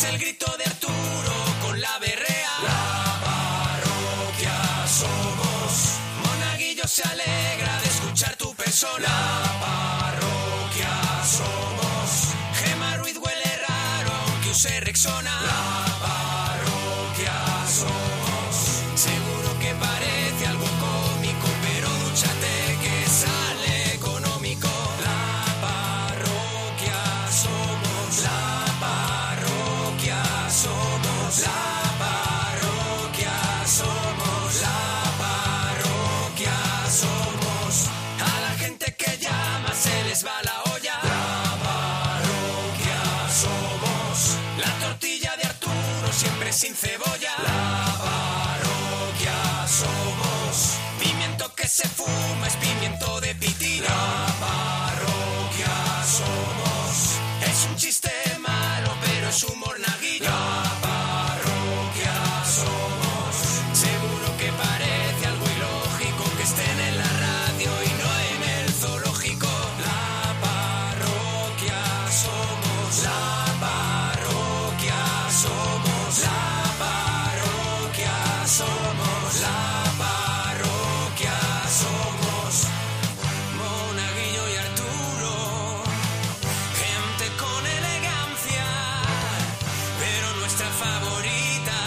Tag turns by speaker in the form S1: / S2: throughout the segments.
S1: de Arturo con la berrea. La parroquia somos. Monaguillo se alegra de escuchar tu persona. La parroquia somos. Gema Ruiz huele raro aunque use Rexona. La parroquia somos. Seguro que parece algo cómico, pero dúchate que sale económico. La parroquia somos. La parroquia somos. La parroquia somos. La parroquia somos. A la gente que llama se les va la olla. La parroquia somos. La tortilla de Arturo siempre sin cebolla. La parroquia somos. Pimiento que se fuma es pimiento de pitilla. La parroquia somos. Es un chiste malo, pero es humor naguillo. La parroquia somos. Seguro que parece algo ilógico que estén en la radio y no en el zoológico. La parroquia somos. La parroquia somos. La parroquia somos. La parroquia somos. Monaguillo y Arturo. Gente con elegancia, pero nuestra favorita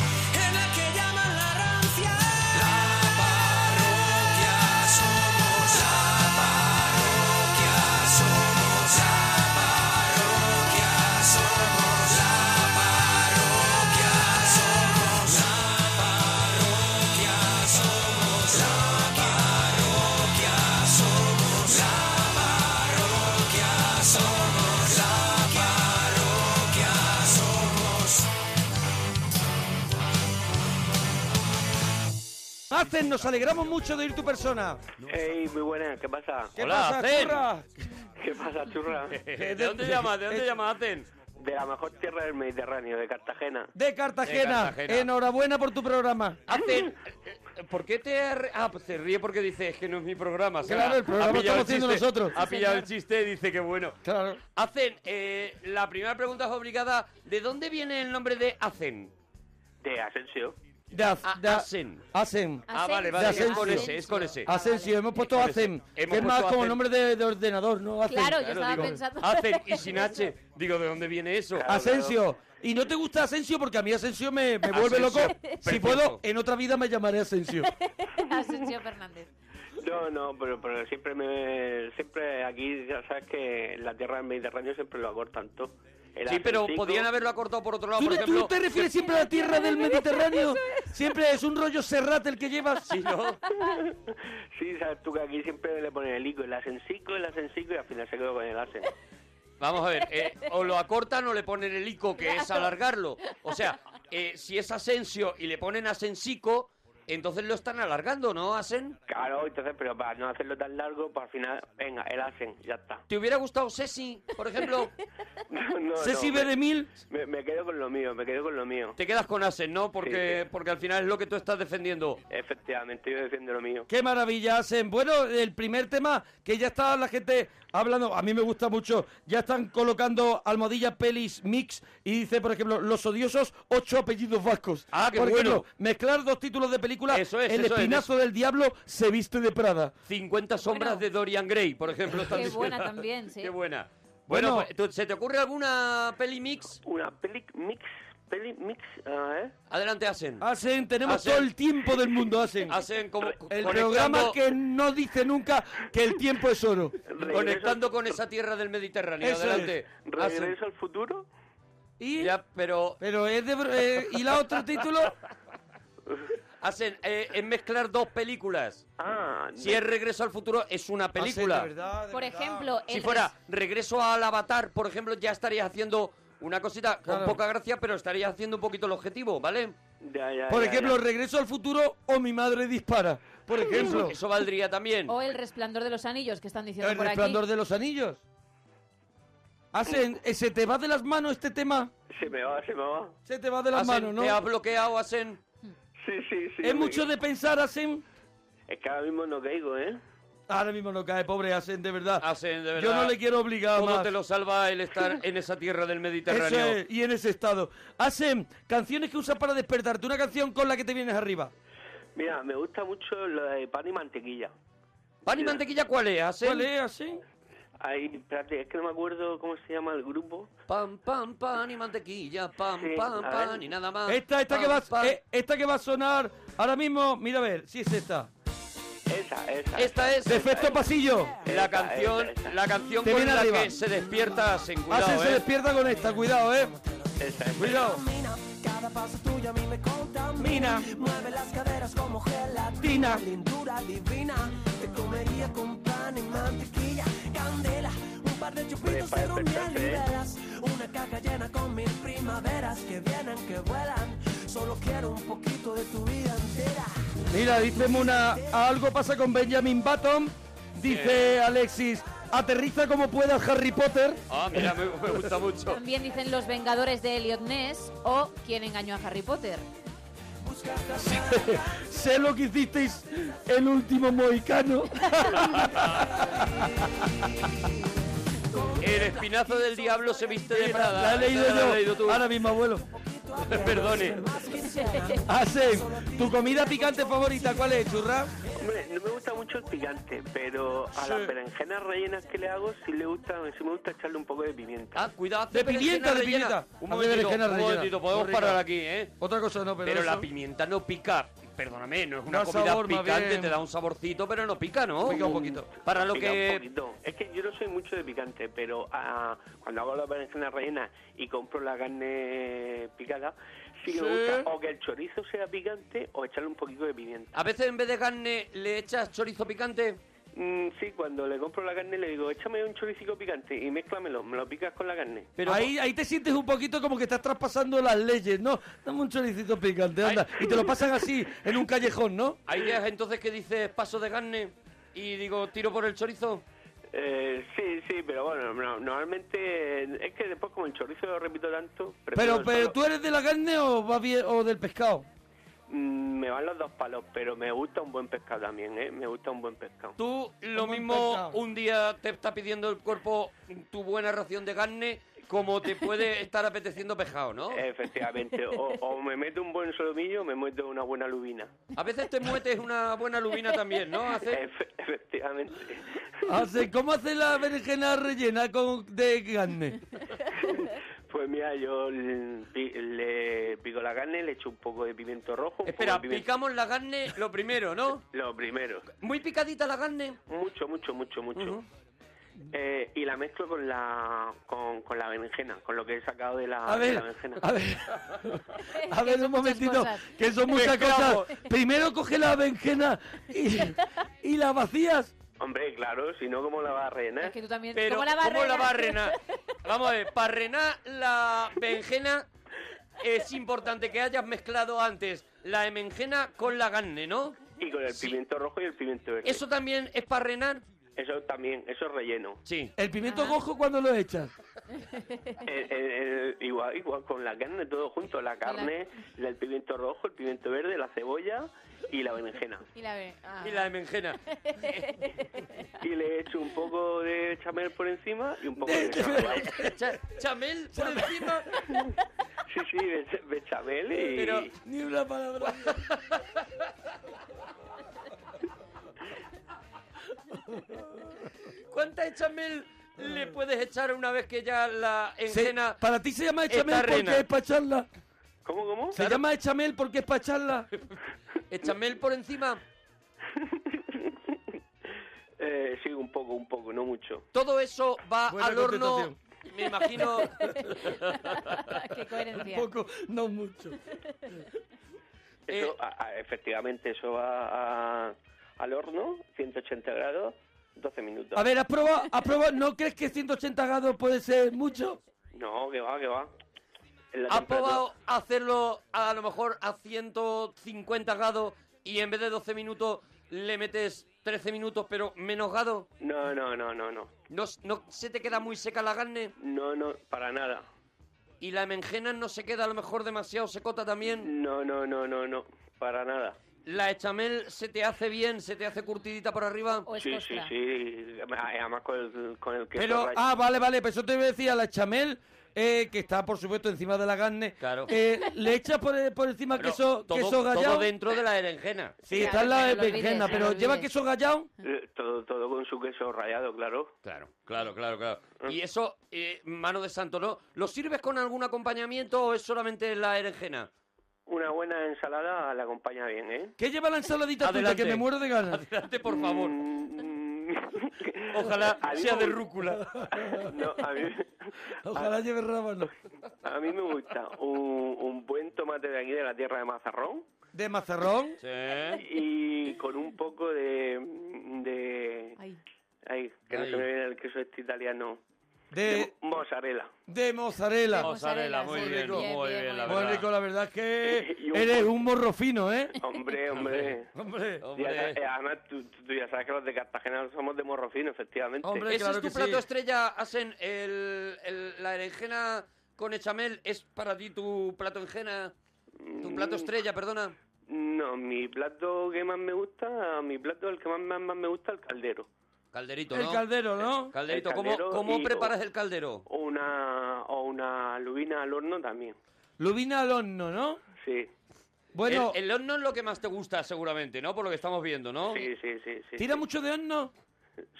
S1: es la que llaman la rancia. La parroquia somos, la parroquia somos, la parroquia somos, la parroquia somos, la parroquia somos, la parroquia somos, la parroquia somos, la parroquia somos.
S2: Hacen, nos alegramos mucho de ir tu persona.
S3: Hey, muy buena, ¿qué pasa?
S2: ¿Qué pasa,
S4: Hacen.
S2: churra?
S3: ¿Qué pasa, churra?
S4: ¿De dónde llamas? ¿De dónde llamas, Aten?
S3: De la mejor tierra del Mediterráneo, de Cartagena.
S2: De Cartagena.
S4: De Cartagena.
S2: Enhorabuena por tu programa.
S4: Aten, eh, ¿por qué te ha re- Ah, pues se ríe porque dice, es que no es mi programa. se
S2: Claro,
S4: la-
S2: el programa
S4: ha pillado
S2: estamos
S4: el
S2: haciendo
S4: chiste,
S2: nosotros.
S4: Ha
S2: Sí,
S4: pillado el chiste y dice que bueno.
S2: Claro.
S4: Aten, eh, la primera pregunta es obligada. ¿De dónde viene el nombre de Aten?
S3: De Asensio.
S2: De, Az-
S4: A-
S2: de Az-
S4: Asen.
S2: Asen.
S4: Ah, vale, vale,
S2: Asensio.
S4: es con ese, es con ese.
S2: Asensio, hemos puesto
S4: Hemos
S2: Hacen, que
S4: puesto
S2: es más como
S4: Hacen.
S2: nombre de, de ordenador, ¿no? Hacen.
S5: Claro, yo
S4: Claro,
S5: estaba
S4: digo,
S5: pensando.
S4: Aten y sin H. Digo, ¿de dónde viene eso?
S2: Asensio. Y no te gusta Asensio porque a mí Asensio me, me vuelve
S4: Asensio,
S2: loco. Si
S4: perfecto.
S2: puedo, en otra vida me llamaré Asensio.
S5: Asensio Fernández.
S3: No, no, pero, pero siempre me. Siempre aquí, ya sabes que la tierra del Mediterráneo siempre lo acortan todo. El
S4: Sí, pero
S3: Asensico-
S4: podían haberlo acortado por otro lado,
S2: ¿Tú,
S4: por
S2: tú
S4: ejemplo.
S2: te refieres siempre a la tierra del Mediterráneo? Siempre es un rollo serrat el que llevas.
S4: Sí, ¿no?
S3: Sí, sabes tú que aquí siempre le ponen el ico, el Asensico, el Asensico y al final se quedó con el Asen.
S4: Vamos a ver, eh, o lo acortan o le ponen el ico, que es alargarlo. O sea, eh, si es Asensio y le ponen Asensico, entonces lo están alargando, ¿no, Asen?
S3: Claro, entonces, pero para no hacerlo tan largo, pues al final, venga, el Asen, ya está.
S4: ¿Te hubiera gustado Ceci, por ejemplo?
S3: No, no,
S2: Ceci
S3: no,
S2: B de mil.
S3: me, me quedo con lo mío, me quedo con lo mío.
S4: Te quedas con Asen, ¿no? Porque,
S3: Sí.
S4: porque al final es lo que tú estás defendiendo.
S3: Efectivamente, yo defiendo lo mío.
S2: Qué maravilla hacen. Bueno, el primer tema que ya está la gente hablando, a mí me gusta mucho, ya están colocando almohadilla pelis mix y dice, por ejemplo, los odiosos ocho apellidos vascos.
S4: Ah, qué
S2: por ejemplo,
S4: bueno.
S2: mezclar dos títulos de película,
S4: Eso es,
S2: El
S4: eso es,
S2: espinazo del diablo se viste de Prada.
S4: 50 sombras
S5: Bueno.
S4: de Dorian Gray, por ejemplo. están
S5: Qué
S4: diciendo.
S5: buena también, sí.
S4: Qué buena. Bueno,
S2: Bueno.
S4: pues, ¿tú- ¿se te ocurre alguna peli mix?
S3: Una peli mix, peli mix, ah, ¿eh? a ver.
S4: Adelante, Asen.
S2: Hacen, tenemos
S4: Hacen.
S2: todo el tiempo del mundo, hacen.
S4: Asen, como
S2: El
S4: conectando-
S2: programa que no dice nunca que el tiempo es oro.
S3: Regreso-
S4: Conectando con esa tierra del Mediterráneo.
S2: Eso es.
S4: Adelante. Asen.
S3: Regreso al futuro.
S2: Y,
S4: Ya, pero
S2: pero es de... br- eh, ¿Y la otro título?
S4: hacen eh, es mezclar dos películas.
S3: Ah,
S4: Si es Regreso al futuro es una
S2: Hacen, de
S4: película.
S2: verdad, de
S5: Por
S2: verdad.
S5: ejemplo, el
S4: Si
S5: res-
S4: fuera Regreso al Avatar, por ejemplo, ya estarías haciendo una cosita con
S2: Claro.
S4: poca gracia, pero estarías haciendo un poquito el objetivo, ¿vale?
S3: ya, ya,
S2: Por
S3: ya,
S2: ejemplo, Regreso al futuro o Mi madre dispara. Por ejemplo,
S4: Eso valdría Pues también.
S5: o el resplandor de los anillos que están diciendo
S2: El
S5: Oh, por
S2: resplandor
S5: aquí.
S2: de los anillos. Hacen, eh, se te va de las manos este tema.
S3: ya. Se me va, se me va.
S2: Se te va de las
S4: Asen,
S2: manos, ¿no?
S4: Te ha bloqueado, Asen.
S3: Sí, sí, sí.
S2: Es
S3: me-
S2: mucho de pensar, Hacen.
S3: Es que ahora mismo no caigo, ¿eh?
S2: Ahora mismo no cae, pobre Asen, de verdad.
S4: Hacen, de
S2: Yo no
S4: verdad,
S2: le quiero obligar
S4: Todo
S2: más.
S4: te lo salva el estar en esa tierra del
S2: Eso
S4: Mediterráneo.
S2: es, y en ese estado. Asen, canciones que usas para despertarte. Una canción con la que te vienes arriba.
S3: Mira, me gusta mucho lo de pan y mantequilla.
S4: ¿Pan y mantequilla cuál es? Hacen?
S2: ¿Cuál es, Asen?
S3: Ahí, espérate, es que no me acuerdo cómo se llama el grupo.
S4: Pan, pan, pan y mantequilla, pan,
S3: Sí,
S4: pan,
S3: a ver.
S4: pan y nada más.
S2: Esta, esta, que
S4: Pan,
S2: va,
S4: pan.
S2: eh, esta que va a sonar ahora mismo. Mira a ver, si es esta.
S3: Esa, esa.
S4: Esta es
S2: Defecto pasillo.
S4: la
S3: Esa,
S4: canción,
S3: esa, esa.
S4: la canción
S2: Te
S4: con
S2: viene
S4: la
S2: arriba.
S4: que se despierta sin
S2: Asen
S4: cuidado,
S2: se
S4: ¿eh?
S2: despierta con esta, cuidado, eh.
S3: esa, esa.
S2: Cuidado.
S1: Mina, Cada paso tuyo a mí me contamina.
S2: Mina.
S1: Mueve las caderas como
S2: Tina.
S1: gelatina. Lindura divina. Te comería con pan y mantequilla. Candela. Un par de chupitos
S3: para
S1: de un miel
S3: despertarte, ¿eh?
S1: liberas. Una caja llena con mil primaveras que vienen, que vuelan. Solo quiero un poquito de tu vida entera.
S2: Mira, dice Muna, algo pasa con Benjamin Button. Dice Alexis, aterriza como puedas Harry Potter.
S4: Ah, mira, me, me gusta mucho.
S5: También dicen Los Vengadores de Elliot Ness o Quién engañó a Harry Potter.
S2: Sé lo que hicisteis el último mohicano.
S4: El espinazo del diablo se viste de
S2: Mira,
S4: Prada.
S2: la he leído
S4: Esa la
S2: yo.
S4: has leído tú.
S2: Ahora mismo, abuelo.
S4: Perdone.
S2: Hace, ¿tu comida picante favorita cuál es, churra?
S3: Hombre, no me gusta mucho el picante, pero a
S2: Sí.
S3: las berenjenas rellenas que le hago sí le gusta, sí me gusta echarle un poco de pimienta.
S4: Ah, cuidado. hace
S2: De pimienta,
S4: berenjena
S2: de
S4: rellena.
S2: pimienta.
S4: Un
S2: Hace
S4: momentito,
S2: berenjena
S4: un
S2: rellena.
S4: momentito,
S2: Muy
S4: podemos
S2: rica.
S4: parar aquí, ¿eh?
S2: Otra cosa no, pero,
S4: Pero la
S2: eso-
S4: pimienta no pica, perdóname, no es una
S2: Da
S4: comida
S2: sabor, más
S4: picante,
S2: bien.
S4: te da un saborcito, pero no pica, ¿no?
S2: Pica un poquito.
S4: Para lo
S3: Pica un
S4: que...
S3: poquito. Es que yo no soy mucho de picante, pero ah, cuando hago las berenjenas rellenas y compro la carne picada, sí que me
S2: Sí.
S3: gusta o que el chorizo sea picante o echarle un poquito de pimienta.
S4: A veces en vez de carne le echas chorizo picante.
S3: Mm, sí, cuando le compro la carne le digo, échame un choricico picante y mézclamelo, me lo picas con la carne.
S4: Pero
S2: ahí, ahí te sientes un poquito como que estás traspasando las leyes, ¿no? Dame un choricito picante, anda. Y te lo pasan así, en un callejón, ¿no?
S4: hay días entonces que dices paso de carne y digo tiro por el chorizo.
S3: Eh, sí, sí, pero bueno, no, normalmente eh, es que después como el chorizo lo repito tanto, prefiero
S2: Pero, pero
S3: solo-
S2: ¿tú eres de la carne o, vas bien, o del pescado?
S3: Mm, me van los dos palos, pero me gusta un buen pescado también, ¿eh? Me gusta un buen pescado.
S4: Tú lo
S2: Como un
S4: mismo
S2: pescado.
S4: un día te está pidiendo el cuerpo tu buena ración de carne como te puede estar apeteciendo pescado, ¿no?
S3: Efectivamente, o, o me meto un buen solomillo o me meto una buena lubina.
S4: A veces te muetes una buena lubina también, ¿no? Hace-
S3: Efe- efectivamente.
S2: Hace- ¿Cómo hace la berenjena rellena con, de carne?
S3: Pues mira, yo le, pi- le pico la carne, le echo un poco de pimiento rojo. un
S4: Espera,
S3: poco de pimiento-
S4: picamos la carne lo primero, ¿no?
S3: Lo primero.
S4: Muy picadita la carne.
S3: Mucho, mucho, mucho, mucho. Eh, y la mezclo con la con, con la berenjena, con lo que he sacado de la,
S2: A
S3: de
S2: ver,
S3: la berenjena.
S2: a ver, a ver
S5: son muchas
S2: un momentito,
S5: cosas.
S2: que son muchas
S4: Mezclamos.
S2: cosas. Primero coge la berenjena y, y la vacías.
S3: Hombre, claro, si no, ¿cómo la vas a rellenar?
S5: Es que tú también.
S4: Pero
S5: ¿Cómo la vas a
S4: va a
S5: rellenar?
S4: renar? Vamos a ver, para renar la berenjena es importante que hayas mezclado antes la berenjena con la carne, ¿no?
S3: Y con el pimiento rojo y el pimiento verde.
S4: ¿Eso también es para renar?
S3: Eso también, eso es relleno.
S4: Sí.
S2: El pimiento cojo cuando lo echas.
S3: El- el- Eh, el- igual, igual con la carne, todo junto. La carne, la- el pimiento rojo, el pimiento verde, la cebolla y la berenjena.
S5: Y la ve- ah.
S4: Y la berenjena.
S3: Y le echo un poco de chamel por encima y un poco de bechamel.
S4: Cha- chamel por encima.
S3: Sí, sí, bech- bechamel y...
S4: Pero-
S2: Ni una palabra.
S4: ¿Cuánta de chamel le puedes echar una vez que ya la
S2: Se-
S4: berenjena...
S2: para ti se llama
S4: Está
S2: echamel porque
S4: rena.
S2: es para charla.
S3: ¿Cómo, cómo?
S2: Se llama echamel porque es para charla.
S4: el chamel por encima?
S3: Eh, sí, un poco, un poco, no mucho.
S4: Todo eso va
S2: Buena
S4: al horno...
S2: contestación.
S4: Me imagino...
S5: Ah, Qué coherencia.
S2: Poco, no mucho.
S3: Eso, a- a- efectivamente, eso va a- al horno, 180 grados, 12 minutos.
S2: A ver, ¿has probado, has probado- ¿No crees que 180 grados puede ser mucho?
S3: No, que va, que va. En la
S4: ¿Has
S3: temperatura-
S4: probado hacerlo a lo mejor a 150 grados y en vez de 12 minutos le metes 13 minutos pero menos grados?
S3: No, no, no, no, no.
S4: ¿No, no se te queda muy seca la carne?
S3: No, no, para nada.
S4: ¿Y la menjena no se queda a lo mejor demasiado secota también?
S3: No, no, no, no, no, para nada.
S4: ¿La echamel se te hace bien, se te hace curtidita por arriba?
S5: ¿O es ¿Eh?
S3: Sí, sí,
S5: costra?
S3: sí. Además con el, con el queso
S2: Pero,
S3: rallado.
S2: ah, vale, vale, pues eso te decía la chamel, eh, que está, por supuesto, encima de la carne.
S4: Claro.
S2: Eh, ¿Le echas por, por encima
S4: Pero
S2: queso,
S4: todo,
S2: queso
S4: todo
S2: gallado?
S4: dentro de la berenjena.
S2: Sí,
S5: Claro,
S2: está en
S5: no
S2: la
S5: lo olvides,
S2: berenjena,
S5: no
S2: pero
S5: lo
S2: ¿lleva
S5: olvides.
S2: queso gallado?
S3: Eh, todo, todo con su queso rallado, claro.
S4: Claro, claro, claro, claro.
S3: Ah.
S4: Y eso, eh, mano de santo, ¿no? ¿Lo sirves con algún acompañamiento o es solamente la berenjena?
S3: Una buena ensalada la acompaña bien, ¿eh?
S2: ¿Qué lleva la ensaladita tuya?
S4: Adelante.
S2: Que me muero de ganas.
S4: Adelante, por favor.
S3: Mm,
S4: Ojalá
S3: A mí
S4: sea
S3: me
S4: de
S3: gusta.
S4: rúcula.
S3: no, a mí,
S2: Ojalá lleve rábano.
S3: a mí me gusta un, un buen tomate de aquí de la tierra de Mazarrón
S2: ¿De mazarrón?
S4: Sí.
S3: y con un poco de... de
S5: Ay.
S3: ay, que no
S4: Ay.
S3: se me viene el queso este italiano.
S2: De,
S3: mozzarella.
S2: de mozzarella.
S5: Mozzarella,
S4: Mozzarella, muy
S5: sí.
S4: bien,
S5: Bien, bien,
S4: muy bien,
S5: muy
S4: la
S5: bien.
S2: Bueno,
S4: verdad.
S2: Nico, la verdad es que
S3: Y un-
S2: eres un morro fino, ¿eh?
S3: Hombre, hombre.
S2: Hombre,
S3: Y
S4: Hombre,
S3: además, eh, además tú, tú- tú ya sabes que los de Cartagena somos de morrofino, efectivamente.
S2: Hombre,
S4: ¿Ese
S2: claro
S4: es tu
S2: que sí.
S4: plato estrella, Asen? El, el- ¿La berenjena con echamel es para ti tu plato enjena? ¿Tu
S3: Mm.
S4: plato estrella, perdona?
S3: No, mi plato que más me gusta, mi plato el que más, más, más me gusta, el caldero.
S4: Calderito, ¿no?
S2: el caldero, ¿no?
S4: Calderito,
S3: El
S4: ¿cómo,
S3: caldero
S4: cómo
S3: y-
S4: preparas el caldero?
S3: O una, o una lubina al horno también,
S2: Lubina al horno, ¿no?
S3: sí.
S2: Bueno,
S4: el, el horno es lo que más te gusta, seguramente, ¿no? Por lo que estamos viendo, ¿no?
S3: Sí, sí, sí. sí
S2: ¿tira mucho de horno?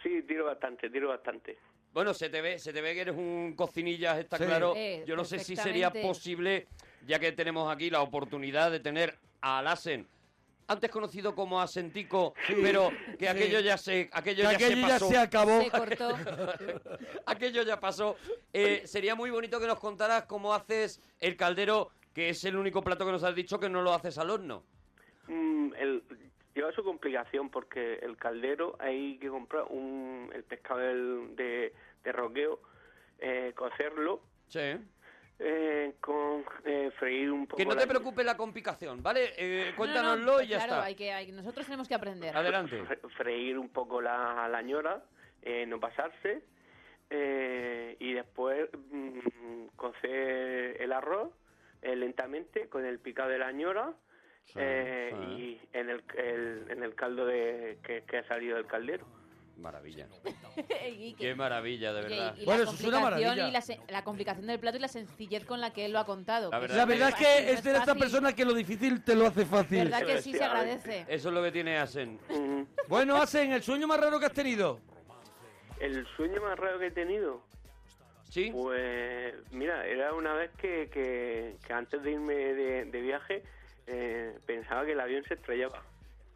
S3: Sí, tiro bastante, tiro bastante.
S4: Bueno, se te ve, se te ve que eres un cocinillas, está
S2: Sí.
S4: claro.
S5: Eh,
S4: Yo no sé si sería
S5: perfectamente.
S4: posible, ya que tenemos aquí la oportunidad de tener a Alasen, antes conocido como Asentico, pero que aquello ya se, aquello ya
S2: Que aquello
S4: se
S2: ya
S4: pasó.
S2: se acabó.
S5: Se cortó.
S4: Aquello ya pasó. Eh, sería muy bonito que nos contaras cómo haces el caldero, que es el único plato que nos has dicho que no lo haces al horno.
S3: Mm, el, lleva su complicación porque el caldero hay que comprar un, el pescado del- de, de roqueo, eh, cocerlo,
S4: Sí.
S3: eh, con eh, freír un poco.
S4: Que no
S3: la-
S4: te preocupes la complicación, ¿vale? Eh, cuéntanoslo
S5: No, no,
S4: y ya
S5: claro,
S4: está.
S5: Hay que, hay- nosotros tenemos que aprender.
S4: Adelante.
S3: Fre- Pues, freír un poco la, la ñora, eh, no pasarse, eh, y después mm, cocer el arroz eh, lentamente con el picado de la ñora eh, y en el, el- en el caldo de, que, que ha salido del caldero.
S4: Maravilla.
S5: Y que-
S4: Qué maravilla, de
S5: y-
S4: verdad.
S5: y la
S2: Bueno, eso es una
S5: complicación
S2: maravilla.
S5: Y la, se- la complicación del plato y la sencillez con la que él lo ha contado.
S4: La
S5: que
S4: verdad-
S2: La verdad es
S5: fácil, no
S2: que es de esta
S5: fácil.
S2: persona que lo difícil te lo hace fácil.
S5: verdad que sí se agradece.
S4: Eso es lo que tiene Asen.
S3: Mm,
S2: Bueno, hacen el sueño más raro que has tenido.
S3: El sueño más raro que he tenido,
S4: ¿Sí?
S3: pues mira, era una vez que, que- que antes de irme de, de viaje eh, pensaba que el avión se estrellaba.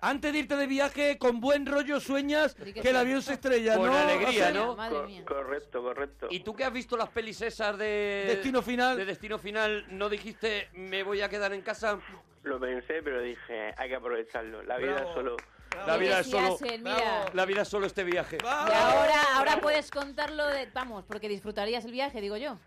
S2: Antes de irte de viaje, con buen rollo sueñas
S5: Sí, que
S2: que el
S5: sí.
S2: avión se estrella,
S4: Con
S2: ¿no?
S4: alegría,
S2: Hacen?
S4: ¿no?
S5: Madre
S3: Cor-
S5: mía.
S3: correcto, correcto.
S4: ¿Y tú que has visto las pelis esas de...
S2: Destino Final.
S4: De Destino Final, ¿no dijiste me voy a quedar en casa?
S3: Lo pensé, pero dije, hay que aprovecharlo. La vida
S2: Bravo.
S3: solo.
S4: La vida es
S5: Decía
S4: solo...
S5: Asen, mira.
S4: La vida es solo este viaje.
S5: Y ahora, ahora puedes contarlo de... Vamos, porque disfrutarías el viaje, digo yo.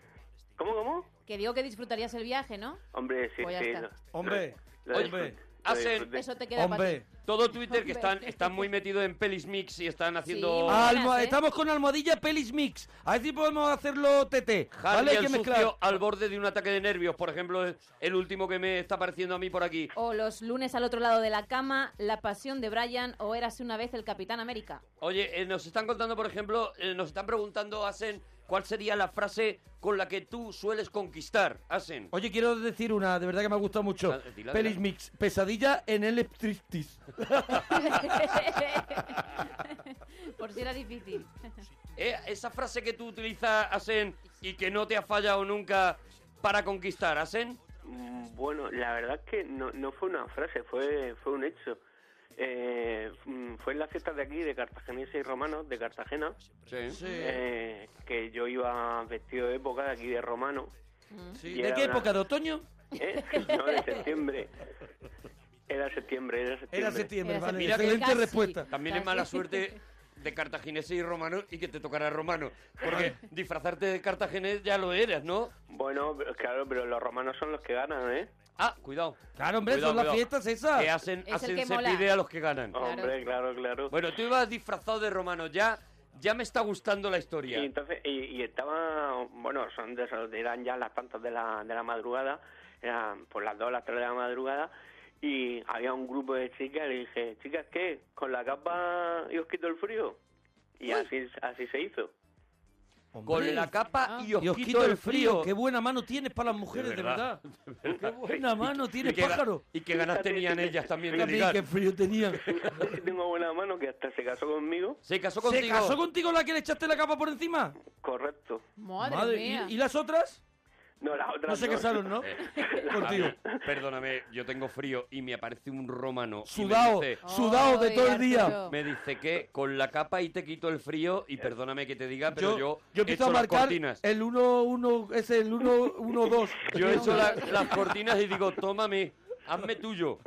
S3: ¿Cómo, cómo?
S5: Que digo que disfrutarías el viaje, ¿no?
S3: Hombre, sí,
S5: Pues ya
S3: sí.
S5: está.
S3: lo-
S2: Hombre,
S3: lo- lo
S2: hombre.
S3: disfruté, lo
S4: Hace-
S3: disfruté.
S5: Eso te queda para
S2: Hombre.
S5: ti.
S4: Todo Twitter que están, están muy metidos en pelis mix y están haciendo...
S5: Sí.
S2: Almo-
S5: Buenas, ¿eh?
S2: Estamos con almohadilla pelis mix. A ver si podemos hacerlo TT.
S4: Harry
S2: ¿Vale? Hay
S4: el
S2: que
S4: sucio
S2: mezclar.
S4: al borde de un ataque de nervios, por ejemplo, es el último que me está apareciendo a mí por aquí.
S5: O los lunes al otro lado de la cama, La pasión de Brian o Érase una vez el Capitán América.
S4: Oye, eh, nos están contando, por ejemplo, eh, nos están preguntando, Asen, cuál sería la frase con la que tú sueles conquistar, Asen.
S2: Oye, quiero decir una, de verdad que me ha gustado mucho.
S4: Dila, dila.
S2: Pelis mix, pesadilla en el striptease.
S5: Por si era difícil.
S4: Eh, esa frase que tú utilizas, Asen, y que no te ha fallado nunca para conquistar, Asen.
S3: Mm, Bueno, la verdad es que no, no fue una frase, fue, fue un hecho. Eh, mm, fue en la fiesta de aquí, de cartageneses y romanos, de Cartagena,
S4: Sí.
S3: eh, que yo iba vestido de época de aquí de romano.
S2: Sí,
S3: Y
S2: ¿De
S3: era
S2: qué
S3: una-
S2: época? ¿De otoño?
S3: ¿eh? No, de septiembre. Era septiembre, era septiembre.
S2: Era septiembre,
S5: Era
S2: vale.
S5: septiembre.
S2: Excelente
S5: Casi.
S2: respuesta.
S4: También es mala suerte de cartaginés y romano y que te tocará romano. Porque disfrazarte de cartaginés ya lo eres, ¿no?
S3: Bueno, pero- claro, pero los romanos son los que ganan, ¿eh?
S4: Ah, cuidado.
S2: Claro, hombre,
S4: Cuidado,
S2: son las
S4: cuidado.
S2: fiestas esas.
S4: Que hacen,
S5: Es el
S4: hacen
S5: que
S4: se
S5: mola.
S4: pide a los que ganan.
S5: Claro.
S3: Hombre, claro, claro.
S4: Bueno, tú ibas disfrazado de romano, ya, ya me está gustando la historia.
S3: Y entonces, y, y estaba, bueno, son de esos, eran ya las tantas de la, de la madrugada, eran por las dos, las tres de la madrugada, y había un grupo de chicas y le dije, chicas, ¿qué? ¿Con la capa y os quito el frío? Y así, así se hizo.
S4: Con la capa y os,
S2: Ah. Y os
S4: quito el frío.
S2: Qué buena mano tienes para las mujeres, de verdad.
S4: verdad.
S2: Qué buena mano tienes,
S4: qué ga-
S2: pájaro.
S4: Y qué ganas tenían ellas también de
S2: Fíjate
S4: ligar.
S2: qué frío tenía.
S3: Sí, Tengo buena mano que hasta se casó conmigo.
S4: Se casó contigo.
S2: ¿Se casó contigo la que le echaste la capa por encima?
S3: Correcto.
S5: Madre,
S2: ¿y-
S5: mía.
S2: ¿Y, las otras?
S3: No, la otra
S2: No se casaron, ¿no? Contigo.
S4: Javi, Perdóname, yo tengo frío y me aparece un romano. y me
S2: Sudao,
S4: dice-
S2: sudao de
S5: Ay,
S2: todo el día.
S5: Arturo.
S4: Me dice que con la capa y te quito el frío
S3: Eh.
S4: y perdóname que te diga, pero
S2: Yo,
S4: yo, he
S2: yo empiezo
S4: hecho
S2: a
S4: las
S2: marcar
S4: cortinas.
S2: el 1-1, es el 1-1-2.
S4: Yo he hecho la- las cortinas y digo, tómame, hazme tuyo.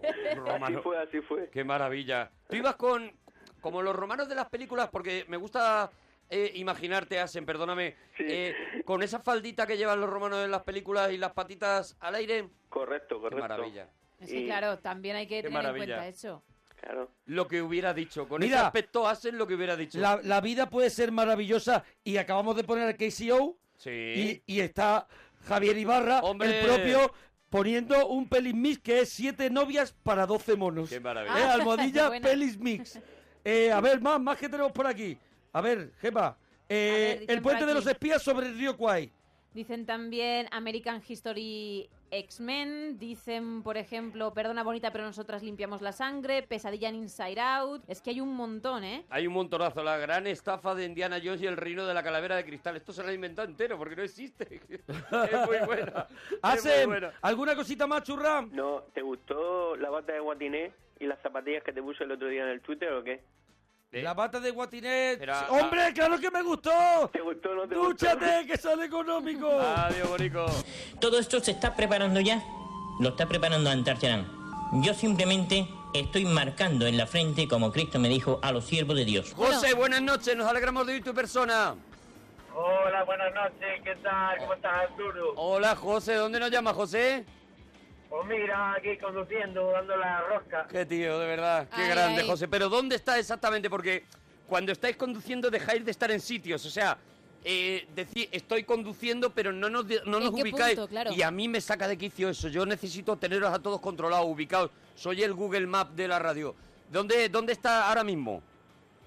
S3: Así
S4: Romano,
S3: fue, así fue.
S4: qué maravilla. Tú ibas con, como los romanos de las películas, porque me gusta eh, imaginarte, hacen, perdóname,
S3: Sí.
S4: eh, con esa faldita que llevan los romanos en las películas y las patitas al aire.
S3: Correcto,
S4: Qué
S3: correcto.
S4: maravilla.
S5: Es que,
S3: Y-
S5: claro, también hay que
S4: Qué
S5: tener
S4: maravilla.
S5: en cuenta eso.
S3: Claro.
S4: Lo que hubiera dicho. Con
S2: Mira.
S4: ese aspecto hacen lo que hubiera dicho.
S2: La, la vida puede ser maravillosa y acabamos de poner al KCO
S4: Sí.
S2: y, y está Javier Ibarra,
S4: Hombre.
S2: el propio, poniendo un pelis mix que es siete novias para 12 monos.
S4: Qué
S2: Eh,
S4: maravilla.
S2: Almohadilla,
S5: Ah, Buena.
S2: pelis mix. Eh, a ver, más, más que tenemos por aquí. A ver, Gemma. eh,
S5: A ver, dicen
S2: el puente
S5: por
S2: de
S5: aquí.
S2: los espías sobre el río Kwai.
S5: Dicen también American History X-Men. Dicen, por ejemplo, Perdona Bonita, pero nosotras limpiamos la sangre. Pesadilla en Inside Out. Es que hay un montón, ¿eh?
S4: Hay un montonazo, la gran estafa de Indiana Jones y el reino de la calavera de cristal. Esto se lo ha inventado entero porque no existe. es muy buena. Es muy
S2: ¿Hacen
S4: buena.
S2: alguna cosita más, churra?
S3: No, ¿te gustó la bata de guatiné y las zapatillas que te puse el otro día en el Twitter o qué?
S4: Eh,
S2: La bata de guatinet.
S4: Era-
S2: ¡Hombre, claro que me gustó!
S3: ¿Te gustó o no te
S2: ¡Dúchate, que sale económico!
S4: Adiós, Bonico.
S6: Todo esto se está preparando ya. Lo está preparando Antarcharán. Yo simplemente estoy marcando en la frente, como Cristo me dijo, a los siervos de Dios.
S4: José, buenas noches. Nos alegramos de oír tu persona.
S7: Hola, buenas noches, ¿qué tal? ¿Cómo estás, Arturo?
S4: Hola, José. ¿Dónde nos llama, José?
S7: Pues mira, aquí conduciendo, dando la rosca.
S4: Qué tío, de verdad. Qué
S5: Ay,
S4: grande,
S5: ay.
S4: José. Pero ¿dónde está exactamente? Porque cuando estáis conduciendo dejáis de estar en sitios. O sea, eh, decir estoy conduciendo, pero no nos, de- no
S5: ¿En
S4: nos
S5: qué
S4: ubicáis.
S5: punto? Claro.
S4: Y a mí me saca de quicio eso. Yo necesito teneros a todos controlados, ubicados. Soy el Google Map de la radio. ¿Dónde, dónde está ahora mismo?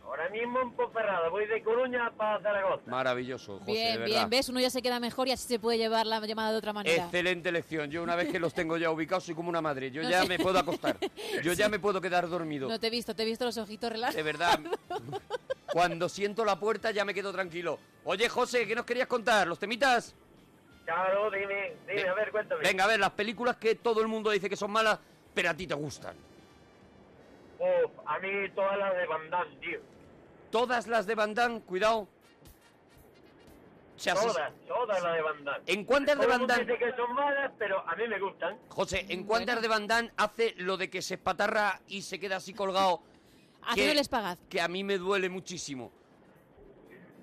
S7: Ahora mismo en Ponferrada, voy de Coruña para Zaragoza.
S4: Maravilloso, José, de
S5: bien,
S4: verdad.
S5: bien. ¿Ves? Uno ya se queda mejor y así se puede llevar la llamada de otra manera.
S4: Excelente elección. Yo una vez que los tengo ya ubicados soy como una madre. Yo ya me puedo acostar. Yo ya me puedo quedar dormido.
S5: No te he visto, te he visto los ojitos
S4: De
S5: relajados.
S4: verdad. Cuando siento la puerta ya me quedo tranquilo. Oye, José, ¿qué nos querías contar? ¿Los temitas?
S7: Claro, dime, dime, a ver, cuéntame.
S4: Venga, a ver, las películas que todo el mundo dice que son malas, pero a ti te gustan.
S7: Uf, a mí todas las de Van Damme, tío.
S4: Todas las de Van Damme, cuidado. Se ases-
S7: Todas, todas las de Van Damme.
S4: ¿En cuántas de
S7: Todo el
S4: Van
S7: mundo
S4: Damme?
S7: dice que son malas, pero a mí me gustan.
S4: José, ¿en cuántas de Van Damme hace lo de que se espatarra y se queda así colgado?
S5: Haciendo el espagaz.
S4: Que a mí me duele muchísimo.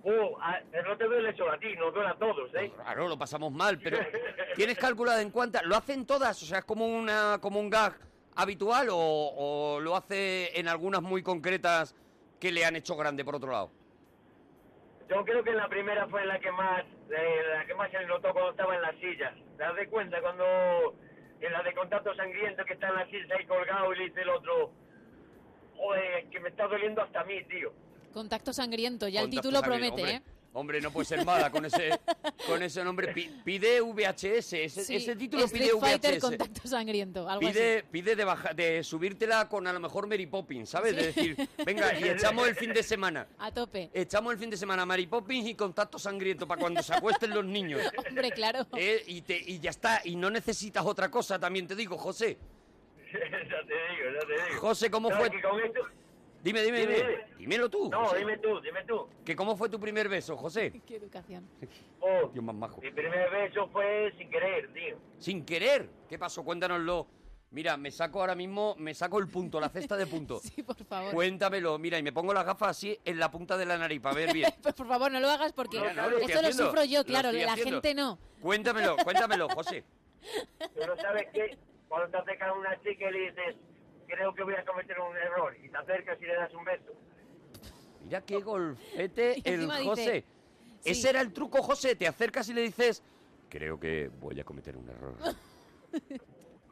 S7: Uh, a- pero no te duele solo a ti, nos duele a todos, ¿eh?
S4: Claro, lo pasamos mal, pero ¿tienes calculado en cuántas? ¿Lo hacen todas? O sea, ¿es como, una, como un gag habitual o, o lo hace en algunas muy concretas que le han hecho grande por otro lado?
S7: Yo creo que la primera fue la que más eh, la que más se le notó cuando estaba en las sillas. ¿Te das de cuenta cuando en la de contacto sangriento que está en la silla ahí colgado y le dice el otro, joder, que me está doliendo hasta a mí, tío?
S5: Contacto sangriento, ya
S4: Contacto
S5: el título
S4: sangre,
S5: promete,
S4: hombre,
S5: ¿eh?
S4: Hombre, no puede ser mala con ese, con ese nombre. Pi- Pide VHS, ese,
S5: Sí,
S4: ese título
S5: Street
S4: pide
S5: Fighter,
S4: VHS.
S5: contacto sangriento, algo
S4: Pide, pide de, baja, de subírtela con a lo mejor Mary Poppins, ¿sabes? De decir, venga, y echamos el fin de semana.
S5: así. A tope.
S4: Echamos el fin de semana Mary Poppins y contacto sangriento para cuando se acuesten los niños.
S5: Hombre, claro.
S4: Eh, y, te- y ya está, y no necesitas otra cosa, también te digo, José.
S7: ya te digo, ya te digo.
S4: José, ¿cómo
S7: No,
S4: fue?
S7: que con esto-
S4: Dime, dime,
S7: Dime,
S4: dime.
S7: dime.
S4: Dímelo tú.
S7: No,
S4: José.
S7: dime tú, dime tú.
S4: ¿Que ¿Cómo fue tu primer beso, José?
S5: Qué educación.
S7: Oh,
S4: Dios más majo.
S7: mi primer beso fue sin querer, tío.
S4: Sin querer. ¿Qué pasó? Cuéntanoslo. Mira, me saco ahora mismo, me saco el punto, la cesta de punto.
S5: Sí, por favor.
S4: Cuéntamelo, mira, y me pongo las gafas así en la punta de la nariz para ver bien.
S5: Pues, por favor, no lo hagas porque
S4: Mira, no, lo estoy
S5: esto lo
S4: haciendo,
S5: sufro
S4: lo
S5: yo, claro,
S4: estoy
S5: la
S4: haciendo.
S5: gente no.
S4: Cuéntamelo, cuéntamelo, José.
S7: Tú no sabes que cuando te acercas a una chica y le dices, creo que voy a cometer un error, y te acercas y le das un beso.
S4: Mira qué golfete
S5: Y
S4: el
S5: encima dice,
S4: José.
S5: sí.
S4: Ese era el truco, José. Te acercas y le dices, creo que voy a cometer un error.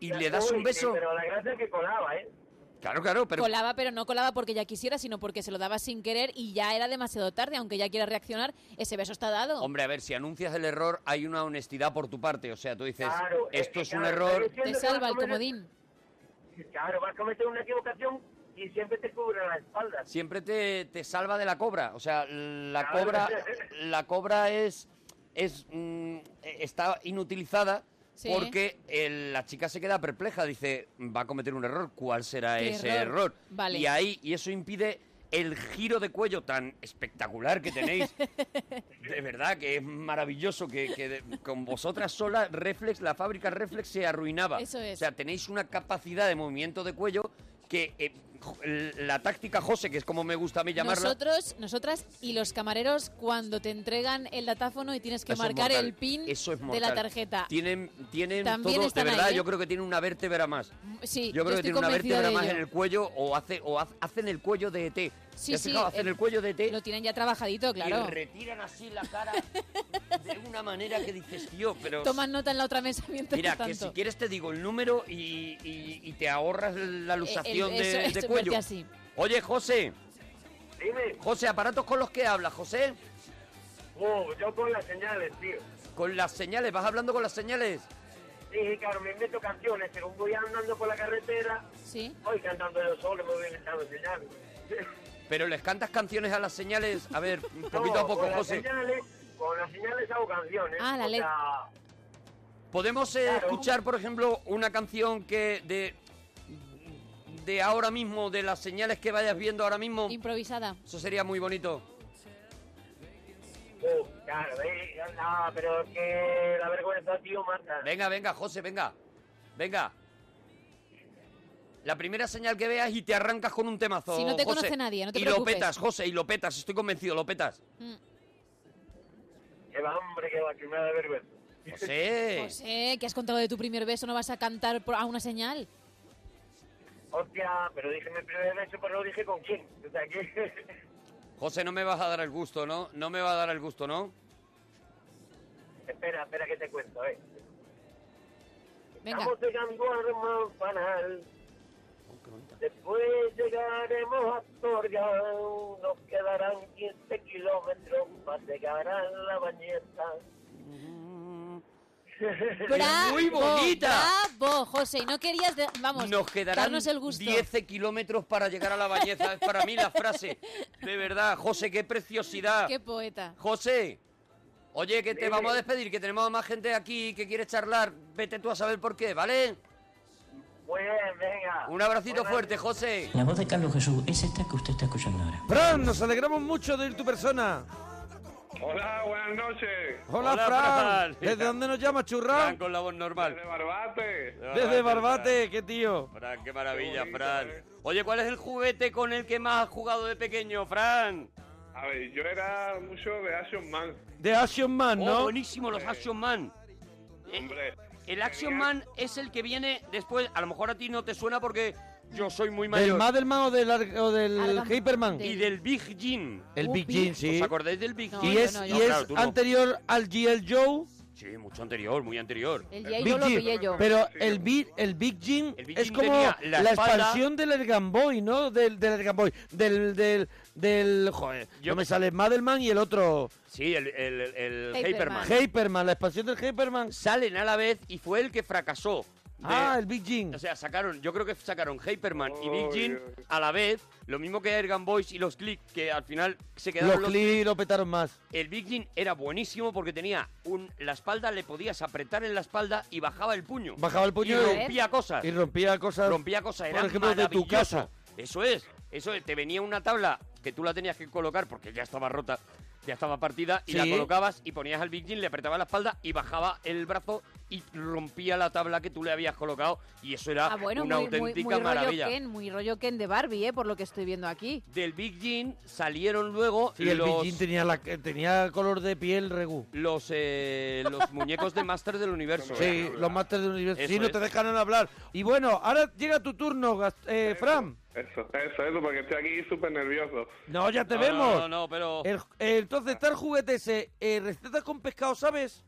S4: y le das un
S1: Uy,
S4: beso.
S1: Pero la gracia es que colaba, ¿eh?
S4: Claro, claro, pero
S5: Colaba, pero no colaba porque ya quisiera, sino porque se lo daba sin querer y ya era demasiado tarde. Aunque ya quiera reaccionar, ese beso está dado.
S4: Hombre, a ver, si anuncias el error, hay una honestidad por tu parte. O sea, tú dices,
S1: Claro,
S4: esto
S1: que,
S4: es un
S1: claro,
S4: error.
S5: Te
S1: estoy diciendo que
S5: salva
S1: vas a
S5: el
S1: cometer-
S5: comodín.
S1: Claro, vas a cometer una equivocación y siempre te cubren la espalda.
S4: Siempre te, te salva de la cobra. O sea, la
S1: Claro.
S4: cobra, la cobra es, es mm, está inutilizada
S5: Sí.
S4: porque el- la chica se queda perpleja. Dice, va a cometer un error. ¿Cuál será
S5: ¿Qué
S4: ese error?
S5: error? Vale.
S4: Y ahí, y eso impide el giro de cuello tan espectacular que tenéis. de verdad que es maravilloso que, que de- con vosotras sola Reflex, la fábrica Reflex se arruinaba.
S5: Eso es.
S4: O sea, tenéis una capacidad de movimiento de cuello que eh, jo- la táctica José, que es como me gusta a mí llamarla,
S5: Nosotros, nosotras y los camareros cuando te entregan el datáfono y tienes que
S4: eso es
S5: marcar
S4: mortal.
S5: el pin
S4: Eso es
S5: de la
S4: mortal.
S5: tarjeta.
S4: Tienen, tienen
S5: También
S4: todo, de
S5: están ahí,
S4: verdad,
S5: ¿eh?
S4: yo creo que tienen una vértebra más.
S5: Sí,
S4: Yo creo que
S5: estoy
S4: tiene una
S5: convencida
S4: vértebra
S5: de
S4: más
S5: ello.
S4: en el cuello o hace o haz- hacen el cuello de ET. ¿Te
S5: Sí,
S4: has
S5: sí,
S4: fijado? Hacen
S5: eh,
S4: el cuello de ET.
S5: Lo tienen ya trabajadito, claro.
S4: Y retiran así la cara de una manera que dices, tío, pero...
S5: Toman nota en la otra mesa mientras
S4: Mira,
S5: tanto.
S4: que si quieres te digo el número y, y- y te ahorras la luxación
S5: Eh, el-
S4: de,
S5: eso-
S4: de
S5: eso,
S4: cuello.
S5: verte así.
S4: Oye, José,
S1: Dime,
S4: José, aparatos con los que hablas, José.
S1: wow, yo con las señales, tío.
S4: Con las señales, vas hablando con las señales.
S1: Sí, claro, me invento canciones. Según voy andando por la carretera,
S5: Sí.
S1: voy cantando yo solo, me voy inventando señales.
S4: Pero les cantas canciones a las señales. A ver, poquito
S1: No,
S4: a poco,
S1: con Las
S4: José.
S1: señales, con las señales hago canciones.
S5: Ah, la
S1: o
S5: ley.
S1: sea,
S4: ¿Podemos eh,
S1: Claro.
S4: escuchar, por ejemplo, una canción que de, de ahora mismo, de las señales que vayas viendo ahora mismo?
S5: Improvisada.
S4: Eso sería muy bonito.
S1: wow, claro, eh, no, pero es que la vergüenza, tío, mata.
S4: Venga, venga, José, venga. Venga. La primera señal que veas y te arrancas con un temazo.
S5: Si no te
S4: José.
S5: conoce nadie, no te
S4: Y
S5: preocupes.
S4: lo petas, José, y lo petas, estoy convencido, lo petas.
S1: Que va, hombre, que va, que me da vergüenza.
S4: José.
S5: José, Pues, eh, que has contado de tu primer beso, no vas a cantar por- a una señal.
S1: Hostia, pero dije mi primer beso, pero no dije con quién. O sea, que...
S4: José, no me vas a dar el gusto, ¿no? No me va a dar el gusto, ¿no?
S1: espera, espera que te cuento, eh.
S5: Venga.
S1: Estamos llegando al Manfanal. Después llegaremos a Torreón. Nos quedarán 15 kilómetros para llegar a la bañeta.
S5: ¡Bravo!
S4: muy bonita!
S5: ¡Bravo, José! Y no querías, de- vamos,
S4: Nos quedarán
S5: darnos el gusto.
S4: 10 kilómetros para llegar a la bañeza. Es para mí la frase. De verdad, José, qué preciosidad.
S5: ¡Qué poeta!
S4: José, oye, que te
S1: Dime.
S4: vamos a despedir, que tenemos a más gente aquí que quiere charlar. Vete tú a saber por qué, ¿vale?
S1: Muy bien, venga.
S4: Un abracito
S1: Buenas
S4: fuerte, José.
S8: La voz de Carlos Jesús es esta que usted está escuchando ahora.
S2: Fran, nos alegramos mucho de ir tu persona.
S9: Hola, buenas noches.
S2: Hola,
S4: Hola,
S2: Fran.
S4: Fran.
S2: ¿Desde dónde nos llama,
S4: Fran
S2: churrán?
S4: con la voz
S9: De
S4: normal.
S9: Barbate.
S2: Desde Barbate, qué tío.
S4: Fran, qué maravilla,
S9: Qué bonito,
S4: Fran.
S9: eh.
S4: Oye, ¿cuál es el juguete con el que más has jugado de pequeño, Fran?
S9: A ver, yo era mucho de Action Man.
S2: De Action Man,
S4: Oh,
S2: ¿no?
S4: buenísimo, los Action Man. Eh,
S9: Hombre,
S4: El Action
S9: Genial.
S4: Man es el que viene después. A lo mejor a ti no te suena porque yo soy muy
S2: ¿Del
S4: mayor.
S2: Madelman o del, Ar- o del
S10: Argan-
S2: Hyperman?
S10: de-
S4: y del Big Jim.
S2: El
S5: Uh,
S2: Big
S5: Big.
S2: Jim, sí.
S4: ¿Os acordáis del Big
S5: No,
S4: Jim?
S2: y es,
S5: yo no,
S2: y
S5: yo
S4: No,
S2: es
S4: claro, tú no.
S2: anterior al GL Joe,
S4: Sí, mucho anterior, muy anterior.
S10: El día
S2: Big
S10: yo lo
S2: Jim.
S10: pillé yo.
S2: pero
S9: Sí.
S2: el Big, el Big Jim
S4: El Big
S2: es
S4: Jim
S2: como
S4: tenía
S2: la,
S4: la espalda-
S2: expansión del Ergan Boy, ¿no? Del, del Ergan Boy, del, del, del, joder,
S4: Yo-
S2: no me sale Madelman y el otro,
S4: Sí, el, el, el
S10: Hyperman.
S4: Hyperman.
S2: Hyperman, la expansión del Hyperman.
S4: Salen a la vez y fue el que fracasó. De-
S2: Ah, el Big Jim.
S4: O sea, sacaron, yo creo que sacaron Hyperman y Big
S9: Oh,
S4: Jim
S9: Dios.
S4: a la vez, lo mismo que Ergan Boys y los Click, que al final se quedaron
S2: Los
S4: los,
S2: Clee lo petaron más.
S4: El Big Jim era buenísimo porque tenía un, la espalda, le podías apretar en la espalda y bajaba el puño.
S2: Bajaba el
S4: y
S2: puño y,
S4: rompía cosas.
S2: y rompía cosas.
S4: rompía cosas, era
S2: por ejemplo, de tu
S4: maravilloso.
S2: casa.
S4: Eso es, eso es. Te venía una tabla que tú la tenías que colocar porque ya estaba rota, ya estaba partida, y la
S2: Sí.
S4: colocabas y ponías al Big Jim, le apretabas la espalda y bajaba el brazo y rompía la tabla que tú le habías colocado. Y eso era
S10: Ah, bueno,
S4: una
S10: muy, muy,
S4: auténtica
S10: muy rollo
S4: maravilla.
S10: Ken, muy rollo Ken de Barbie, eh, por lo que estoy viendo aquí.
S4: Del Big Jim salieron luego
S2: Y el
S4: los,
S2: Big Jim tenía, la, tenía color de piel regu.
S4: los, eh, los muñecos de Master del Universo. eh.
S2: Sí, los Masters del Universo.
S4: Eso
S2: Sí, no
S4: es.
S2: te dejan hablar. Y bueno, ahora llega tu turno, Gas- eh, Fran.
S9: Eso, eso, eso, porque estoy aquí súper nervioso.
S2: No, ya te
S4: No,
S2: vemos.
S4: No, no, no, pero...
S2: El- eh, entonces está el juguete ese. eh, recetas con pescado, ¿sabes?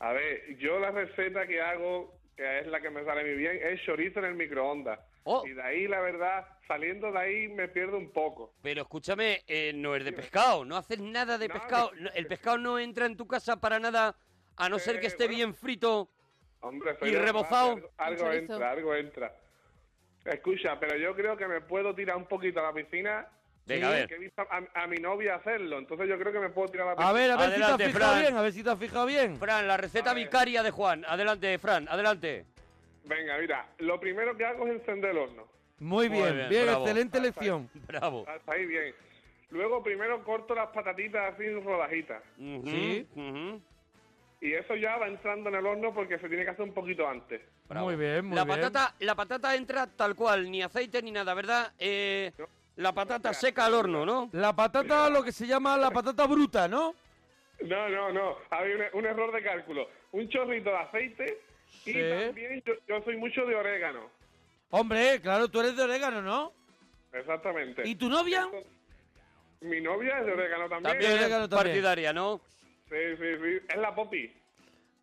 S9: A ver, yo la receta que hago que es la que me sale muy bien, es chorizo en el microondas.
S4: Oh.
S9: Y de ahí, la verdad, saliendo de ahí me pierdo un poco.
S4: Pero escúchame, eh, no es de pescado, no haces nada de pescado. no- El pescado no entra en tu casa para nada, a no ser que esté bien frito
S9: Hombre, soy
S4: y
S9: de verdad,
S4: rebozado.
S9: Algo, algo entra, algo entra. Escucha, pero yo creo que me puedo tirar un poquito a la piscina.
S4: Venga, a ver.
S9: que he visto a, a mi novia hacerlo, entonces yo creo que me puedo tirar a la piscina.
S2: A ver, a ver si te has fijado bien, a ver si te has fijado bien.
S4: Fran, la receta vicaria de Juan. Adelante, Fran, adelante.
S9: Venga, mira, lo primero que hago es encender el horno.
S2: Muy bien,
S4: Muy
S2: bien,
S4: bien, bravo.
S2: excelente lección.
S4: Bravo.
S9: Hasta Ah, ahí bien. Luego primero corto las patatitas así en rodajitas.
S2: Sí.
S9: Y eso ya va entrando en el horno porque se tiene que hacer un poquito antes.
S2: Muy bien, muy
S4: la
S2: bien.
S4: patata, la patata entra tal cual, ni aceite ni nada, ¿verdad? Eh, la patata seca al horno, ¿no?
S2: La patata, lo que se llama la patata bruta, ¿no?
S9: No, no, no. Había un, un error de cálculo. Un chorrito de aceite
S2: Sí.
S9: y también yo, yo soy mucho de orégano.
S2: Hombre, claro, tú eres de orégano, ¿no?
S9: Exactamente.
S2: ¿Y tu novia?
S9: Mi novia es de orégano también.
S2: También De orégano también. partidaria,
S4: ¿no?
S9: Sí, sí, sí. Es la popi.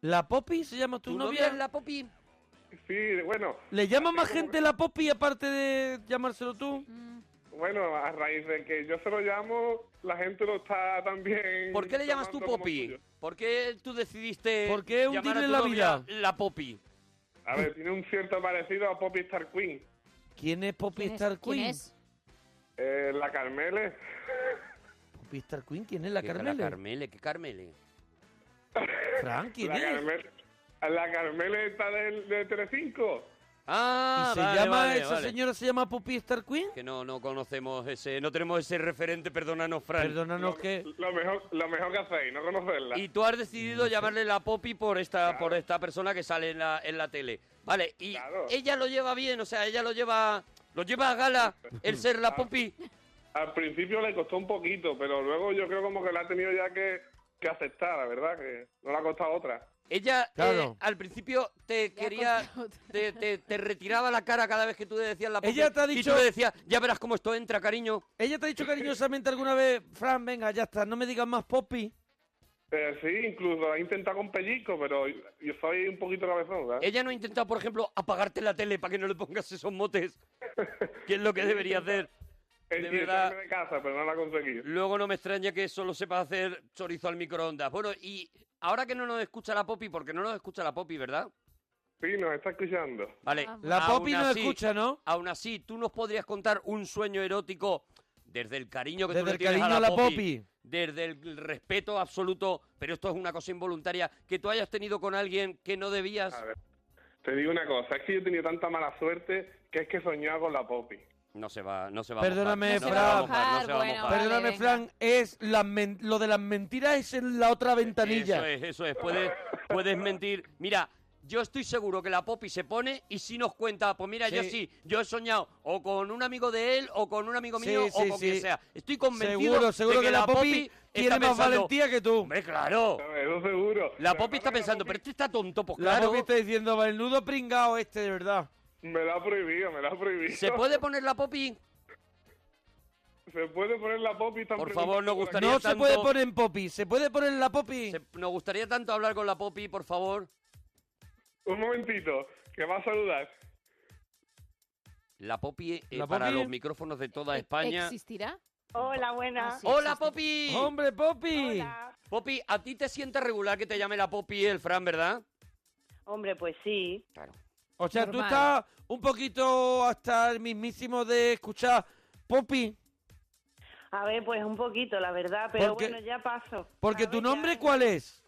S2: ¿La Poppy se llama tu, novia?
S4: la Poppy?
S9: Sí, bueno.
S2: ¿Le llama más gente la Poppy aparte de llamárselo tú?
S9: Bueno, a raíz de que yo se lo llamo, la gente lo está también...
S4: ¿Por qué le llamas tú
S9: tomando como
S4: Poppy?
S9: suyo.
S4: ¿Por qué tú decidiste
S2: ¿Por qué
S4: llamar a
S2: hundirle
S4: tu
S2: la
S4: novia
S2: vida?
S4: la Poppy?
S9: A ver, tiene un cierto parecido a Poppy Star Queen.
S2: ¿Quién es Poppy
S9: ¿Quién es?
S2: Star Queen?
S9: ¿Quién es? Eh, la Carmele.
S2: ¿Poppy Star Queen? ¿Quién es la
S4: ¿Qué es la
S2: Carmele?
S4: Carmele? ¿Qué Carmele?
S2: Fran, ¿quién
S9: la
S2: es?
S9: Carmele. La Carmele está del- de, Telecinco.
S4: Ah,
S2: ¿Y se
S4: vale,
S2: llama,
S4: vale,
S2: esa
S4: vale.
S2: señora se llama Poppy Star Queen?
S4: Que no, no conocemos ese, no tenemos ese referente, perdónanos, Fran.
S2: Perdónanos que...
S9: Lo mejor, lo mejor que hacéis, no conocerla.
S4: Eh. Y tú has decidido llamarle la Poppy por esta, por esta persona que sale en la, en la tele. Vale, y ella lo lleva bien, o sea, ella lo lleva, lo lleva a gala el ser la Poppy.
S9: Ah, Al principio le costó un poquito, pero luego yo creo como que la ha tenido ya que, que aceptar, la verdad, que no le ha costado otra.
S4: Ella
S9: Claro.
S4: eh, al principio te quería, te, te- te retiraba la cara cada vez que tú le decías la Poppy.
S2: Ella te ha
S4: Y
S2: dicho-
S4: tú le decías, ya verás cómo esto entra, cariño.
S2: ¿Ella te ha dicho cariñosamente alguna vez, Fran, venga, ya está, no me digas más Poppy?
S9: Eh, sí, incluso ha intentado con pellizco, pero yo soy un poquito cabezón, ¿verdad?
S4: Ella no ha intentado, por ejemplo, apagarte la tele para que no le pongas esos motes. Que es lo que debería hacer.
S9: Eh,
S4: De
S9: sí,
S4: verdad.
S9: echarme de casa, pero no la ha conseguido.
S4: Luego no me extraña que solo sepa hacer chorizo al microondas. Bueno, y ahora que no nos escucha la Poppy, porque no nos escucha la Poppy, ¿verdad?
S9: Sí, nos está escuchando.
S4: Vale.
S2: La
S4: aún
S2: Poppy no
S4: así-
S2: escucha, ¿no?
S4: Aún así, tú nos podrías contar un sueño erótico desde el cariño que tú
S2: Desde
S4: le
S2: el
S4: tienes
S2: cariño
S4: a la,
S2: a la
S4: Poppy,
S2: Poppy.
S4: desde el respeto absoluto, pero esto es una cosa involuntaria, que tú hayas tenido con alguien que no debías.
S9: Te digo una cosa, es que yo he tenido tanta mala suerte que es que soñaba con la Poppy.
S4: No se va, no se va. a
S2: Perdóname,
S4: mojar, no se va a
S2: Fran.
S4: mojar, no se va a mojar.
S2: Perdóname, Fran, es la men- lo de las mentiras es en la otra ventanilla.
S4: Eso es, eso es. Puedes, puedes mentir. Mira, yo estoy seguro que la Poppy se pone y si nos cuenta, pues mira, yo
S2: Sí.
S4: sí, yo he soñado o con un amigo de él, o con un amigo
S2: Sí,
S4: mío,
S2: sí,
S4: o con quien
S2: sí.
S4: sea. Estoy convencido
S2: Seguro,
S4: de
S2: seguro que la Poppy
S4: está
S2: tiene más
S4: pensando,
S2: valentía que tú.
S4: Hombre, claro.
S9: Eso seguro.
S4: La Poppy está pensando, pero este está tonto, pues
S2: La
S4: claro.
S2: Poppy está diciendo, el nudo pringao este, de verdad.
S9: Me la ha prohibido, me la ha prohibido.
S4: ¿Se puede poner la Poppy?
S9: ¿Se puede poner la Poppy? Están
S4: Por favor, nos
S9: preguntando por aquí.
S4: gustaría
S2: no se
S4: tanto-
S2: puede poner en Poppy, se puede poner en la Poppy.
S4: Nos gustaría tanto hablar con la Poppy, por favor.
S9: Un momentito, que va a saludar.
S4: La Poppy eh,
S2: La e-
S4: para
S2: Poppy-
S4: los micrófonos de toda España.
S11: ¿Existirá?
S8: Hola, buenas.
S5: Ah,
S4: ¡Hola, Poppy!
S2: ¡Hombre, Poppy!
S4: Poppy, a ti te sientes regular que te llame la Poppy el Fran, ¿verdad?
S8: Hombre, pues sí.
S4: Claro.
S2: O sea, tú
S8: Normal.
S2: estás un poquito hasta el mismísimo de escuchar Poppy,
S8: A ver, pues un poquito, la verdad, pero
S2: Porque-
S8: bueno, ya paso.
S2: porque tu nombre ¿cuál es?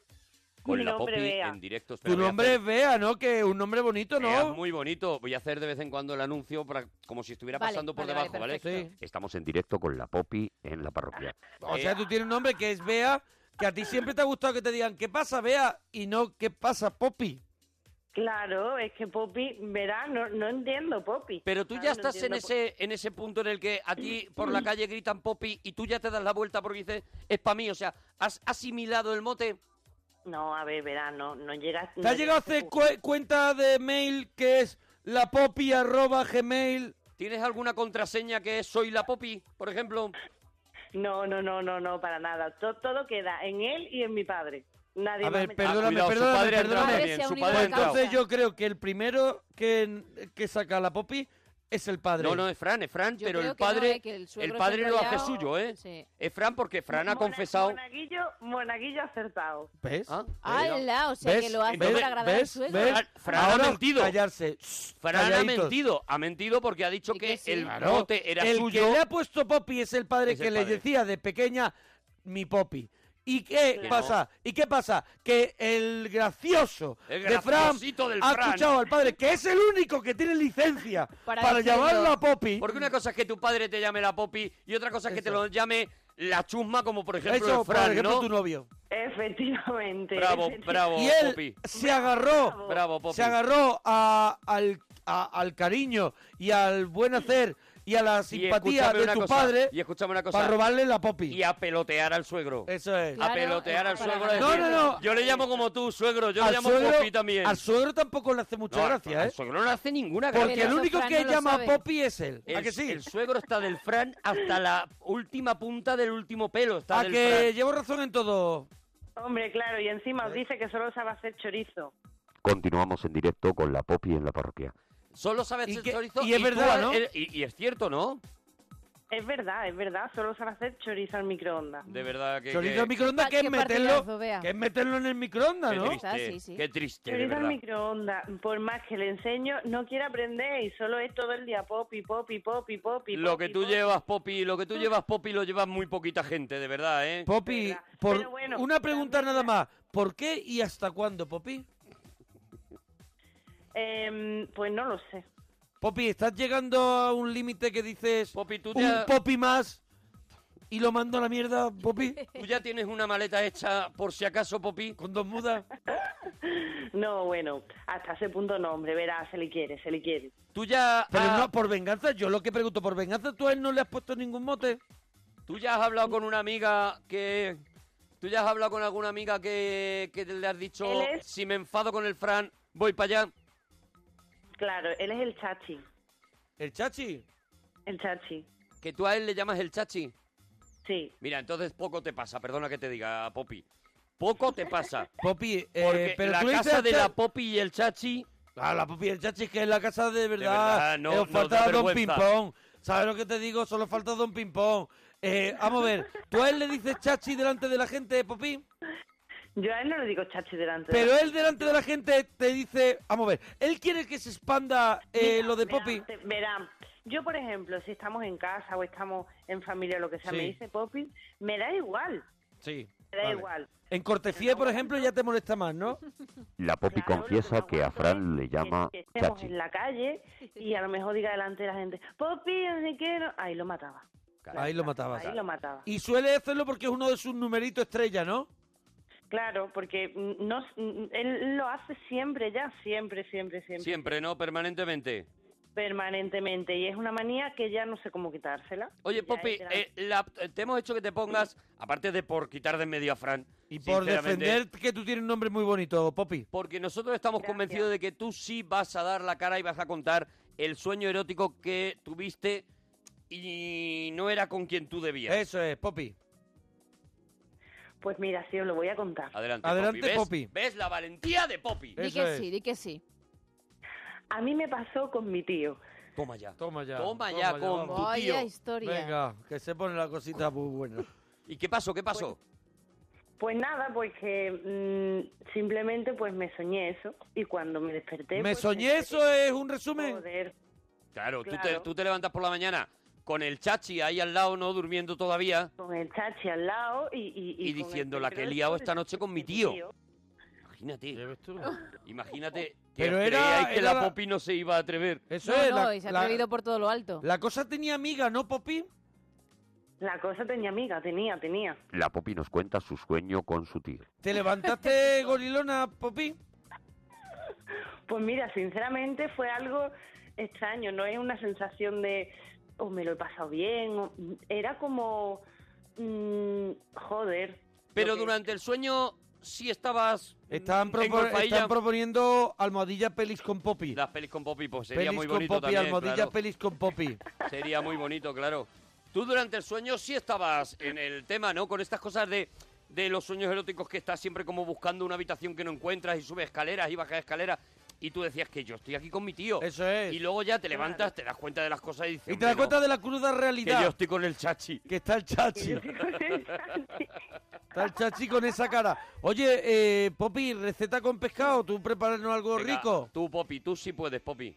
S4: Con
S8: Mi
S4: la
S8: nombre,
S4: Poppy
S8: Bea.
S4: en directo. espera,
S2: Tu
S4: voy a
S2: nombre es Bea, ¿no? Que es un nombre bonito,
S4: hacer- Bea,
S2: ¿no?
S4: muy bonito. Voy a hacer de vez en cuando el anuncio para, como si estuviera
S2: Vale,
S4: pasando por
S2: vale,
S4: debajo,
S2: vale,
S4: ¿vale?
S2: perfecto.
S4: Estamos en directo con la Poppy en la parroquia.
S2: O
S4: Eh,
S2: sea, tú tienes un nombre que es Bea, que a ti siempre te ha gustado que te digan, ¿qué pasa, Bea? Y no, ¿qué pasa, Poppy?
S8: Claro, es que Poppy, verá, no, no entiendo Poppy.
S4: Pero tú
S8: Ah,
S4: ya
S8: no
S4: estás en
S8: entiendo Poppy.
S4: ese, en ese punto en el que a ti por la calle gritan Poppy y tú ya te das la vuelta porque dices, es para mí. O sea, has asimilado el mote.
S8: No, a ver, verá, no, no llegas...
S2: ¿Te ha llegado a hacer cue- cuenta de mail que es la poppy arroba gmail?
S4: ¿Tienes alguna contraseña que es soy la Poppy, por ejemplo?
S8: No, no, no, no, no, para nada. To- Todo, queda en él y en mi padre. Nadie
S2: A
S8: más
S2: ver,
S8: me-
S2: perdóname,
S4: Ah, cuidado, su
S2: perdóname,
S4: padre ha entrado
S2: perdóname.
S4: también, su padre ha
S2: Pues
S4: entrado.
S2: entonces yo creo que el primero que, que saca la popi es el padre.
S4: No, no, es Fran, es Fran,
S2: Yo
S4: pero
S2: creo
S4: el
S2: que no,
S4: padre,
S2: eh, que el
S4: el,
S2: suegro
S4: padre
S2: está
S4: lo hace
S2: callado.
S4: suyo, ¿eh?
S5: Sí.
S4: Es Fran porque Fran ha confesado.
S8: Monaguillo, monaguillo acertado.
S2: ¿Ves?
S11: ¡Hala! O sea, que lo hace
S4: ¿Ves?
S11: por agradar al
S4: ¿Ves?
S11: suegro.
S4: ¿Ves? Fran ha
S2: Ahora
S4: mentido.
S2: callarse.
S4: Fran ha
S2: calladitos.
S4: mentido, ha mentido porque ha dicho que el
S2: Claro,
S4: bote era
S2: el
S4: suyo.
S2: que le ha puesto Poppy es el padre
S4: Es el
S2: que le
S4: padre.
S2: decía de pequeña mi Poppy. ¿Y qué
S4: Claro.
S2: pasa? ¿Y qué pasa? Que el gracioso
S4: El
S2: de Fran
S4: graciosito del
S2: ha
S4: Fran.
S2: escuchado al padre, que es el único que tiene licencia para,
S4: decirlo.
S2: llamarlo a Poppy.
S4: Porque una cosa es que tu padre te llame la Poppy y otra cosa es que te lo llame la chusma, como por ejemplo
S2: Eso,
S4: el Fran,
S2: por ejemplo,
S4: ¿no?
S2: tu novio.
S8: Efectivamente.
S4: Bravo, bravo,
S2: y él
S4: Poppy.
S2: se agarró,
S4: Bravo, Poppy.
S2: se agarró a- al, a- al cariño y al buen hacer y a la
S4: Y
S2: simpatía
S4: escúchame
S2: de
S4: una
S2: tu
S4: cosa,
S2: padre
S4: Y escuchame una cosa.
S2: para robarle la Poppy.
S4: Y a pelotear al suegro.
S2: Eso es.
S4: a
S2: Claro,
S4: pelotear al
S2: es para
S4: suegro.
S2: ganar.
S4: decir,
S2: No, no, no.
S4: Yo le llamo como tú, suegro. Yo
S2: al
S4: le llamo
S2: suegro-
S4: Poppy también.
S2: Al suegro tampoco le hace mucha
S4: No, al-
S2: gracia,
S4: al
S2: ¿eh?
S4: suegro no le hace ninguna gracia.
S2: Porque el
S4: Pero
S2: único
S4: Fran
S2: que
S4: no lo
S2: llama
S4: sabe.
S2: a Poppy es él. ¿A
S4: El,
S2: que sí?
S4: el suegro está del Fran hasta la última punta del último pelo. Está
S2: A
S4: del
S2: que
S4: Fran.
S2: llevo razón en todo.
S8: Hombre, claro, y encima os dice que solo sabe hacer chorizo.
S12: Continuamos en directo con la Popi en la parroquia.
S4: Solo sabes
S8: Y
S4: hacer
S8: que-
S4: chorizo.
S8: y es
S4: tú
S8: verdad,
S4: has-
S8: ¿no?
S4: el- y, y es cierto, ¿no?
S8: Es verdad, es verdad, solo sabe hacer chorizo al microondas.
S4: De verdad que.
S2: Chorizo
S4: que-
S2: al microondas,
S8: Ah,
S2: que es
S8: qué
S2: meterlo,
S8: partidazo, vea.
S2: que es meterlo en el microondas,
S4: Qué
S2: ¿no?
S4: triste, Qué triste, de
S8: Chorizo al
S4: verdad.
S8: microondas, por más que le enseño, no quiere aprender y solo es todo el día popi, popi, popi, popi.
S4: Lo
S8: popi,
S4: que tú
S8: popi.
S4: llevas, Poppy, lo que tú llevas, Poppy, lo llevas muy poquita gente, de verdad, ¿eh?
S2: Poppy, por una pregunta nada más. ¿Por qué y hasta cuándo, Poppy?
S8: Em, pues no lo sé.
S2: Poppy, estás llegando a un límite que dices
S4: te
S2: un
S4: has-
S2: Poppy más y lo mando a la mierda, Poppy.
S4: ¿Tú ya tienes una maleta hecha por si acaso, Poppy?
S2: ¿Con dos mudas?
S8: No, bueno, hasta ese punto no, hombre, verá, se le quiere, se le quiere.
S4: Tú ya.
S2: Pero no, por venganza, yo lo que pregunto, por venganza, tú a él no le has puesto ningún mote.
S4: ¿Tú ya has hablado con una amiga que... ¿Tú ya has hablado con alguna amiga que, que le has dicho,
S8: Él es-
S4: si me enfado con el Fran, voy para allá?
S8: Claro, él es el chachi,
S2: ¿El chachi?
S8: el chachi,
S4: ¿Que tú a él le llamas el chachi?
S8: sí.
S4: Mira, entonces poco te pasa, perdona que te diga, Poppy. Poco te pasa.
S2: Poppy, eh,
S4: Porque
S2: pero
S4: la
S2: tú le dices
S4: casa
S2: al
S4: de
S2: cha-
S4: la Poppy y el chachi...
S2: Ah, la Poppy y el chachi es que es la casa de verdad.
S4: verdad, no-
S2: Eh,
S4: nos
S2: falta
S4: da
S2: Don
S4: vergüenza.
S2: Pimpón. ¿Sabes lo que te digo? Solo falta Don Pimpón. Eh, vamos a ver, ¿tú a él le dices chachi delante de la gente, Poppy?
S8: Yo a él no le digo chachi delante. de
S2: Pero
S8: la-
S2: él delante de la gente te dice... Vamos a ver, ¿él quiere que se expanda eh,
S8: Mira,
S2: lo de
S8: verá,
S2: Poppy?
S8: te- Verá, yo por ejemplo, si estamos en casa o estamos en familia o lo que sea,
S2: Sí.
S8: me dice Poppy, me da igual,
S2: Sí.
S8: me da
S2: vale.
S8: igual.
S2: En Cortefie, por ejemplo, ya te molesta más, ¿no?
S12: La Popi confiesa que a Fran le
S4: Ah,
S12: llama
S8: Que estemos
S12: Chachi.
S8: en la calle y a lo mejor diga delante de la gente, Poppy, no sé qué, no-". ahí lo mataba,
S2: Ahí lo mataba.
S8: ahí lo mataba.
S2: Y suele hacerlo porque es uno de sus numeritos estrella, ¿no?
S8: Claro, porque mm, no, mm, él lo hace siempre ya, siempre, siempre, siempre,
S4: Siempre, ¿no? Permanentemente.
S8: permanentemente. Y es una manía que ya no sé cómo quitársela.
S4: Oye,
S8: Ya
S4: Poppy,
S8: es de la-
S4: eh, la- te hemos hecho que te pongas, aparte de por quitar de en medio a Fran...
S2: Y Por
S4: sinceramente,
S2: defender que tú tienes un nombre muy bonito, Poppy.
S4: Porque nosotros estamos convencidos de que tú sí vas a dar la cara y vas a contar el sueño erótico que tuviste y no era con quien tú debías.
S2: Eso es, Poppy.
S8: Pues mira, sí, os lo voy a contar.
S4: Adelante,
S2: Adelante,
S4: ¿Ves?
S2: Poppy.
S4: ¿Ves la valentía de Poppy?
S8: Di Eso que es. sí,
S11: di que sí.
S8: A mí me pasó con mi tío.
S4: Toma ya.
S2: Toma ya.
S4: Toma ya con tu
S2: vamos.
S4: tío.
S2: Venga, que se pone la cosita muy buena.
S4: ¿Y qué pasó? ¿Qué pasó?
S8: Pues nada, pues que mm, simplemente pues me soñé eso y cuando me desperté...
S2: Me
S8: pues,
S2: soñé, eso es un resumen.
S8: Joder,
S4: claro, Tú, te,
S8: claro.
S4: tú te levantas por la mañana con el chachi ahí al lado, no durmiendo todavía,
S8: con el chachi al lado y... Y,
S4: y,
S8: con el
S4: diciendo la que he
S8: pelo
S4: liado
S8: de-
S4: esta noche con mi tío. Imagínate. Imagínate. ¿te
S2: Pero era-
S4: creíais que la
S2: era la-
S4: Poppy no se iba a atrever.
S2: Eso
S11: No,
S2: es.
S11: no,
S2: la,
S11: y se ha
S2: la-
S11: atrevido por todo lo alto.
S2: la cosa tenía amiga, ¿no, Poppy?
S8: La cosa tenía amiga, tenía, tenía.
S12: La Popi nos cuenta su sueño con su tío.
S2: ¿Te levantaste gorilona, Poppy?
S8: Pues mira, sinceramente fue algo extraño, no es una sensación de, oh, me lo he pasado bien, o- era como, mm, joder.
S4: Pero durante el sueño sí estabas mm,
S2: Están,
S4: en
S2: propo-
S4: Golfailla.
S2: están proponiendo almohadilla pelis con Poppy.
S4: Las pelis con Poppy, pues sería
S2: pelis
S4: muy
S2: con
S4: bonito
S2: Poppy,
S4: también,
S2: almohadilla
S4: claro.
S2: pelis con Poppy.
S4: Sería muy bonito, claro. Tú durante el sueño sí estabas en el tema, ¿no? Con estas cosas de de los sueños eróticos que estás siempre como buscando una habitación que no encuentras y subes escaleras y bajas escaleras. Y tú decías que yo estoy aquí con mi tío. Eso es. Y luego ya te levantas, te das cuenta de las cosas y dices.
S2: Y te
S4: "Hombre,
S2: das
S4: no".
S2: cuenta de la cruda realidad.
S4: Que yo estoy con el chachi.
S2: Que está el chachi. está el chachi con esa cara. Oye, eh, Popi, receta con pescado. ¿Tú prepararnos algo
S4: Venga,
S2: rico?
S4: Tú, Popi, tú sí puedes, Popi.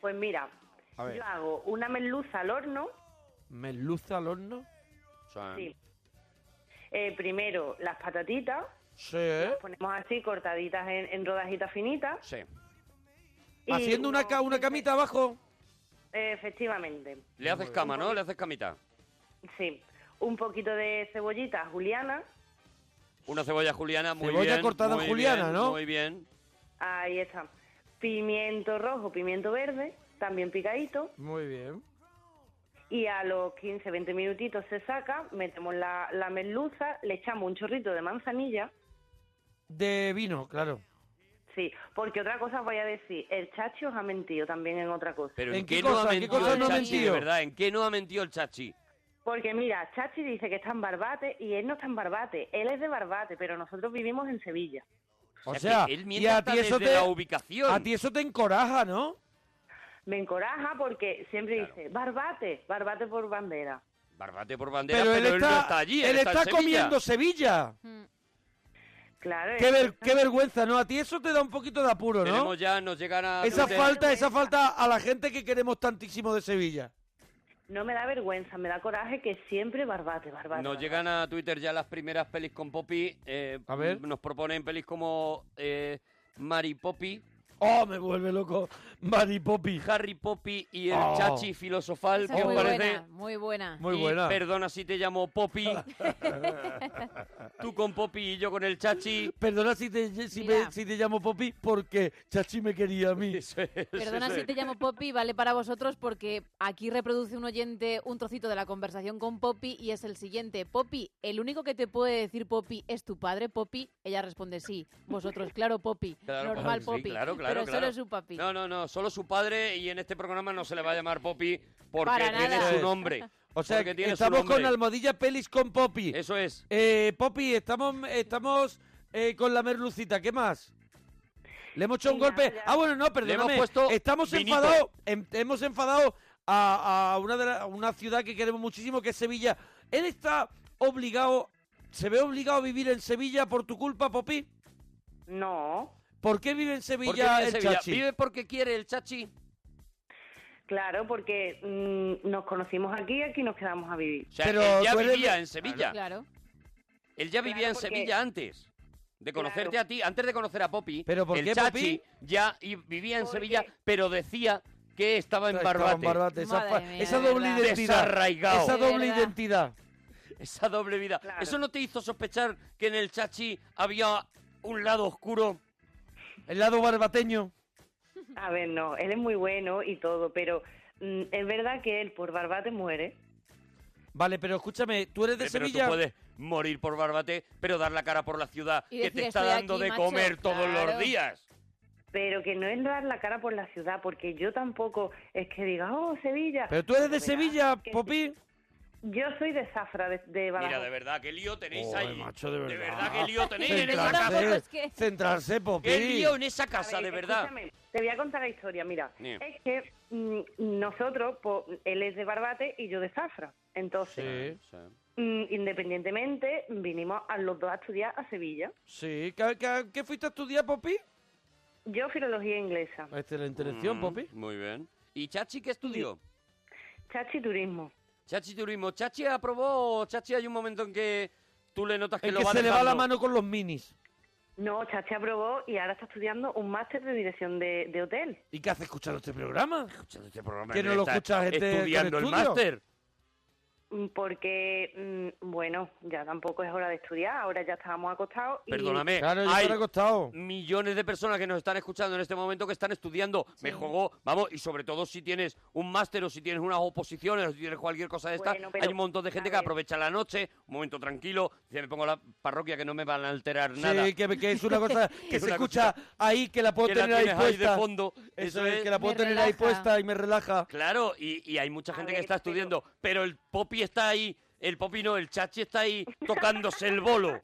S8: Pues mira,
S2: A ver.
S8: yo hago una merluza al horno.
S2: ¿Merluza al horno?
S4: Ah.
S8: Sí. Eh, primero las patatitas,
S2: Sí. ¿eh?
S8: las ponemos así cortaditas en, en rodajitas finitas.
S4: Sí.
S8: Y
S2: Haciendo una,
S8: unos-
S2: ca- una camita abajo.
S8: eh, efectivamente.
S4: Le haces cama, ¿no? Le haces camita.
S8: Sí. Un poquito de cebollita juliana.
S4: Una cebolla juliana muy
S2: Cebolla
S4: bien.
S2: cortada en
S4: muy
S2: juliana,
S4: bien,
S2: ¿no?
S4: Muy bien.
S8: Ahí está. Pimiento rojo, pimiento verde, también picadito.
S2: Muy bien.
S8: Y a los 15, 20 minutitos se saca, metemos la, la merluza, le echamos un chorrito de manzanilla.
S2: De vino, claro.
S8: Sí, porque otra cosa os voy a decir, el chachi os ha mentido también en otra cosa.
S4: Pero ¿en, qué, no ha mentido el chachi, de verdad? ¿En qué no ha mentido el chachi?
S8: Porque mira, Chachi dice que está en Barbate y él no está en Barbate, él es de Barbate, pero nosotros vivimos en Sevilla.
S2: O
S4: sea,
S2: sea,
S4: que él miente
S2: y a
S4: hasta
S2: ti eso
S4: desde
S2: te
S4: la ubicación.
S2: A ti eso te encoraja, ¿no?
S8: Me encoraja porque siempre dice, Barbate, Barbate por bandera.
S4: Bárbate por bandera,
S2: pero
S4: pero,
S2: él está,
S4: no está allí. Él,
S2: él
S4: en
S2: está
S4: Sevilla.
S2: comiendo Sevilla.
S5: Mm.
S8: Claro.
S2: Qué, ver- qué vergüenza, ¿no? A ti eso te da un poquito de apuro, ¿no?
S4: Tenemos ya, nos llegan a...
S2: Esa
S4: Twitter.
S2: falta, esa falta a la gente que queremos tantísimo de Sevilla.
S8: No me da vergüenza, me da coraje que siempre Barbate, Barbate.
S4: Nos llegan a Twitter ya las primeras pelis con Poppy. eh, Nos proponen pelis como eh, Mari Poppy,
S2: Oh, me vuelve loco. Mari Poppy.
S4: Harry Poppy y el
S2: Oh.
S4: Chachi filosofal.
S5: Esa
S4: ¿Qué
S5: es
S4: os
S5: muy
S4: parece?
S5: buena, muy buena.
S4: Y Perdona si te llamo Poppy. Tú con Poppy y yo con el Chachi.
S2: Perdona si te, si me- si te llamo Poppy porque Chachi me quería a mí.
S5: Perdona si te llamo Poppy, vale para vosotros porque aquí reproduce un oyente un trocito de la conversación con Poppy y es el siguiente. Poppy, el único que te puede decir Poppy es tu padre, Poppy. Ella responde sí. Vosotros, claro, Poppy.
S4: Claro,
S5: Normal,
S4: sí,
S5: Poppy.
S4: claro, claro,
S5: Pero
S4: claro.
S5: solo su papi.
S4: No, no, no, solo su padre y en este programa no se le va a llamar Poppy porque
S5: Para
S4: tiene
S5: nada.
S4: su nombre.
S2: O sea,
S4: Porque tiene su
S2: estamos
S4: nombre.
S2: con Almohadilla Pelis con Poppy.
S4: Eso es.
S2: Eh, Poppy, estamos, estamos eh, con la merlucita. ¿Qué más? Le hemos hecho un golpe. Ah, bueno, no,
S4: Le
S2: perdóname.
S4: hemos puesto
S2: estamos
S4: vinito.
S2: enfadados. em- hemos enfadado a, a una, de la- a una ciudad que queremos muchísimo, que es Sevilla. Él está obligado, se ve obligado a vivir en Sevilla por tu culpa, Poppy.
S8: No.
S2: ¿Por qué vive
S4: ¿Por
S2: en
S4: qué
S2: Sevilla
S4: vive en
S2: el
S4: Sevilla?
S2: chachi?
S4: Vive porque quiere el chachi.
S8: Claro, porque mm, nos conocimos aquí y aquí nos quedamos a vivir.
S4: O sea, él ya vivía en Sevilla.
S8: Claro.
S4: Él ya vivía
S8: Claro,
S4: en
S8: porque-
S4: Sevilla antes de conocerte
S8: Claro.
S4: a ti, antes de conocer a Poppy.
S2: ¿Pero por
S4: el
S2: qué,
S4: chachi
S2: Poppy?
S4: ya y- vivía en Sevilla, pero decía que estaba en
S2: Estaba en
S4: Barbate.
S2: Barbate, esa Madre fa- mía, esa de doble verdad. identidad.
S4: Desarraigado.
S2: Esa De doble verdad. identidad.
S4: Esa doble vida. ¿Eso no te hizo sospechar que en el chachi había un lado oscuro?
S2: El lado barbateño.
S8: A ver, no, él es muy bueno y todo, pero mm, es verdad que él por Barbate muere.
S2: Vale, pero escúchame, tú eres de
S4: Eh, pero
S2: Sevilla.
S4: tú puedes morir por Barbate, pero dar la cara por la ciudad
S8: Y
S4: que
S8: decir,
S4: te está
S8: "Estoy
S4: dando
S8: aquí,
S4: de
S8: macho".
S4: comer todos
S8: Claro.
S4: los días.
S8: Pero que no es dar la cara por la ciudad, porque yo tampoco es que diga, oh, Sevilla.
S2: Pero tú eres de
S8: Verás
S2: Sevilla,
S8: que sí.
S2: Popi.
S8: Yo soy de Zafra, de, de
S4: Mira,
S8: Badajoz.
S4: de verdad, qué lío tenéis ahí.
S2: de verdad.
S4: qué lío tenéis en esa
S2: Centrarse,
S4: casa.
S2: Centrarse, Popi.
S4: Qué lío en esa casa,
S8: A ver,
S4: de verdad.
S8: escúchame, Te voy a contar la historia, mira.
S4: Bien.
S8: Es que mm, nosotros, po- él es de Barbate y yo de Zafra. Entonces, mm, independientemente, vinimos a los dos a estudiar a Sevilla.
S2: Sí, ¿qué, qué, qué fuiste a estudiar, Popi?
S8: Yo filología inglesa,
S2: Excelente lección,
S4: Mm,
S2: Popi.
S4: Muy bien. ¿Y Chachi qué estudió?
S8: chachi turismo.
S4: Chachi turismo. Chachi aprobó. o Chachi hay un momento en que tú le notas que
S2: El
S4: lo
S2: que
S4: va
S2: se le va la
S4: dejando?
S2: mano con los minis.
S8: No, Chachi aprobó y ahora está estudiando un máster de dirección de, de hotel.
S2: ¿Y qué hace escuchando este programa?
S4: Escuchando este programa.
S2: Que no
S4: hombre,
S2: lo
S4: está
S2: escucha gente con
S4: Estudiando el
S2: estudio.
S4: máster.
S8: Mm, Porque, mm, bueno, ya tampoco es hora de estudiar, ahora ya estábamos acostados. y-
S4: Perdóname.
S2: Claro, yo
S4: hay
S2: te lo he costado.
S4: millones de personas que nos están escuchando en este momento que están estudiando. Me juego, vamos, y sobre todo si tienes un máster o si tienes unas oposiciones o si tienes cualquier cosa de esta,
S8: Bueno, pero,
S4: hay un montón de gente que aprovecha la noche, un momento tranquilo, dice, me pongo la parroquia que no me van a alterar nada.
S2: Sí, que, que es una cosa que
S4: Es
S2: se
S4: una
S2: escucha ahí, que la puedo
S4: que la
S2: tener ahí
S4: tienes ahí
S2: puesta.
S4: de fondo.
S2: Eso
S4: Eso
S2: es,
S4: es.
S2: que la puedo
S4: Me
S2: tener ahí
S4: relaja.
S2: puesta y me relaja.
S4: Claro, y, y hay mucha gente que está estudiando, pero el popi está ahí, el popi no, el chachi está ahí tocándose el bolo.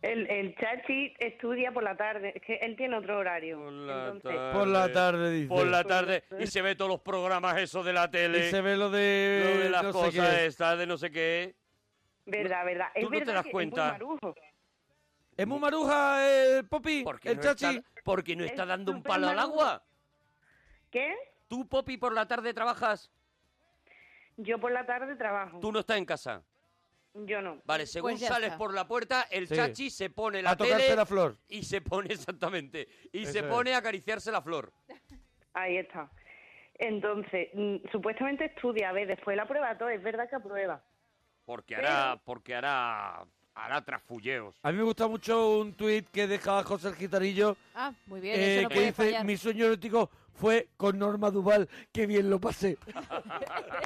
S8: El, el chachi estudia por la tarde, es que él tiene otro horario. entonces-
S2: Por la tarde, dice.
S4: Por la tarde. Y se ve todos los programas eso de la tele.
S2: Y se ve lo de
S4: Lo de las
S2: no sé
S4: cosas
S2: qué.
S4: estas, de no sé qué.
S8: Verdad, verdad.
S4: Tú
S8: es
S4: no te
S8: verdad
S4: das
S8: que
S4: cuenta.
S8: Es muy marujo.
S2: ¿Es muy maruja el Popi? ¿El
S4: no
S2: chachi?
S4: está- porque no está
S8: Es
S4: dando un
S8: súper
S4: palo al
S8: marujo.
S4: agua.
S8: ¿Qué?
S4: ¿Tú, Popi, por la tarde trabajas?
S8: Yo por la tarde trabajo.
S4: Tú no estás en casa.
S8: Yo no.
S4: Vale, según sales por la puerta, el
S2: Sí.
S4: chachi se pone la
S2: A tocarse
S4: tele
S2: la flor.
S4: y se pone exactamente y
S2: Eso
S4: se
S2: es.
S4: pone a acariciarse la flor.
S8: Ahí está. Entonces, mm, supuestamente estudia, a ver, después la aprueba todo, es verdad que aprueba.
S4: Porque hará, porque hará, hará trasfulleos.
S2: A mí me gusta mucho un tuit que deja José el Gitarillo
S5: Ah, muy bien,
S2: eh,
S5: eso no
S2: que
S5: puede
S2: dice,
S5: fallar.
S2: mi sueño erótico fue con Norma Duval, que bien lo pasé.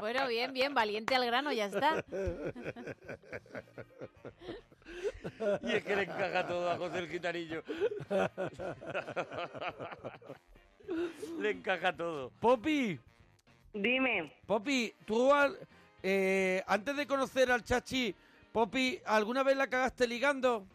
S5: Bueno, bien, bien, valiente al grano, ya está.
S4: Y es que le encaja todo a José el Gitanillo. le encaja todo.
S2: Popi.
S8: Dime.
S2: Popi, tú al- eh, antes de conocer al chachi, Popi, ¿alguna vez la cagaste ligando?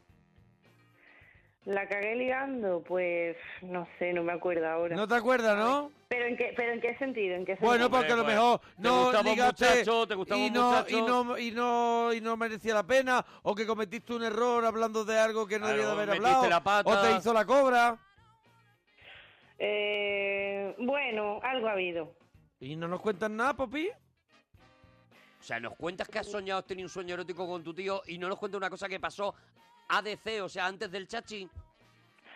S8: La cagué ligando, pues no sé, no me acuerdo ahora.
S2: No te acuerdas, ¿no?
S8: Pero en qué, pero en qué sentido, en qué sentido.
S2: Bueno, porque a lo mejor no
S4: pues, gustaba un
S2: ligaste
S4: muchacho, te gustaba
S2: y
S4: un
S2: no,
S4: muchacho.
S2: y no y no y no merecía la pena o que cometiste un error hablando de algo que no
S4: Claro,
S2: debía de haber
S4: metiste
S2: hablado
S4: la pata.
S2: o te hizo la cobra
S8: Eh, bueno, algo ha habido.
S2: y no nos cuentan nada, Popi.
S4: O sea, nos cuentas que has soñado, has tenido un sueño erótico con tu tío y no nos cuentas una cosa que pasó ADC, o sea, antes del chachi.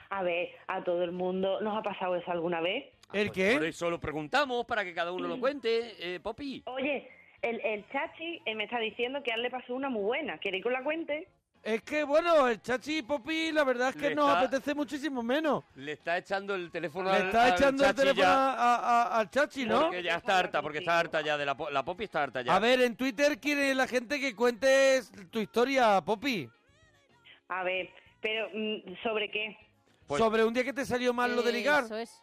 S8: A ver, a todo el mundo nos ha pasado eso alguna vez.
S2: ¿El qué?
S4: Ah, pues Por eso lo preguntamos para que cada uno
S8: Mm.
S4: lo cuente, eh, Popi.
S8: Oye, el, el chachi eh, me está diciendo que a él le pasó una muy buena. ¿Queréis que os la cuente?
S2: Es que bueno, el chachi y Popi, la verdad es que
S4: Le
S2: nos
S4: está-
S2: apetece muchísimo menos.
S4: Le está echando el teléfono
S2: Le
S4: al-
S2: está
S4: al
S2: echando el
S4: chachi
S2: teléfono
S4: ya.
S2: a- a- al chachi, ¿no?
S4: Porque ya está harta, porque está harta ya de la, po- la Poppy está harta ya.
S2: A ver, en Twitter quiere la gente que cuentes tu historia, Popi.
S8: A ver, pero mm, ¿sobre qué?
S4: Pues
S2: Sobre un día que te salió mal lo de ligar.
S5: Eh, Eso es.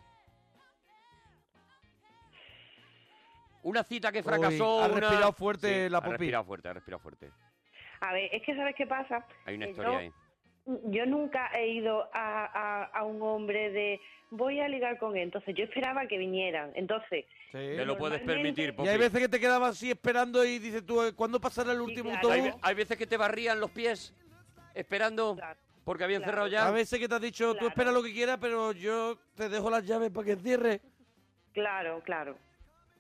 S4: Una cita que fracasó.
S2: Uy, ha
S4: una-
S2: respirado fuerte
S4: Sí,
S2: la
S4: Ha
S2: Poppy.
S4: respirado fuerte, ha respirado fuerte.
S8: A ver, es que ¿sabes qué pasa?
S4: Hay una
S8: Que
S4: historia
S8: yo-
S4: ahí.
S8: Yo nunca he ido a, a- a un hombre de voy a ligar con él. Entonces yo esperaba que vinieran. Entonces,
S4: Te lo puedes permitir,
S2: Y
S4: Poppy.
S2: hay veces que te quedabas así esperando y dices tú, eh, ¿cuándo pasará el último
S8: claro.
S4: Hay
S2: autobús?
S4: ve- hay veces que te barrían los pies esperando porque habían cerrado ya.
S2: A veces que te has dicho, tú
S8: Claro.
S2: espera lo que quieras, pero yo te dejo las llaves para que cierre.
S8: claro, claro.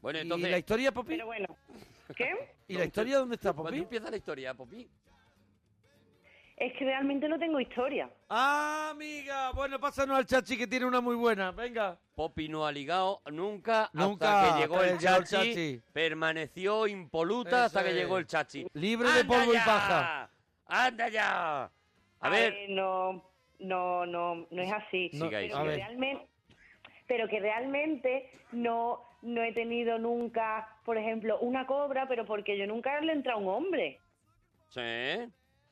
S4: Bueno,
S2: ¿Y la
S4: entonces.
S2: historia, Popi?
S8: Pero bueno, ¿qué?
S2: ¿Y la historia dónde está,
S4: ¿Cuándo
S2: Popi?
S4: empieza la historia, Poppy?
S8: Es que realmente no tengo historia.
S2: Ah, amiga, bueno, pásanos al chachi que tiene una muy buena, venga.
S4: Poppy no ha ligado nunca,
S2: Nunca,
S4: hasta que llegó
S2: hasta
S4: el
S2: que llegó el
S4: chachi,
S2: chachi.
S4: Permaneció impoluta
S2: Eso
S4: hasta que
S2: es.
S4: llegó el chachi.
S2: Libre de
S4: ¡Anda
S2: polvo y
S4: ya!
S2: paja.
S4: ¡Anda ya! A, ver,
S8: no, no, no, no es así.
S4: Siga
S8: pero,
S4: ahí, siga
S8: que
S4: ahí.
S8: realmente, pero que realmente no, no he tenido nunca, por ejemplo, una cobra, pero porque yo nunca le he entrado a un hombre.
S4: Sí.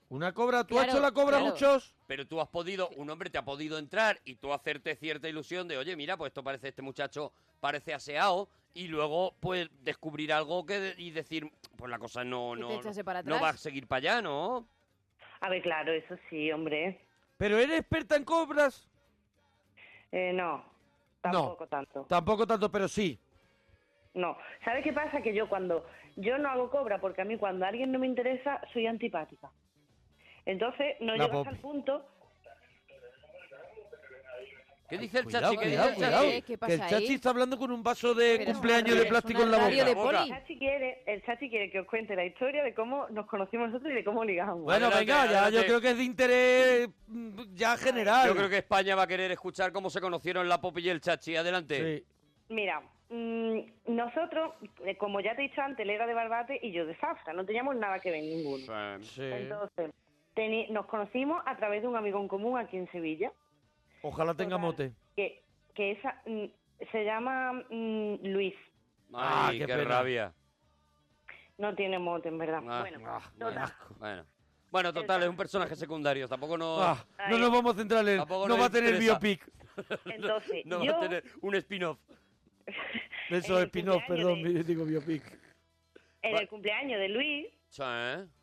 S2: Una cobra, ¿tú
S5: Claro,
S2: has hecho la cobra
S5: claro.
S2: muchos?
S4: Pero tú has podido, un hombre te ha podido entrar y tú hacerte cierta ilusión de, oye, mira, pues esto parece, este muchacho parece aseado y luego pues descubrir algo que de- y decir, pues la cosa no,
S5: Y te
S4: no,
S5: echase para
S4: no va
S5: atrás.
S4: a seguir para allá, ¿no?
S8: A ver, claro, eso sí, hombre.
S2: ¿Pero eres experta en cobras?
S8: Eh, no, tampoco tanto.
S2: Tampoco tanto, pero sí.
S8: No, ¿sabes qué pasa? Que yo cuando yo no hago cobra, porque a mí cuando alguien no me interesa, soy antipática. Entonces, no
S2: La
S8: llegas
S2: pop.
S8: al punto.
S4: ¿Qué dice el
S2: Cuidado,
S4: chachi? ¿Qué
S2: cuidado,
S4: dice el
S2: cuidado.
S4: chachi?
S5: Eh, ¿qué
S2: que
S5: pasa
S2: el chachi
S5: ahí?
S2: está hablando con un vaso de
S5: Pero es
S2: cumpleaños
S5: una-
S2: de
S5: es
S2: plástico
S5: una
S2: en la boca.
S5: radio de
S4: boca.
S5: poli.
S8: El chachi quiere, el chachi quiere que os cuente la historia de cómo nos conocimos nosotros y de cómo ligamos.
S2: Bueno,
S4: Adelante,
S2: venga, ya Ah, yo
S4: adelante.
S2: creo que es de interés mm, ya general.
S4: Yo creo que España va a querer escuchar cómo se conocieron la Pop y el chachi. Adelante.
S2: Sí.
S8: Mira, mm, nosotros, eh, como ya te he dicho antes, él era de Barbate y yo de Zafra, no teníamos nada que ver ninguno.
S4: Sí.
S8: Entonces, teni- nos conocimos a través de un amigo en común aquí en Sevilla,
S2: Ojalá tenga
S8: Total.
S2: mote.
S8: que, que esa, mm, se llama mm, Luis,
S2: Ah,
S4: Ay,
S2: qué
S4: qué,
S2: pena.
S4: rabia.
S8: no tiene mote en verdad.
S4: Ah,
S8: bueno,
S4: ah,
S8: total.
S4: Bueno. Bueno, total, es un personaje secundario. Tampoco no,
S2: Ah, no
S8: Ay.
S2: nos vamos a centrar en.
S4: Tampoco
S2: No
S4: nos
S2: va a tener
S4: interesa.
S2: biopic.
S8: entonces,
S4: no
S8: yo,
S4: va a tener un spin-off.
S2: Eso
S8: el
S2: es spin-off,
S8: cumpleaños
S2: perdón,
S8: de-
S2: digo biopic.
S8: en el cumpleaños de Luis,
S4: Sí.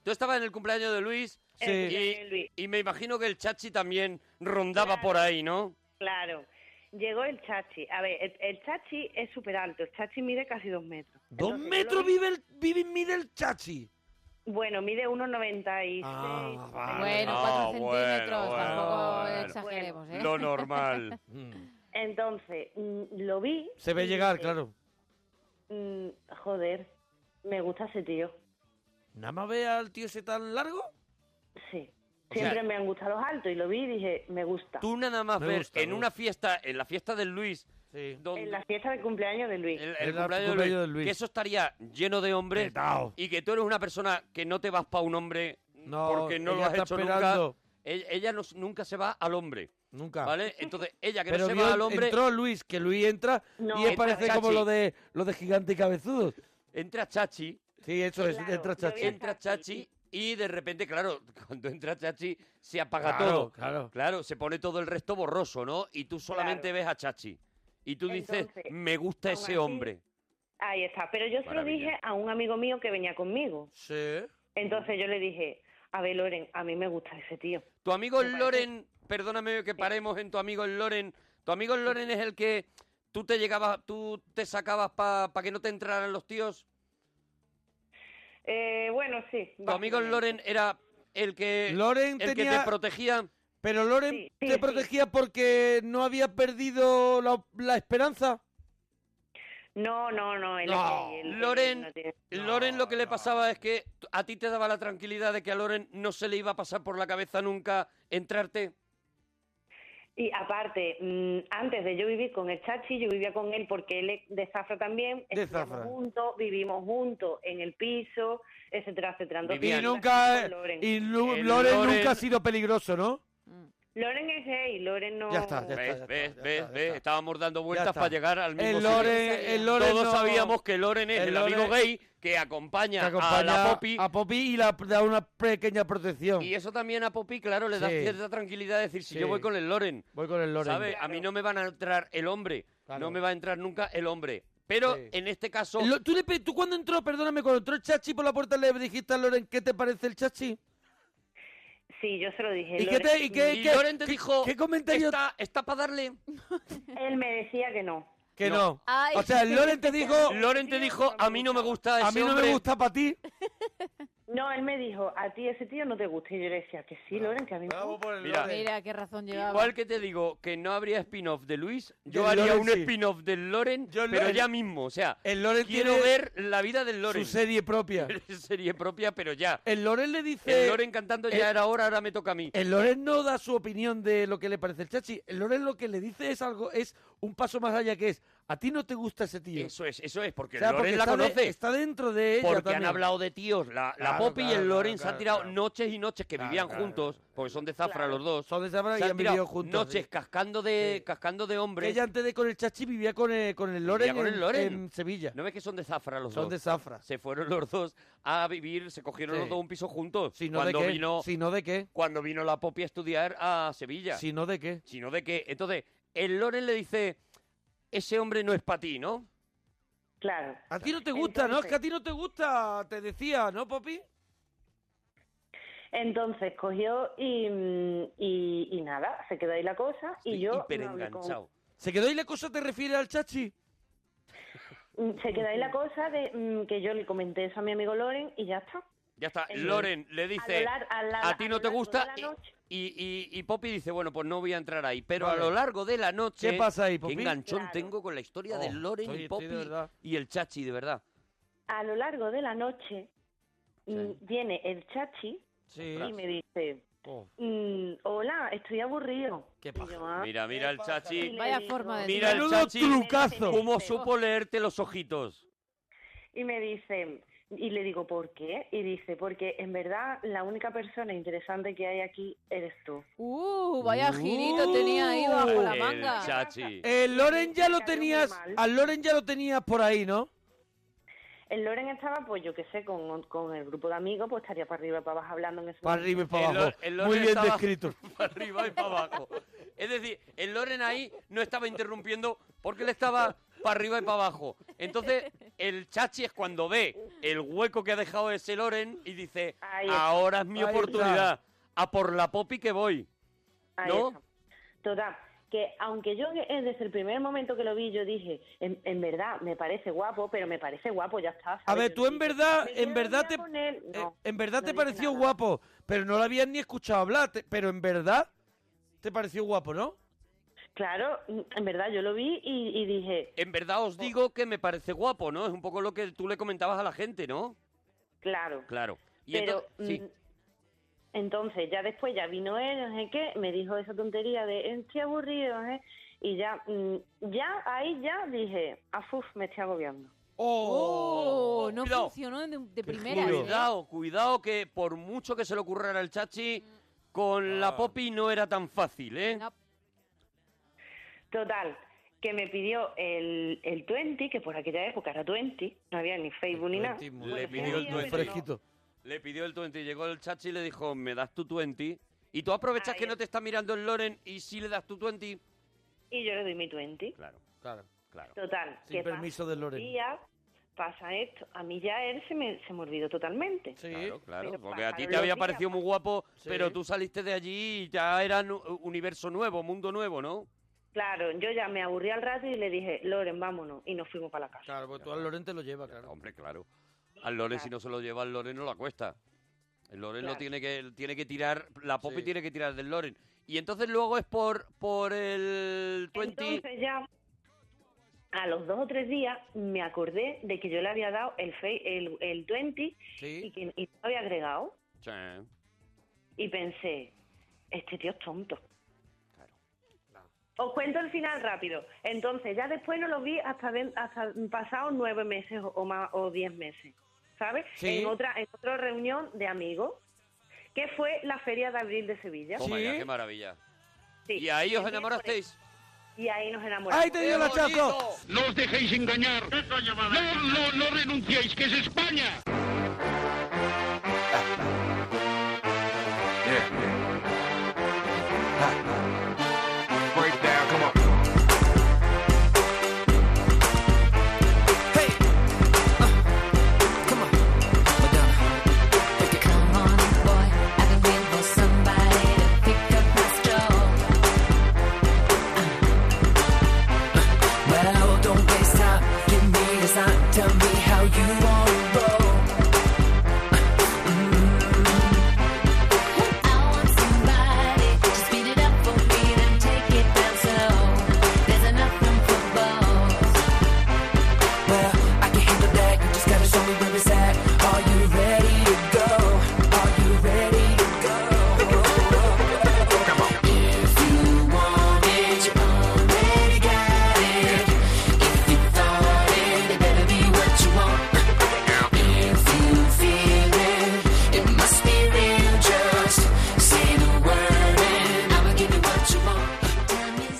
S4: Tú estabas en el cumpleaños de Luis
S8: El cumpleaños de
S4: y, y me imagino que el chachi también rondaba por ahí, ¿no?
S8: Claro. Llegó el chachi. A ver, el, el chachi es súper alto. El chachi mide casi dos metros.
S2: ¿Dos
S8: Entonces, yo lo
S2: metros
S8: vi-
S2: vive el, vive, mide el chachi?
S8: Bueno, mide 1,96.
S2: Ah, vale.
S5: Bueno, cuatro centímetros, tampoco
S4: bueno.
S5: exageremos, ¿eh?
S4: Lo normal.
S8: Entonces, mm, lo vi.
S2: Mm. Se ve
S8: y
S2: llegar,
S8: dije,
S2: claro.
S8: mm, joder, me gusta ese tío.
S2: ¿Nada más ve al tío ese tan largo?
S8: Sí.
S4: sea-
S8: Siempre me han gustado los altos y lo vi y dije, me gusta.
S4: Tú nada más
S8: Me
S4: ver
S8: gusta,
S4: en
S8: me
S4: una fiesta, en la fiesta del Luis, donde-
S8: En la fiesta de cumpleaños de Luis.
S4: el cumpleaños de Luis, que eso estaría lleno de hombres y que tú eres una persona que no te vas para un hombre porque no lo
S2: ella
S4: has
S2: está
S4: hecho
S2: esperando.
S4: nunca. Ella, ella no- nunca se va al hombre.
S2: Nunca.
S4: ¿Vale? Entonces, ella que
S2: Pero
S4: no se
S2: vio-
S4: va al hombre.
S2: entró Luis, que Luis entra
S4: No,
S2: y es
S4: entra
S2: parece como
S4: Chachi.
S2: lo de, lo de gigante y cabezudos.
S4: entra Chachi.
S2: Sí, eso es, entra Chachi.
S4: Entra Chachi y de repente, claro, cuando entra Chachi se apaga
S2: Claro,
S4: todo.
S2: claro.
S4: se pone todo el resto borroso, ¿no? Y tú solamente ves a Chachi. Y tú dices,
S8: Entonces,
S4: me gusta
S8: aún así-
S4: ese hombre.
S8: Ahí está. Pero yo se lo
S4: Maravilla.
S8: dije a un amigo mío que venía conmigo.
S2: Sí.
S8: Entonces yo le dije, a ver, Loren, a mí me gusta ese tío.
S4: Tu amigo el Loren, perdóname que paremos en tu amigo el Loren. Tu amigo el Loren es el que tú te llegabas, tú te sacabas para que no te entraran los tíos.
S8: Eh, bueno, sí.
S4: Tu amigo el Loren era el que el
S2: Loren
S4: que
S2: tenía-
S4: te protegía.
S2: Pero Loren te protegía porque no había perdido la, la esperanza.
S8: No, no, no. él-
S4: No.
S8: él- él-
S4: Loren,
S8: no tiene-
S4: Loren lo que le pasaba es que t- a ti te daba la tranquilidad de que a Loren no se le iba a pasar por la cabeza nunca entrarte.
S8: Y aparte, mm, antes de yo vivir con el Chachi, yo vivía con él porque él es de Zafra también.
S2: De
S8: estudiamos
S2: Zafra.
S8: juntos, vivimos juntos en el piso, etcétera, etcétera. Entonces,
S2: Y
S8: yo
S2: nunca,
S8: con Loren.
S2: y Lu-
S4: El
S2: Loren
S4: Loren-
S2: nunca ha sido peligroso, ¿no?
S8: Loren es gay, Loren no...
S2: Ya está, ya
S4: ¿Ves?
S2: está,
S4: ¿Ves? ¿Ves? ¿Ves? Estábamos dando vueltas
S2: está.
S4: para llegar al
S2: El
S4: mismo
S2: Loren-
S4: sitio.
S2: el Loren
S4: Todos
S2: no-
S4: sabíamos que Loren es el,
S2: el
S4: amigo
S2: Loren-
S4: gay que acompaña,
S2: Que acompaña
S4: a la Poppy.
S2: a Poppy y la- da una pequeña protección.
S4: Y eso también a Poppy, claro, le da
S2: Sí.
S4: cierta tranquilidad de decir, si
S2: Sí.
S4: yo voy con el Loren,
S2: Voy con el Loren.
S4: ¿sabes? A mí no me van a entrar el hombre, no me va a entrar nunca el hombre. Pero en este caso...
S2: Lo- ¿tú, le pe- ¿Tú cuando entró, perdóname, cuando entró el chachi por la puerta le dijiste a Loren qué te parece el chachi?
S8: Sí, yo se lo dije.
S2: ¿Y qué te- y qué- qué-
S4: Loren te
S2: qué-
S4: dijo,
S2: qué comentario-
S4: Está, está para darle...
S8: Él me decía que no.
S2: Que no.
S8: Ay.
S2: O sea, Loren te dijo,
S4: Loren te dijo, a mí no me gusta ese
S2: a mí no
S4: hombre".
S2: me gusta para ti.
S8: No, él me dijo, a ti ese tío no te gusta. Y yo le decía que sí, Loren, que a mí me gusta.
S4: Mira,
S5: Mira, qué razón llevaba.
S4: igual que te digo que no habría spin-off de Luis, yo
S2: Del
S4: haría
S2: Loren,
S4: un
S2: sí.
S4: spin-off del Loren,
S2: Yo el
S4: pero
S2: Loren-
S4: ya mismo. O sea,
S2: El Loren
S4: quiero
S2: tiene
S4: ver la vida del Loren.
S2: su serie propia.
S4: serie propia, pero ya.
S2: El Loren le dice...
S4: El Loren cantando ya
S2: el-
S4: era hora, ahora me toca a mí.
S2: El Loren no da su opinión de lo que le parece el chachi. El Loren lo que le dice es algo, es un paso más allá que es, a ti no te gusta ese tío.
S4: Eso es, eso es, porque
S2: O sea,
S4: el Loren
S2: porque
S4: la
S2: está de-
S4: conoce.
S2: está dentro de ella
S4: Porque han
S2: también.
S4: hablado de tíos. La, la
S2: Claro,
S4: Poppy y
S2: claro,
S4: el Loren se
S2: claro,
S4: han tirado
S2: claro.
S4: noches y noches que
S2: Claro,
S4: vivían
S2: claro,
S4: juntos, porque son de Zafra los dos.
S2: Son de Zafra
S4: se
S2: y
S4: han
S2: han
S4: tirado
S2: vivido juntos,
S4: Noches
S2: sí.
S4: cascando de, cascando de hombres.
S2: Que ella antes de con el chachi vivía con el, con el Loren,
S4: Vivía con el
S2: en-
S4: Loren.
S2: en Sevilla.
S4: ¿No ves que son de Zafra los dos?
S2: Son de Zafra.
S4: Se fueron los dos a vivir, se cogieron
S2: Sí.
S4: los dos un piso juntos.
S2: Si no,
S4: cuando
S2: ¿de qué?
S4: vino,
S2: Si no, ¿de qué?
S4: cuando vino la Poppy a estudiar a Sevilla.
S2: Si no, ¿de qué?
S4: Si no, ¿de qué? Entonces, el Loren le dice, ese hombre no es para ti, ¿no?
S8: Claro.
S2: A ti no te gusta, ¿no? Es que a ti no te gusta, te decía, ¿no, Popi?
S8: Entonces cogió y, mm, y, y nada, se quedó ahí la cosa y yo... no hablé con-
S2: ¿Se quedó ahí la cosa te refiere al chachi?
S8: Mm, Se quedó ahí la cosa de mm, que yo le comenté eso a mi amigo Loren y ya está.
S4: Ya está,
S8: Eso es.
S4: Loren le dice,
S8: A lo lar- a la-
S4: a ti
S8: a
S4: no
S8: lo
S4: te
S8: largo
S4: gusta,
S8: de la
S4: y-
S8: noche.
S4: y, y, y Poppy dice, bueno, pues no voy a entrar ahí. Pero
S2: Vale.
S4: a lo largo de la noche...
S2: ¿Qué pasa ahí, Poppy?
S4: Qué enganchón
S8: Claro.
S4: tengo con la historia de
S2: Oh,
S4: Loren
S2: estoy-
S4: y
S2: estoy
S4: Poppy
S2: de verdad.
S4: y el Chachi, de verdad.
S8: A lo largo de la noche mm, viene el chachi
S2: Sí. Oh.
S8: y me dice, mm, hola, estoy aburrido. Y yo, "Ah".
S4: Mira, mira el
S8: Y
S4: Chachi.
S8: le
S5: Vaya
S8: digo-
S5: forma de
S4: Mira el
S2: Menudo
S4: Chachi.
S2: trucazo.
S4: ¿Cómo supo leerte los ojitos?
S8: Y me dice, y le digo, ¿por qué? Y dice, porque en verdad la única persona interesante que hay aquí eres tú.
S5: Uh, vaya girito tenía ahí bajo la
S4: el
S5: manga.
S4: Chachi.
S2: El Loren ya lo tenías, al Loren ya lo tenías por ahí, ¿no?
S8: El Loren estaba, pues yo qué sé, con, con el grupo de amigos, pues estaría para arriba y para abajo hablando en ese
S2: Para arriba y para
S4: El Lor-
S2: abajo.
S4: el
S2: Muy
S4: Loren
S2: bien
S4: estaba-
S2: descrito.
S4: Para arriba y para abajo. Es decir, el Loren ahí no estaba interrumpiendo porque él estaba para arriba y para abajo. Entonces, el chachi es cuando ve el hueco que ha dejado ese Loren y dice,
S8: está.
S4: ahora es mi
S8: Ahí
S4: oportunidad, a por la popi que voy.
S8: Ahí
S4: ¿No?
S8: está. Total, que aunque yo eh, desde el primer momento que lo vi, yo dije, en, en verdad, me parece guapo, pero me parece guapo, ya está.
S2: A
S8: ¿sabes?
S2: ver,
S8: Yo
S2: tú en
S8: dije,
S2: verdad,
S8: me
S2: en
S8: quiero
S2: verdad
S8: liar
S2: te,
S8: con él.
S2: eh,
S8: No,
S2: en verdad
S8: no
S2: te
S8: dije
S2: pareció
S8: nada.
S2: guapo, pero no lo habías ni escuchado hablar, te- pero en verdad te pareció guapo, ¿no?
S8: Claro, en verdad yo lo vi y, dije...
S4: En verdad os digo que me parece guapo, ¿no? Es un poco lo que tú le comentabas a la gente, ¿no?
S8: Claro.
S4: Claro. Y
S8: Pero,
S4: entonces- sí.
S8: mm, entonces, ya después ya vino él, no sé qué, me dijo esa tontería de, estoy aburrido, no sé, y ya, mm, ya, ahí ya dije, afuf, me estoy agobiando.
S5: Oh, no
S4: Cuidado.
S5: funcionó de, de primeras. ¿eh?
S4: Cuidado, cuidado que por mucho que se le ocurriera al chachi, con la popi no era tan fácil, ¿eh?
S8: Total, que me pidió el, el 20, que por aquella época era 20, no había ni Facebook ni nada.
S4: Le pidió el 20. Le pidió el 20, llegó el chachi y le dijo, me das tu 20. Y tú aprovechas que no te está mirando el Loren y si le das tu 20.
S8: Y yo le doy mi 20.
S4: Claro,
S2: claro,
S4: claro.
S8: Total,
S2: Sin
S8: que
S2: permiso de Loren.
S8: Y ya pasa esto. A mí ya él se me, se me olvidó totalmente.
S4: Claro, claro,
S8: Pero
S4: porque a ti
S8: pasaron
S4: te había
S8: los días,
S4: parecido muy guapo,
S8: Sí.
S4: pero tú saliste de allí y ya era nu- universo nuevo, mundo nuevo, ¿no?
S8: Claro, yo ya me aburrí al rato y le dije, Loren, vámonos. Y nos fuimos para la casa.
S2: Claro, porque Pues tú al Loren te lo llevas, claro.
S4: Hombre, claro. Al Loren, si no se lo lleva al Loren, no la cuesta. El Loren lo
S8: Claro.
S4: tiene que, tiene que tirar, la Poppy
S2: Sí.
S4: tiene que tirar del Loren. Y entonces luego es por, por el 20...
S8: Entonces ya, a los dos o tres días, me acordé de que yo le había dado el, fe- el, el 20 y que y no había agregado.
S4: Sí.
S8: Y pensé, este tío es tonto. Os cuento el final rápido. Entonces, ya después no lo vi hasta, den- hasta pasados nueve meses o, o más o diez meses, ¿sabes?
S2: Sí.
S8: En otra en otra reunión de amigos, que fue la Feria de Abril de Sevilla.
S2: Oh
S4: Toma ya, Oh qué maravilla.
S8: Sí.
S4: Y ahí os enamorasteis.
S8: Y ahí nos enamoramos.
S4: ¡No os dejéis engañar!
S13: No, no, no renunciéis, que es España.
S1: Well, don't waste time. Give me a sign. Tell me how you wanna roll. Mm-hmm. Well, I can handle that. You just gotta show me where it's at. Are you ready to go? Are you ready to go? If you want it, you already got it. If you thought it, it better be what you want. If you feel it, it must be real. Just say the word and I will give you what you want. Time is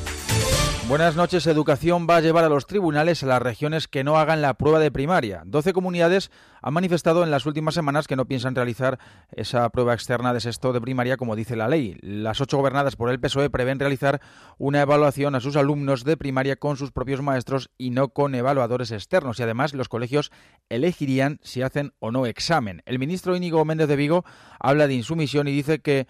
S14: Buenas noches. Educación va a llevar a los tribunales a las regiones que no hagan la prueba de primaria. 12 comunidades han manifestado en las últimas semanas que no piensan realizar esa prueba externa de sexto de primaria como dice la ley. Las ocho gobernadas por el PSOE E prevén realizar una evaluación a sus alumnos de primaria con sus propios maestros y no con evaluadores externos. Y además los colegios elegirían si hacen o no examen. El ministro Íñigo Méndez de Vigo habla de insumisión y dice que,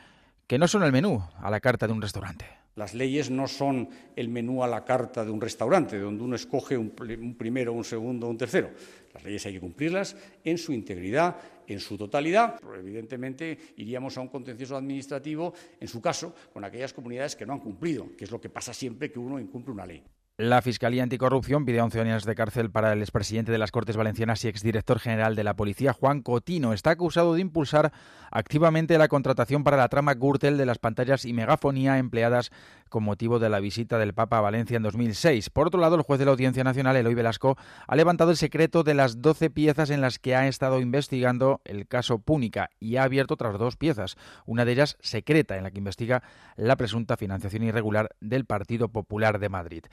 S14: que no son el menú a la carta de un restaurante.
S15: Las leyes no son el menú a la carta de un restaurante, donde uno escoge un, pl- un primero, un segundo, un tercero. Las leyes hay que cumplirlas en su integridad, en su totalidad. Pero, evidentemente, iríamos a un contencioso administrativo, en su caso, con aquellas comunidades que no han cumplido, que es lo que pasa siempre que uno incumple una ley.
S14: La Fiscalía Anticorrupción pide 11 años de cárcel para el expresidente de las Cortes Valencianas y exdirector general de la Policía, Juan Cotino. Está acusado de impulsar activamente la contratación para la trama Gürtel de las pantallas y megafonía empleadas con motivo de la visita del Papa a Valencia en 2006. Por otro lado, el juez de la Audiencia Nacional, Eloy Velasco, ha levantado el secreto de las 12 piezas en las que ha estado investigando el caso Púnica y ha abierto otras dos piezas, una de ellas secreta, en la que investiga la presunta financiación irregular del Partido Popular de Madrid.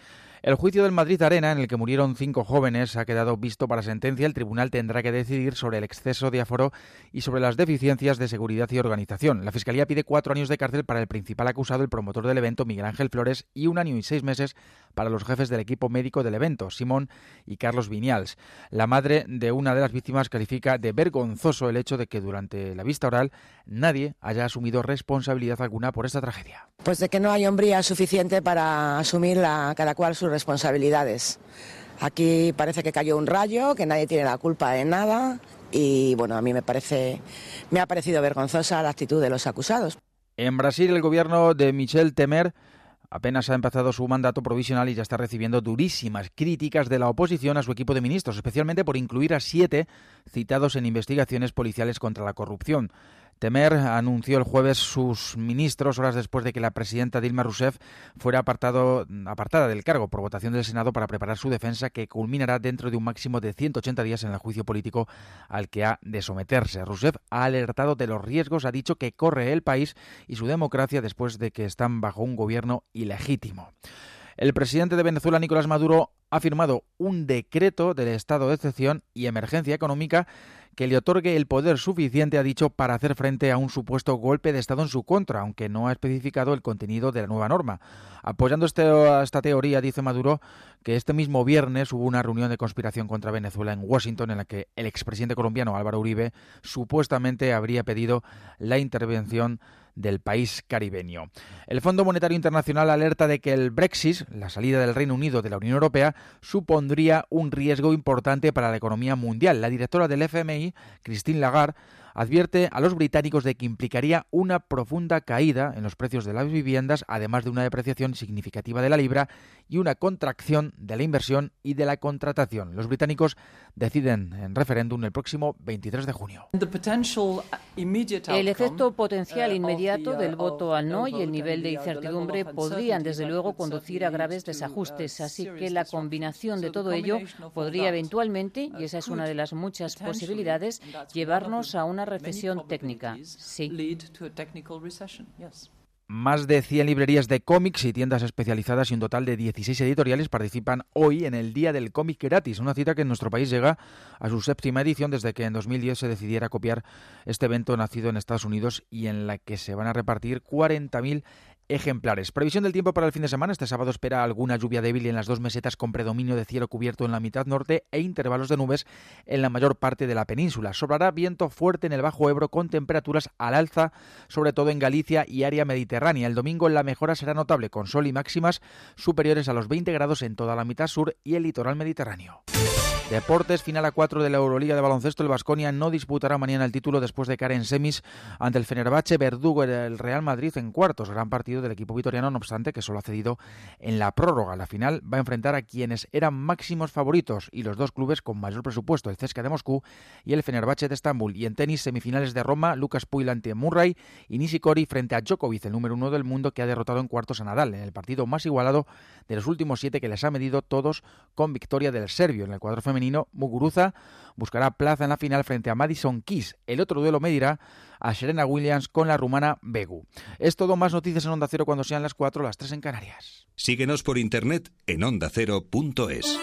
S14: El juicio del Madrid Arena, en el que murieron cinco jóvenes, ha quedado visto para sentencia. El tribunal tendrá que decidir sobre el exceso de aforo y sobre las deficiencias de seguridad y organización. La Fiscalía pide cuatro años de cárcel para el principal acusado, el promotor del evento, Miguel Ángel Flores, y un año y seis meses para los jefes del equipo médico del evento, Simón y Carlos Viñals. La madre de una de las víctimas califica de vergonzoso el hecho de que durante la vista oral nadie haya asumido responsabilidad alguna por esta tragedia.
S16: Pues de que no hay hombría suficiente para asumir la- cada cual sus responsabilidades. Aquí parece que cayó un rayo, que nadie tiene la culpa de nada y bueno, a mí me parece me ha parecido vergonzosa la actitud de los acusados.
S14: En Brasil, el gobierno de Michel Temer apenas ha empezado su mandato provisional y ya está recibiendo durísimas críticas de la oposición a su equipo de ministros, especialmente por incluir a siete citados en investigaciones policiales contra la corrupción. Temer anunció el jueves sus ministros horas después de que la presidenta Dilma Rousseff fuera apartado, apartada del cargo por votación del Senado para preparar su defensa que culminará dentro de un máximo de 180 días en el juicio político al que ha de someterse. Rousseff ha alertado de los riesgos, ha dicho que corre el país y su democracia después de que están bajo un gobierno ilegítimo. El presidente de Venezuela, Nicolás Maduro, ha firmado un decreto del estado de excepción y emergencia económica que le otorgue el poder suficiente, ha dicho, para hacer frente a un supuesto golpe de Estado en su contra, aunque no ha especificado el contenido de la nueva norma. Apoyando este- esta teoría, dice Maduro, que este mismo viernes hubo una reunión de conspiración contra Venezuela en Washington en la que el expresidente colombiano Álvaro Uribe supuestamente habría pedido la intervención del país caribeño. El Fondo Monetario Internacional alerta de que el Brexit, la salida del Reino Unido de la Unión Europea, supondría un riesgo importante para la economía mundial. La directora del FMI, Christine Lagarde, advierte a los británicos de que implicaría una profunda caída en los precios de las viviendas, además de una depreciación significativa de la libra y una contracción de la inversión y de la contratación. Los británicos deciden en referéndum el próximo 23 de junio.
S17: El efecto potencial inmediato del voto al no y el nivel de incertidumbre podrían, desde luego, conducir a graves desajustes. Así que la combinación de todo ello podría eventualmente, y esa es una de las muchas posibilidades, llevarnos a una recesión técnica. Sí.
S14: Más de 100 librerías de cómics y tiendas especializadas y un total de 16 editoriales participan hoy en el Día del Cómic Gratis, una cita que en nuestro país llega a su séptima edición desde que en 2010 se decidiera copiar este evento nacido en Estados Unidos y en la que se van a repartir 40.000 ejemplares. Previsión del tiempo para el fin de semana. Este sábado espera alguna lluvia débil en las dos mesetas con predominio de cielo cubierto en la mitad norte e intervalos de nubes en la mayor parte de la península. Sobrará viento fuerte en el Bajo Ebro con temperaturas al alza, sobre todo en Galicia y área mediterránea. El domingo la mejora será notable con sol y máximas superiores a los 20 grados en toda la mitad sur y el litoral mediterráneo. Deportes, final a 4 de la Euroliga de baloncesto. El Vasconia no disputará mañana el título después de caer en semis ante el Fenerbahce Verdugo el Real Madrid en cuartos. Gran partido del equipo vitoriano, no obstante, que solo ha cedido en la prórroga. La final va a enfrentar a quienes eran máximos favoritos y los dos clubes con mayor presupuesto, el CSKA de Moscú y el Fenerbahce de Estambul. Y en tenis, semifinales de Roma, Lucas Puig ante Murray y Nishikori frente a Djokovic, el número uno del mundo que ha derrotado en cuartos a Nadal, en el partido más igualado de los últimos siete que les ha medido todos con victoria del serbio. En el cuadro femenino, Muguruza buscará plaza en la final frente a Madison Keys. El otro duelo medirá a Serena Williams con la rumana Begu. Es todo, más noticias en Onda Cero cuando sean las 4, las 3 en Canarias.
S18: Síguenos por internet en ondacero.es.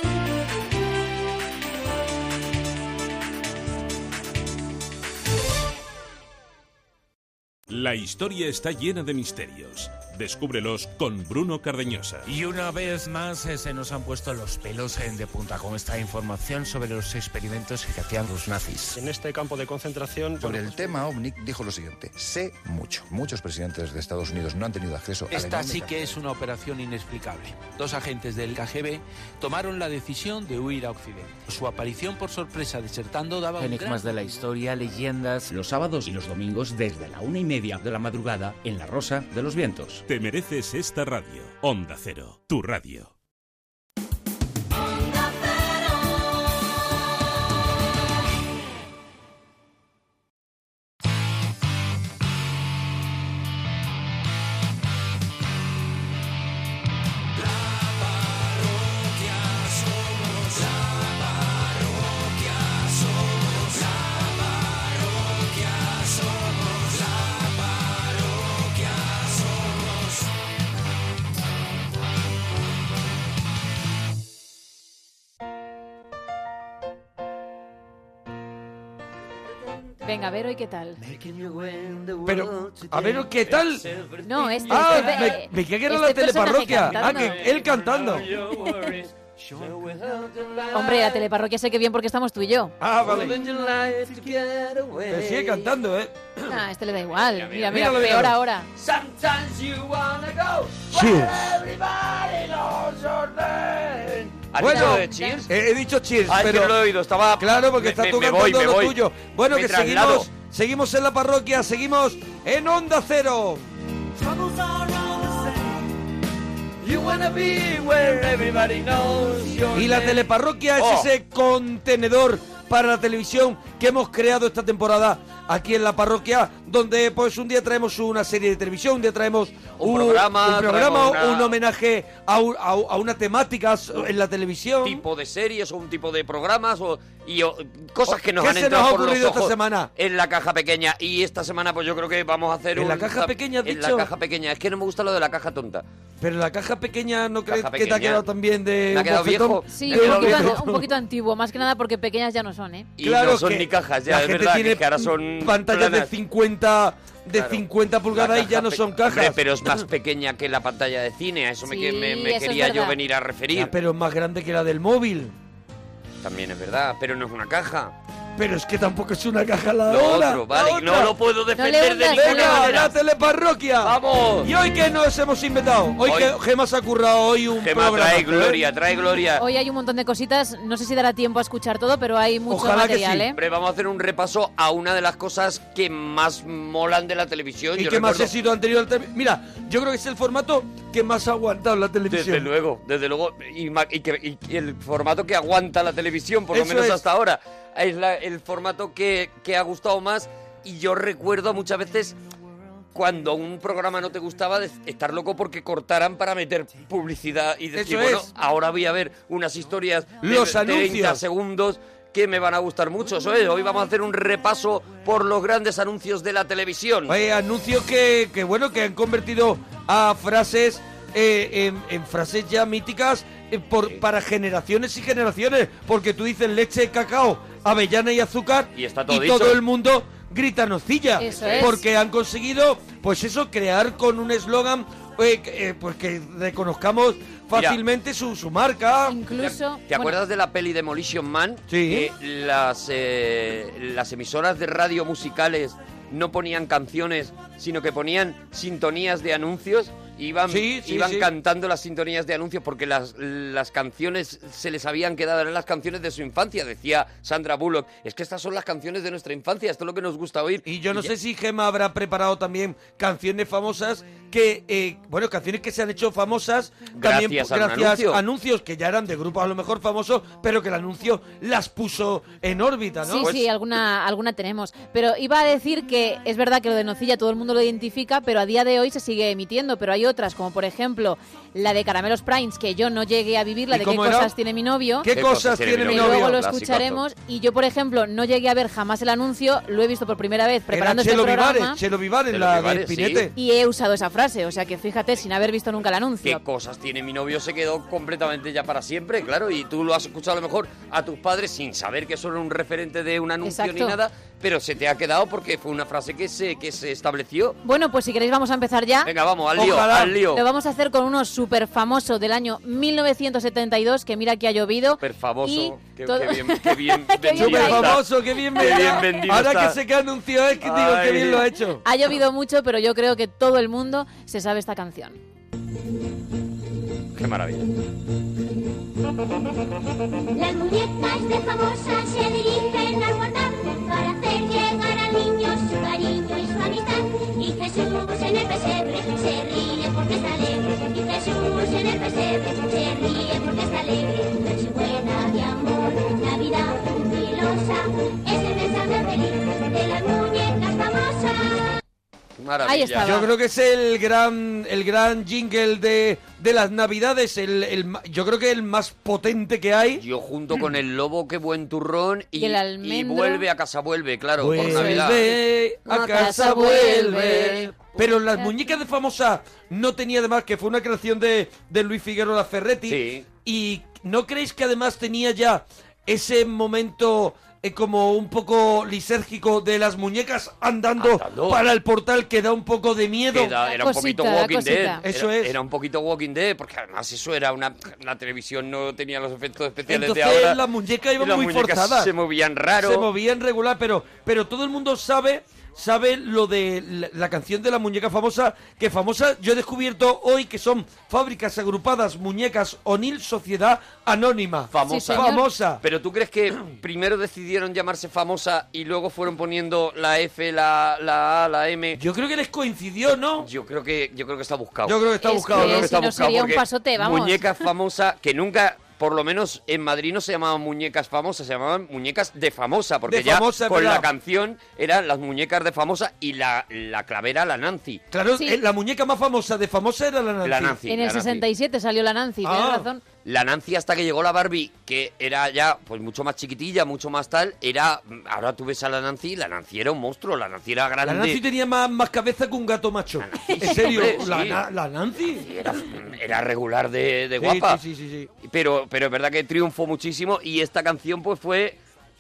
S19: La historia está llena de misterios. Descúbrelos con Bruno Cardeñosa.
S20: Y una vez más eh, se nos han puesto los pelos en de punta con esta información sobre los experimentos que hacían los nazis.
S21: En este campo de concentración... Sobre el tema OVNIC dijo lo siguiente, sé mucho. Muchos presidentes de Estados Unidos no han tenido acceso a la
S22: Esta sí
S21: enorme
S22: que es una operación inexplicable. Dos agentes del KGB tomaron la decisión de huir a Occidente. Su aparición por sorpresa desertando daba un gran...
S23: Enigmas de la historia, leyendas. Los sábados y los domingos desde la una y media de la madrugada en La Rosa de los Vientos.
S19: Te mereces esta radio. Onda Cero, tu radio.
S5: Venga, Vero, ¿y qué tal?
S2: Pero, a ver, ¿qué tal?
S5: No, este.
S2: Ah,
S5: este-
S2: me, me creía que era
S5: este
S2: la
S5: personaje
S2: teleparroquia. Ah,
S5: cantando.
S2: que él cantando.
S5: Hombre, la teleparroquia sé que bien porque estamos tú y yo.
S2: Ah, vale. Pero sigue cantando, ¿eh?
S5: Ah, este le da igual. Mira, mira,
S2: Míralo,
S5: peor
S2: míralo.
S5: ahora.
S1: Sometimes you wanna go
S2: Sí.
S1: where everybody knows your name.
S4: ¿Has dicho de Cheers?
S2: He, he dicho cheers, Eh.
S4: Ah, es
S2: pero
S4: que lo he oído, estaba-
S2: Claro, porque
S4: me-
S2: está
S4: me-
S2: tú
S4: me
S2: cantando
S4: voy, me
S2: lo
S4: voy.
S2: tuyo. Bueno,
S4: Me
S2: que
S4: traslado.
S2: seguimos, seguimos en la parroquia, seguimos en Onda Cero.
S1: Troubles are all the same. You wanna be where everybody knows your
S4: Eh.
S2: Y la
S1: name.
S2: teleparroquia es
S1: Oh.
S2: ese contenedor para la televisión que hemos creado esta temporada aquí en la parroquia, donde pues un día traemos una serie de televisión, un día traemos
S4: Un programa,
S2: un, programa,
S4: traemos una-
S2: un homenaje a, un- a un- a una temática en la televisión.
S4: tipo de series o un tipo de programas o, y o, cosas que nos
S2: ¿Qué
S4: han
S2: se
S4: entrado
S2: nos ha
S4: por los
S2: ocurrido esta
S4: ojos
S2: semana?
S4: en la caja pequeña y esta semana pues yo creo que vamos a hacer
S2: ¿En
S4: un
S2: la caja pequeña has
S4: en
S2: dicho?
S4: la caja pequeña es que no me gusta lo de la caja tonta
S2: Pero la caja pequeña no crees que te
S4: pequeña.
S2: ha quedado también de
S4: Me ha quedado
S2: bofetón?
S4: viejo.
S5: Sí,
S2: Te ha
S5: un
S2: quedado
S5: poquito,
S2: viejo.
S5: an- un poquito antiguo, más que nada porque pequeñas ya no son, ¿eh?
S4: y no son
S2: que
S4: ni cajas ya
S2: la
S4: es
S2: gente
S4: verdad que
S2: tiene
S4: es que ahora son
S2: pantallas de
S4: planas.
S2: 50 de
S4: Claro.
S2: 50 pulgadas
S4: La
S2: y ya
S4: caja
S2: no
S4: pe-
S2: son cajas.
S4: Hombre, pero es más pequeña que la pantalla de cine a eso me, que- me- me
S2: Sí, eso es
S4: quería yo
S2: verdad.
S4: venir a referir
S2: Ya, pero es más grande que la del móvil.
S4: también es verdad pero no es una caja
S2: Pero es que tampoco es una caja la
S4: Lo
S2: otra.
S4: otro, vale,
S2: la
S4: no
S2: otra.
S4: lo puedo No le defender de hundas, no ninguna le
S2: Venga,
S4: manera.
S2: la teleparroquia.
S4: ¡Vamos!
S2: ¿Y hoy qué nos hemos inventado? Hoy,
S4: Hoy-
S2: que Gemma se ha currado hoy un
S4: Gemma,
S2: programa.
S4: trae
S2: ¿eh?
S4: gloria trae gloria
S5: Hoy hay un montón de cositas, no sé si dará tiempo a escuchar todo, pero hay mucho material, ¿eh?
S4: Hombre, vamos a hacer un repaso a una de las cosas que más molan de la televisión.
S2: ¿Y
S4: Yo
S2: qué más
S4: recuerdo-
S2: éxito anterior al tele- Mira, yo creo que es el formato que más ha aguantado la televisión.
S4: Desde luego, desde luego. Y, ma- y que- y- y el formato que aguanta la televisión, por lo
S2: Eso
S4: menos
S2: es.
S4: hasta ahora. Es la- el formato que, que ha gustado más. Y yo recuerdo muchas veces cuando un programa no te gustaba de estar loco porque cortaran para meter publicidad y decir,
S2: Eso
S4: bueno,
S2: es.
S4: ahora voy a ver unas historias de
S2: Los
S4: 30
S2: anuncios.
S4: segundos que me van a gustar mucho. Eso es, hoy vamos a hacer un repaso por los grandes anuncios de la televisión.
S2: Oye, anuncios que, que, bueno, que han convertido a frases eh, en, en frases ya míticas eh, por, para generaciones y generaciones. Porque tú dices leche, cacao, avellana y azúcar.
S4: Y está todo dicho.
S2: todo el mundo grita nocilla.
S4: Eso es.
S2: Porque han conseguido, pues eso, crear con un eslogan eh, que- eh, pues que reconozcamos fácilmente su, su marca.
S5: Incluso...
S4: ¿Te acuerdas de la peli Demolition Man?
S2: Sí.
S4: Que las, eh, las emisoras de radio musicales no ponían canciones, sino que ponían sintonías de anuncios. Iban,
S2: Sí, sí,
S4: iban
S2: sí.
S4: cantando las sintonías de anuncios porque las, las canciones se les habían quedado, eran las canciones de su infancia, decía Sandra Bullock. Es que estas son las canciones de nuestra infancia, esto es lo que nos gusta oír.
S2: Y yo no sé si Gema habrá preparado también canciones famosas que, eh, bueno, canciones que se han hecho famosas también
S4: Gracias
S2: po-
S4: a un anuncio.
S2: a anuncios que ya eran de grupos a lo mejor famosos, pero que el anuncio las puso en órbita, ¿no?
S5: Sí,
S4: Pues,
S5: sí, alguna, alguna tenemos. Pero iba a decir que es verdad que lo de Nocilla todo el mundo lo identifica, pero a día de hoy se sigue emitiendo. Pero hay otras, como por ejemplo la de Caramelos Primes, que yo no llegué a vivir, la
S2: ¿Y
S5: de qué
S2: cómo era?
S5: cosas tiene mi novio.
S2: ¿Qué ¿Qué cosas cosas tiene tiene mi mi novio? novio?
S5: Que luego lo
S2: Clasicazo.
S5: escucharemos. Y yo, por ejemplo, no llegué a ver jamás el anuncio, lo he visto por primera vez
S2: Era
S5: preparando este
S2: Chelo
S5: programa.
S2: Vivares, Chelo Vivares,
S4: Chelo
S2: la
S4: Vivares,
S2: de Pinete.
S5: Y he usado esa frase, o sea que fíjate, sin haber visto nunca el
S4: ¿Qué
S5: anuncio.
S4: cosas tiene mi novio? Se quedó completamente ya para siempre, claro, y tú lo has escuchado a lo mejor a tus padres sin saber que eso era un referente de un anuncio
S5: Exacto.
S4: ni nada, pero se te ha quedado porque fue una frase que se, que se estableció.
S5: Bueno, pues si queréis vamos a empezar ya.
S4: Venga, vamos, al lío, al lío.
S5: Lo vamos a hacer con uno súper famoso del año 1972, que mira que ha llovido.
S4: Súper famoso.
S5: Y
S4: Qué,
S5: todo-
S4: qué bien, qué bien vendido
S2: Súper
S4: está.
S2: famoso, qué bien
S4: Qué
S2: vendido.
S4: bien vendido
S2: Ahora
S4: está.
S2: que sé que anunció es que digo, qué
S4: Ay.
S2: bien lo ha hecho.
S5: Ha llovido mucho, pero yo creo que todo el mundo se sabe esta canción.
S4: Qué maravilla.
S3: Las muñecas de famosas se dirigen al portal para hacer llegar al niño su cariño y su amistad. Y Jesús en el pesebre se ríe porque está alegre. Y Jesús en el pesebre se ríe porque está alegre. Nochebuena de amor, Navidad jubilosa, es el mensaje feliz de las muñecas famosas.
S4: Maravilla.
S3: Ahí estaba.
S2: Yo creo que es el gran, el gran jingle de, de las navidades, el, el ma- yo creo que el más potente que hay.
S4: Yo junto con el lobo, qué buen turrón. Y,
S2: Y el
S4: y
S2: almendro.
S4: vuelve a casa, vuelve, claro, por Navidad.
S2: Vuelve, a
S4: A
S2: casa
S4: casa
S2: vuelve.
S4: vuelve.
S2: Pero las muñecas de famosa no tenía además que fue una creación de, de Luis Figueroa Ferretti. Y no creéis que además tenía ya ese momento eh, como un poco lisérgico de las muñecas andando, para el portal que da un poco de miedo.
S4: Que da- era un poquito Walking Dead.
S2: Eso
S4: Era-
S2: es.
S4: Era un poquito Walking Dead, porque además eso era una. La televisión no tenía los efectos especiales
S2: Entonces
S4: de ahora.
S2: las muñecas
S4: y
S2: iban
S4: las
S2: muy
S4: muñecas
S2: forzadas.
S4: Se movían raro.
S2: Se movían regular, pero, pero todo el mundo sabe sabe lo de la, la canción de la muñeca famosa, que famosa yo he descubierto hoy que son fábricas agrupadas, muñecas, O'Neill Sociedad Anónima.
S4: famosa.
S2: Famosa.
S4: Pero tú crees que primero decidieron llamarse famosa y luego fueron poniendo la F, la, la A, la M.
S2: Yo creo que les coincidió, ¿no?
S4: Yo creo que yo creo que está buscado.
S2: Yo creo que está Es buscado, que ¿no?
S4: Yo creo que
S2: si
S4: está
S2: no
S4: buscado
S2: sería un
S4: porque
S2: pasote, vamos.
S4: Muñecas famosas que nunca por lo menos en Madrid no se llamaban muñecas famosas, se llamaban muñecas de famosa, porque
S2: De
S4: ya
S2: famosa, es
S4: con la
S2: verdad.
S4: canción eran las muñecas de famosa y la, la clavera, la Nancy.
S2: Claro, eh, la muñeca más famosa de famosa era la Nancy.
S4: La Nancy.
S5: en el
S4: la Nancy.
S5: 67 salió la Nancy, tienes
S4: Ah.
S5: razón.
S4: La Nancy hasta que llegó la Barbie, que era ya pues mucho más chiquitilla, mucho más tal, era ahora tú ves a la Nancy, y la Nancy era un monstruo, la Nancy era grande.
S2: La Nancy tenía más, más cabeza que un gato macho. ¿En serio?
S4: hombre,
S2: la,
S4: sí.
S2: Na- la Nancy?
S4: era, era regular de, de
S2: Sí,
S4: guapa.
S2: sí, sí, sí, sí.
S4: Pero, pero es verdad que triunfó muchísimo y esta canción pues fue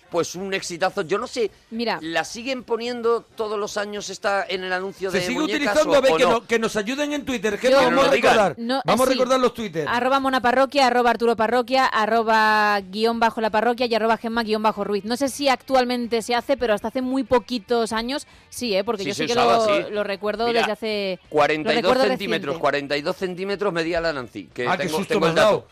S4: pues un exitazo. Yo no sé,
S5: Mira.
S4: la siguen poniendo todos los años está en el anuncio
S2: Se
S4: de
S2: sigue
S4: muñecas
S2: utilizando
S4: o-
S2: a ver
S4: o
S2: que,
S4: no?
S2: no- que nos ayuden en Twitter. que
S4: Yo-
S2: vamos
S4: Que
S2: a
S4: nos digan.
S2: recordar?
S5: No,
S2: vamos
S5: sí.
S2: a recordar los Twitter.
S5: Arroba Mona Parroquia, arroba Arturo Parroquia, arroba guión bajo la parroquia y arroba Gemma guión bajo Ruiz. No sé si actualmente se hace, pero hasta hace muy poquitos años sí, ¿eh? porque
S4: Sí,
S5: yo
S4: se
S5: sí que
S4: usaba,
S5: lo,
S4: sí.
S5: lo recuerdo
S4: Mira,
S5: desde hace... lo
S4: 42
S5: recuerdo
S4: centímetros,
S5: reciente.
S4: 42 centímetros medía la Nancy. Que
S2: Ah, qué
S4: tengo,
S2: susto
S4: tengo
S2: me
S4: el
S2: has
S4: dato.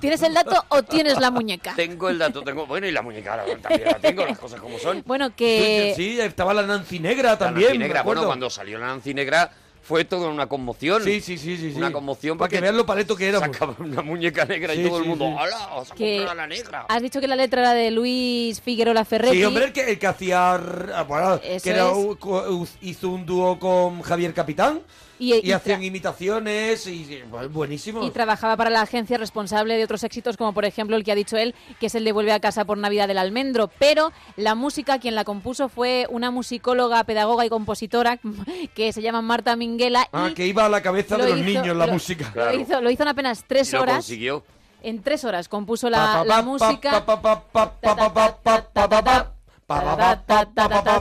S5: ¿Tienes el dato o tienes la muñeca?
S4: Tengo el dato, tengo. Bueno, y la muñeca la- también la tengo, las cosas como son.
S5: Bueno, que...
S2: Sí, estaba la Nancy Negra
S4: La
S2: también.
S4: Nancy Negra,
S2: me acuerdo.
S4: bueno, cuando salió la Nancy Negra fue toda una conmoción.
S2: Sí, sí, sí, sí.
S4: Una
S2: sí.
S4: conmoción
S2: Para que
S4: porque
S2: vean lo paleto que era.
S4: sacaba una muñeca negra y
S2: Sí,
S4: todo el
S2: sí,
S4: mundo,
S2: sí.
S4: ¡hala! Os ha
S5: que
S4: comprado la negra.
S5: has dicho que la letra era de Luis Figueroa Ferretti.
S2: Sí, hombre, el que, el que hacía. ah, bueno,
S5: Eso
S2: que era
S5: es.
S2: u- cu- u- hizo un dúo con Javier Capitán.
S5: Y- y
S2: hacían imitaciones y. y, bueno, buenísimo.
S5: Y trabajaba para la agencia responsable de otros éxitos, como por ejemplo el que ha dicho él, que es el de Vuelve a casa por Navidad del Almendro. Pero la música, quien la compuso fue una musicóloga, pedagoga y compositora que se llama Marta Minguela.
S2: Ah,
S5: y
S2: que iba a la cabeza de
S5: lo
S2: los
S5: hizo-
S2: niños la
S5: lo-
S2: música.
S5: lo, hizo, lo hizo en apenas tres horas. En tres horas compuso la,
S2: Pa, pa,
S5: la
S2: pa,
S5: música.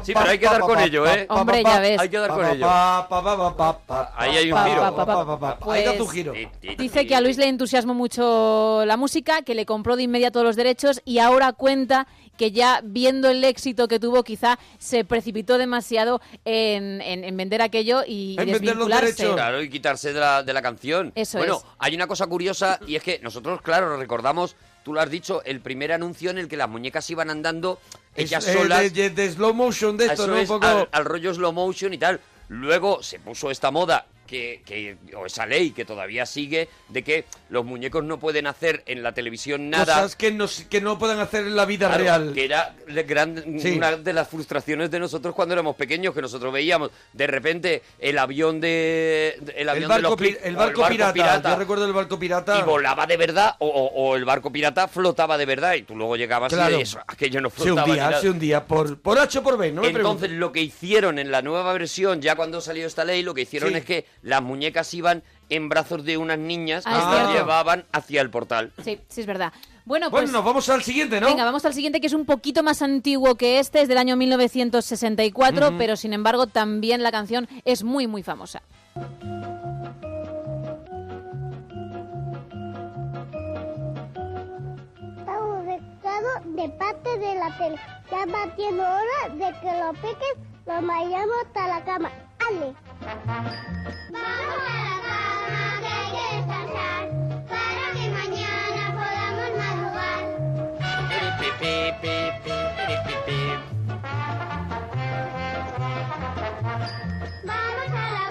S4: Sí, pero hay que dar con ello, ¿eh?
S5: Hombre, ya ves.
S4: Hay que dar con ello. Ahí hay un giro.
S5: Ahí da tu
S2: giro.
S5: Pues, Dice que a Luis le entusiasmó mucho la música, que le compró de inmediato los derechos y ahora cuenta que ya viendo el éxito que tuvo, quizá se precipitó demasiado en, en- en vender aquello y, y desvincularse.
S4: Claro, y quitarse de la, de la canción.
S5: Eso
S4: bueno,
S5: es.
S4: hay una cosa curiosa y es que nosotros, claro, recordamos, tú lo has dicho, el primer anuncio en el que las muñecas iban andando ellas
S2: Es, eh,
S4: solas.
S2: de, de- de slow motion de esto,
S4: Eso
S2: ¿no? Un
S4: es,
S2: poco-
S4: al, al rollo slow motion y tal. Luego se puso esta moda, que, que- o esa ley que todavía sigue, de que los muñecos no pueden hacer en la televisión nada.
S2: Cosas que no, s- que no puedan hacer en la vida
S4: Claro,
S2: real.
S4: Que era de gran-
S2: Sí.
S4: una de las frustraciones de nosotros cuando éramos pequeños, que nosotros veíamos de repente el avión de. de- El,
S2: El
S4: avión de
S2: barco,
S4: los
S2: pi-
S4: Clip-
S2: el
S4: o
S2: barco pirata. Yo recuerdo el barco pirata.
S4: Y volaba de verdad, o, o- o el barco pirata flotaba de verdad, y tú luego llegabas
S2: Claro.
S4: y eso, aquello no
S2: Sí, un
S4: flotaba. ni
S2: día,
S4: nada.
S2: sí, un día. Por, por H o por B, ¿no? me
S4: Entonces, lo que hicieron en la nueva versión, ya cuando salió esta ley, lo que hicieron
S2: Sí.
S4: es que las muñecas iban en brazos de unas niñas
S5: Ah, es
S4: y las
S5: cierto.
S4: llevaban hacia el portal.
S5: Sí, sí, es verdad. Bueno,
S2: Bueno,
S5: pues...
S2: nos vamos al siguiente, ¿no?
S5: Venga, vamos al siguiente que es un poquito más antiguo que este, es del año 1964,
S2: Ujú.
S5: pero sin embargo también la canción es muy, muy famosa.
S6: Estamos recado de parte de la tele. Ya va siendo hora de que los peques los vayamos hasta la cama. ¡Ale!
S3: Vamos a la cama que hay que descansar para que mañana podamos madrugar. Vamos a la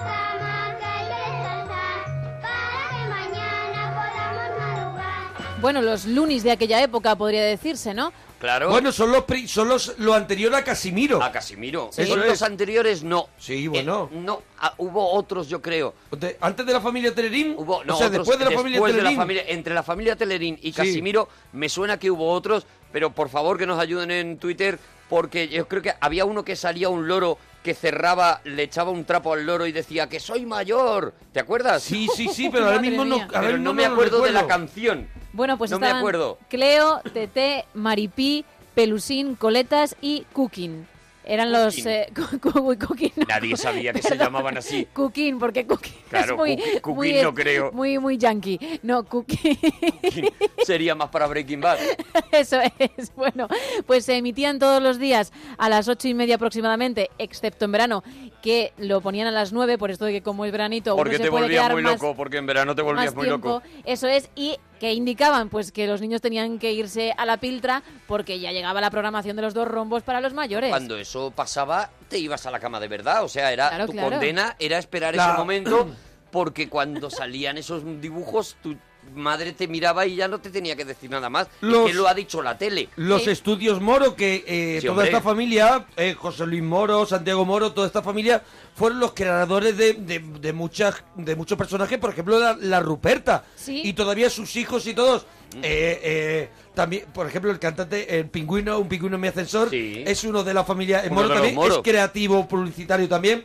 S3: cama que hay que descansar para que mañana podamos madrugar.
S5: Bueno, los lunis de aquella época podría decirse, ¿no?
S4: Claro.
S2: Bueno, son los, pri- son los lo anterior a Casimiro. A
S4: Casimiro.
S2: Eso
S4: Son
S2: es.
S4: los anteriores no.
S2: Sí, bueno.
S4: no, ah, hubo otros, yo creo.
S2: ¿Antes de la familia Telerín?
S4: Hubo, no,
S2: o sea,
S4: otros
S2: después de la familia
S4: después de
S2: Telerín.
S4: familia- entre la familia Telerín y Casimiro, me suena que hubo otros, pero por favor que nos ayuden en Twitter, porque yo creo que había uno que salía un loro que cerraba, le echaba un trapo al loro y decía que soy mayor. ¿Te acuerdas?
S2: Sí, sí, sí, pero ahora Madre mismo no- mía. ahora
S4: Pero
S2: mismo
S4: no me
S2: no lo
S4: acuerdo de la
S2: recuerdo.
S4: canción.
S5: Bueno, pues
S4: No me
S5: estaban
S4: acuerdo.
S5: Cleo, Tete, Maripí, Pelusín, Coletas y Cooking. Eran los...
S4: Cooking.
S5: eh, cu- cu- uy, cooking. no.
S4: Nadie sabía que se llamaban así.
S5: Cooking, porque Cooking
S4: Claro,
S5: es muy...
S4: Cooking- Cooking
S5: muy,
S4: no creo.
S5: Muy, muy yankee. No, Cooking,
S4: Sería más para Breaking Bad.
S5: eso es. Bueno, pues se emitían todos los días a las ocho y media aproximadamente, excepto en verano, que lo ponían a las nueve, por esto de que como es veranito uno
S4: Porque
S5: se
S4: te
S5: puede
S4: volvías
S5: quedar
S4: muy
S5: más
S4: loco, porque en verano te
S5: más
S4: volvías muy
S5: tiempo,
S4: loco.
S5: eso es, y que indicaban pues que los niños tenían que irse a la piltra porque ya llegaba la programación de los dos rombos para los mayores.
S4: Cuando eso pasaba, te ibas a la cama de verdad. O sea, era
S5: Claro,
S4: tu
S5: claro.
S4: condena era esperar
S2: Claro.
S4: ese momento, porque cuando salían esos dibujos, tu madre te miraba y ya no te tenía que decir nada más.
S2: Los-
S4: Que lo ha dicho la tele.
S2: Los
S4: Sí.
S2: estudios Moro, que eh,
S4: Sí,
S2: toda
S4: hombre.
S2: esta familia, eh, José Luis Moro, Santiago Moro, toda esta familia, fueron los creadores de, de- de muchas, de muchos personajes, por ejemplo, la, la Ruperta.
S5: Sí.
S2: Y todavía sus hijos y todos.
S4: Mm.
S2: Eh, eh, también, por ejemplo, el cantante, el pingüino, un pingüino en mi ascensor, es uno de la familia eh,
S4: Uno
S2: Moro
S4: de los
S2: también,
S4: Moro.
S2: es creativo publicitario también.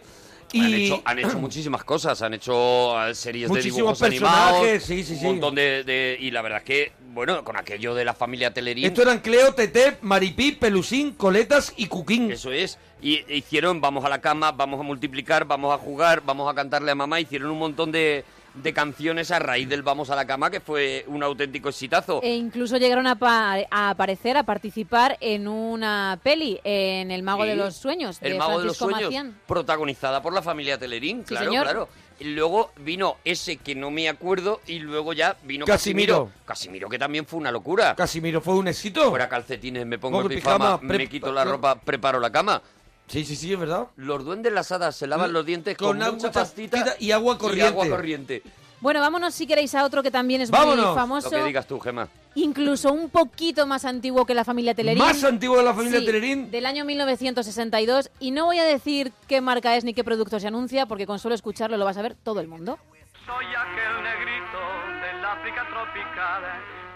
S2: Y
S4: Han, hecho, han hecho muchísimas cosas, han hecho ah, series
S2: Muchísimos
S4: de dibujos animados,
S2: personajes, sí, sí,
S4: un
S2: sí.
S4: montón de, de- Y la verdad es que, bueno, con aquello de la familia Telerín,
S2: esto eran Cleo, Tete, Maripí, Pelusín, Coletas y Cuquín.
S4: Eso es. Y e hicieron vamos a la cama, vamos a multiplicar, vamos a jugar, vamos a cantarle a mamá. Hicieron un montón de, de canciones a raíz del vamos a la cama, que fue un auténtico exitazo.
S5: E incluso llegaron a, pa- a aparecer, a participar en una peli, en El Mago
S4: Sí.
S5: de los Sueños,
S4: El
S5: de
S4: Mago
S5: Francisco
S4: de los Sueños,
S5: Macián.
S4: protagonizada por la familia Telerín, claro,
S5: señor.
S4: claro. Y luego vino ese que no me acuerdo y luego ya vino
S2: Casimiro.
S4: Casimiro. Casimiro, que también fue una locura.
S2: Casimiro fue un éxito.
S4: Fuera calcetines, me pongo
S2: Pongo
S4: el
S2: el
S4: pijama,
S2: pijama,
S4: me
S2: prep-
S4: quito la ropa, preparo la cama.
S2: Sí, sí, sí, es verdad. Mm,
S4: Los duendes las hadas se lavan los dientes con,
S2: Con agua,
S4: mucha pastita
S2: y agua
S4: Y agua
S2: corriente.
S4: corriente.
S5: Bueno, vámonos si queréis a otro que también es muy famoso.
S4: Lo que digas tú, Gemma.
S5: Incluso un poquito más antiguo que la familia Telerín.
S2: Más antiguo que la familia
S5: Sí,
S2: Telerín.
S5: Del año 1962. Y no voy a decir qué marca es ni qué producto se anuncia, porque con solo escucharlo lo va a saber todo el mundo.
S7: Soy aquel negrito del África tropical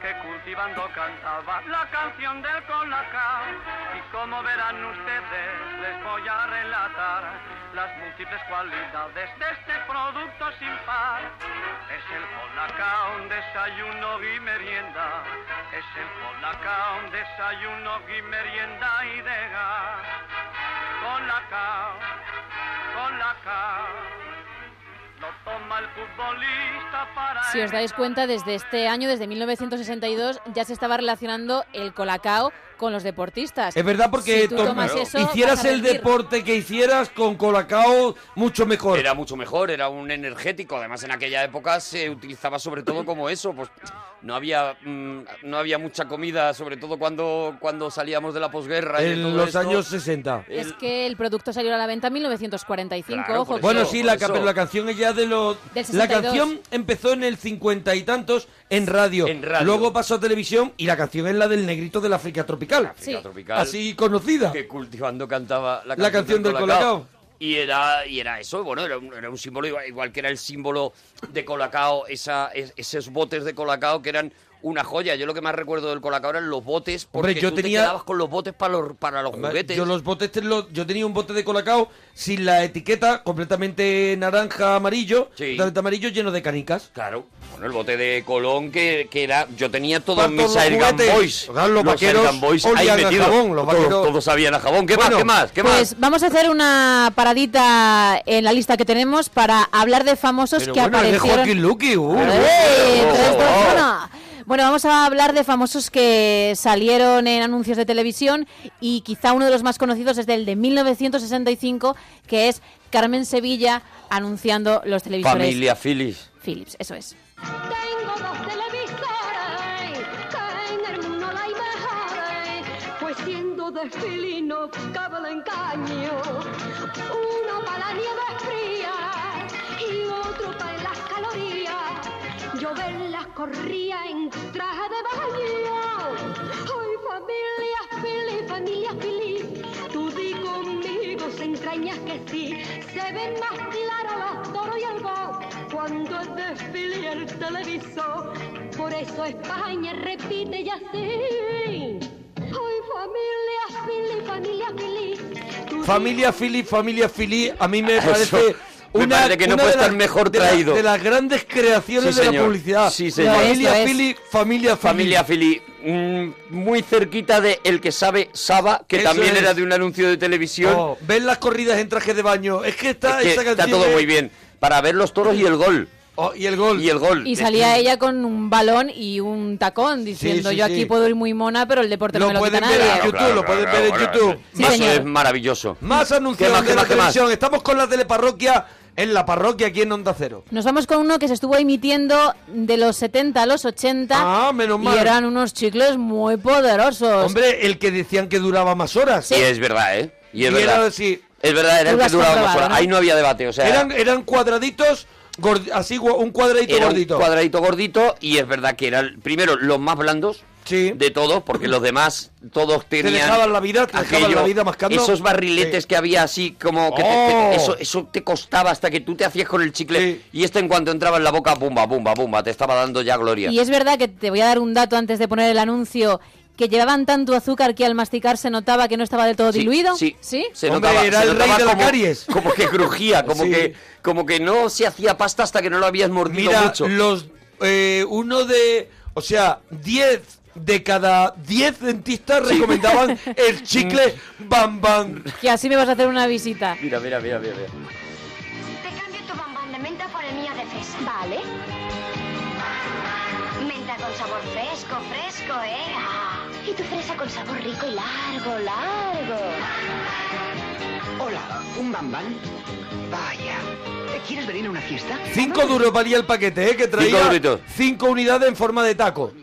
S7: que cultivando cantaba la canción del colacao. Y como verán ustedes, les voy a relatar las múltiples cualidades de este producto sin par. Es el colacao, un desayuno y merienda. Es el colacao, un desayuno y merienda y de gas. Colacao, colacao. Lo toma el futbolista para
S5: Si os dais cuenta, desde este año, desde 1962, ya se estaba relacionando el colacao con los deportistas.
S2: Es verdad porque
S5: si tú
S2: to-
S5: tomas eso,
S2: hicieras
S5: vas a
S2: el
S5: rendir.
S2: deporte que hicieras con Colacao mucho mejor.
S4: Era mucho mejor, era un energético. Además, en aquella época se utilizaba sobre todo como eso. Pues no había, mm, no había mucha comida, sobre todo cuando, cuando salíamos de la posguerra. y de todo
S2: en los
S4: esto.
S2: años 60.
S5: Es que el producto salió a la venta en 1945, ojo. que-
S2: bueno, sí, la, ca- pero la canción es ya de los...
S5: Del
S2: La
S5: 62.
S2: canción empezó en el cincuenta y tantos en radio. Luego pasó a televisión y la canción es la del negrito de la África tropical.
S4: África tropical.
S2: Así conocida.
S4: Que cultivando cantaba la canción,
S2: La canción del Colacao.
S4: Y era, y era eso, bueno, era un, era un símbolo, igual, igual que era el símbolo de Colacao, esa, es- esos botes de Colacao que eran una joya. Yo lo que más recuerdo del Colacao eran los botes, porque
S2: Hombre, yo
S4: tú
S2: tenía-
S4: te quedabas con los botes para los, para los juguetes.
S2: Yo los botes, te los- yo tenía un bote de colacao sin la etiqueta, completamente naranja amarillo, completamente amarillo lleno de canicas.
S4: Claro. Bueno, el bote de Colón que, que era... Yo tenía todos
S2: Para
S4: mis
S2: todos los
S4: Airgun
S2: juguetes.
S4: Boys.
S2: Claro, los vaqueros
S4: Airgun Boys ahí
S2: olían a
S4: metidos.
S2: jabón, los
S4: todos,
S2: vaqueros-
S4: todos sabían a jabón. ¿Qué
S2: Bueno,
S4: más? ¿Qué más? ¿Qué más?
S5: Pues vamos a hacer una paradita en la lista que tenemos para hablar de famosos
S2: Pero
S5: que
S2: bueno, es de
S5: aparecieron.
S2: Joaquín Luqui, uh.
S5: ¡Eh! Tres, dos, uno. Bueno, vamos a hablar de famosos que salieron en anuncios de televisión y quizá uno de los más conocidos es del de 1965, que es Carmen Sevilla anunciando los televisores.
S4: Familia Phillips.
S5: Philips, eso es.
S9: Tengo dos televisores que en el mundo la mejores, pues siendo de felino cabe el engaño. Uno para la nieve fría y otro para las calorías. Yo verlas corría en traje de baño. Ay, familia Fili, familia Fili, tú di conmigo, se entrañas que sí. Se ven más claros los toros y el box cuando es de Fili el televisor. Por eso España repite y así. Ay, familia Fili, familia Fili,
S2: Familia Philly, familia Philly, a mí me
S4: Ah, Eso.
S2: parece
S4: Me parece que no
S2: una
S4: puede
S2: de las-
S4: estar mejor
S2: de la-
S4: traído.
S2: de las grandes creaciones
S4: Sí,
S2: de la
S4: señor.
S2: publicidad.
S4: Sí,
S2: La
S4: señor.
S2: Familia
S4: Esto es-
S2: Philly, familia Philly.
S4: Familia Fili, mm, muy cerquita de El que sabe Saba, que
S2: Eso
S4: también
S2: es.
S4: era de un anuncio de televisión.
S2: Oh, ves las corridas en traje de baño. Es que está
S4: que
S2: esa
S4: está
S2: canción
S4: todo
S2: es-
S4: muy bien. Para ver los toros y el gol.
S2: y el gol. Este.
S4: Y el gol.
S5: Y salía ella con un balón y un tacón diciendo
S4: sí,
S5: yo
S4: sí.
S5: aquí puedo ir muy mona, pero el deporte no
S4: Lo
S5: me lo quita
S4: pueden ver
S5: nadie.
S4: en Claro, YouTube, claro, lo pueden claro, ver en claro. YouTube. Sí, Eso señor. es maravilloso.
S2: Más anuncios
S4: ¿Qué más, qué
S2: de la
S4: más, qué más?
S2: televisión. Estamos con la teleparroquia en la parroquia aquí en Onda Cero.
S5: Nos vamos con uno que se estuvo emitiendo de los 70 a los 80
S2: Ah, menos mal.
S5: y eran unos chicles muy poderosos.
S2: Hombre, el que decían que duraba más horas.
S4: Y es verdad, ¿eh? Y es
S2: Y era
S4: verdad.
S2: así.
S4: Es verdad, era el
S2: Tú lo
S4: que
S2: has
S4: duraba más
S2: comprobado,
S4: horas.
S2: ¿no?
S4: Ahí no había debate, o sea.
S2: eran, eran cuadraditos, gord- así gu- un cuadradito
S4: era
S2: gordito.
S4: un cuadradito gordito y es verdad que eran primero los más blandos de todos porque los demás todos tenían
S2: dejaban la vida, te dejaban la vida mascando.
S4: esos barriletes que había así como que te-
S2: ¡Oh!
S4: te- eso, eso te costaba hasta que tú te hacías con el chicle y este en cuanto entraba en la boca pumba pumba pumba te estaba dando ya gloria
S5: Y es verdad que te voy a dar un dato antes de poner el anuncio que llevaban tanto azúcar que al masticar se notaba que no estaba del todo
S4: Sí,
S5: diluido.
S4: sí.
S5: ¿Sí?
S4: se
S2: Hombre,
S4: notaba,
S2: era
S4: se
S2: el
S4: notaba
S2: rey de la
S4: como,
S2: caries.
S4: como que crujía como
S2: Sí.
S4: que como que no se hacía pasta hasta que no lo habías mordido
S2: Mira,
S4: mucho
S2: los eh, uno de, o sea, 10 de cada 10 dentistas recomendaban el chicle Bam Bam.
S5: Que así me vas a hacer una visita.
S4: mira mira mira mira, mira.
S11: tu bombón de menta por el mío de fresa. Vale. Menta con sabor fresco, fresco, ¿eh? Ah, Y tu fresa con sabor rico y largo, largo.
S12: Hola, ¿un bambán? Vaya. ¿eh, ¿Quieres venir a una fiesta?
S2: 5 duros valía el paquete, eh, que traía
S4: duritos.
S2: 5 unidades en forma de taco.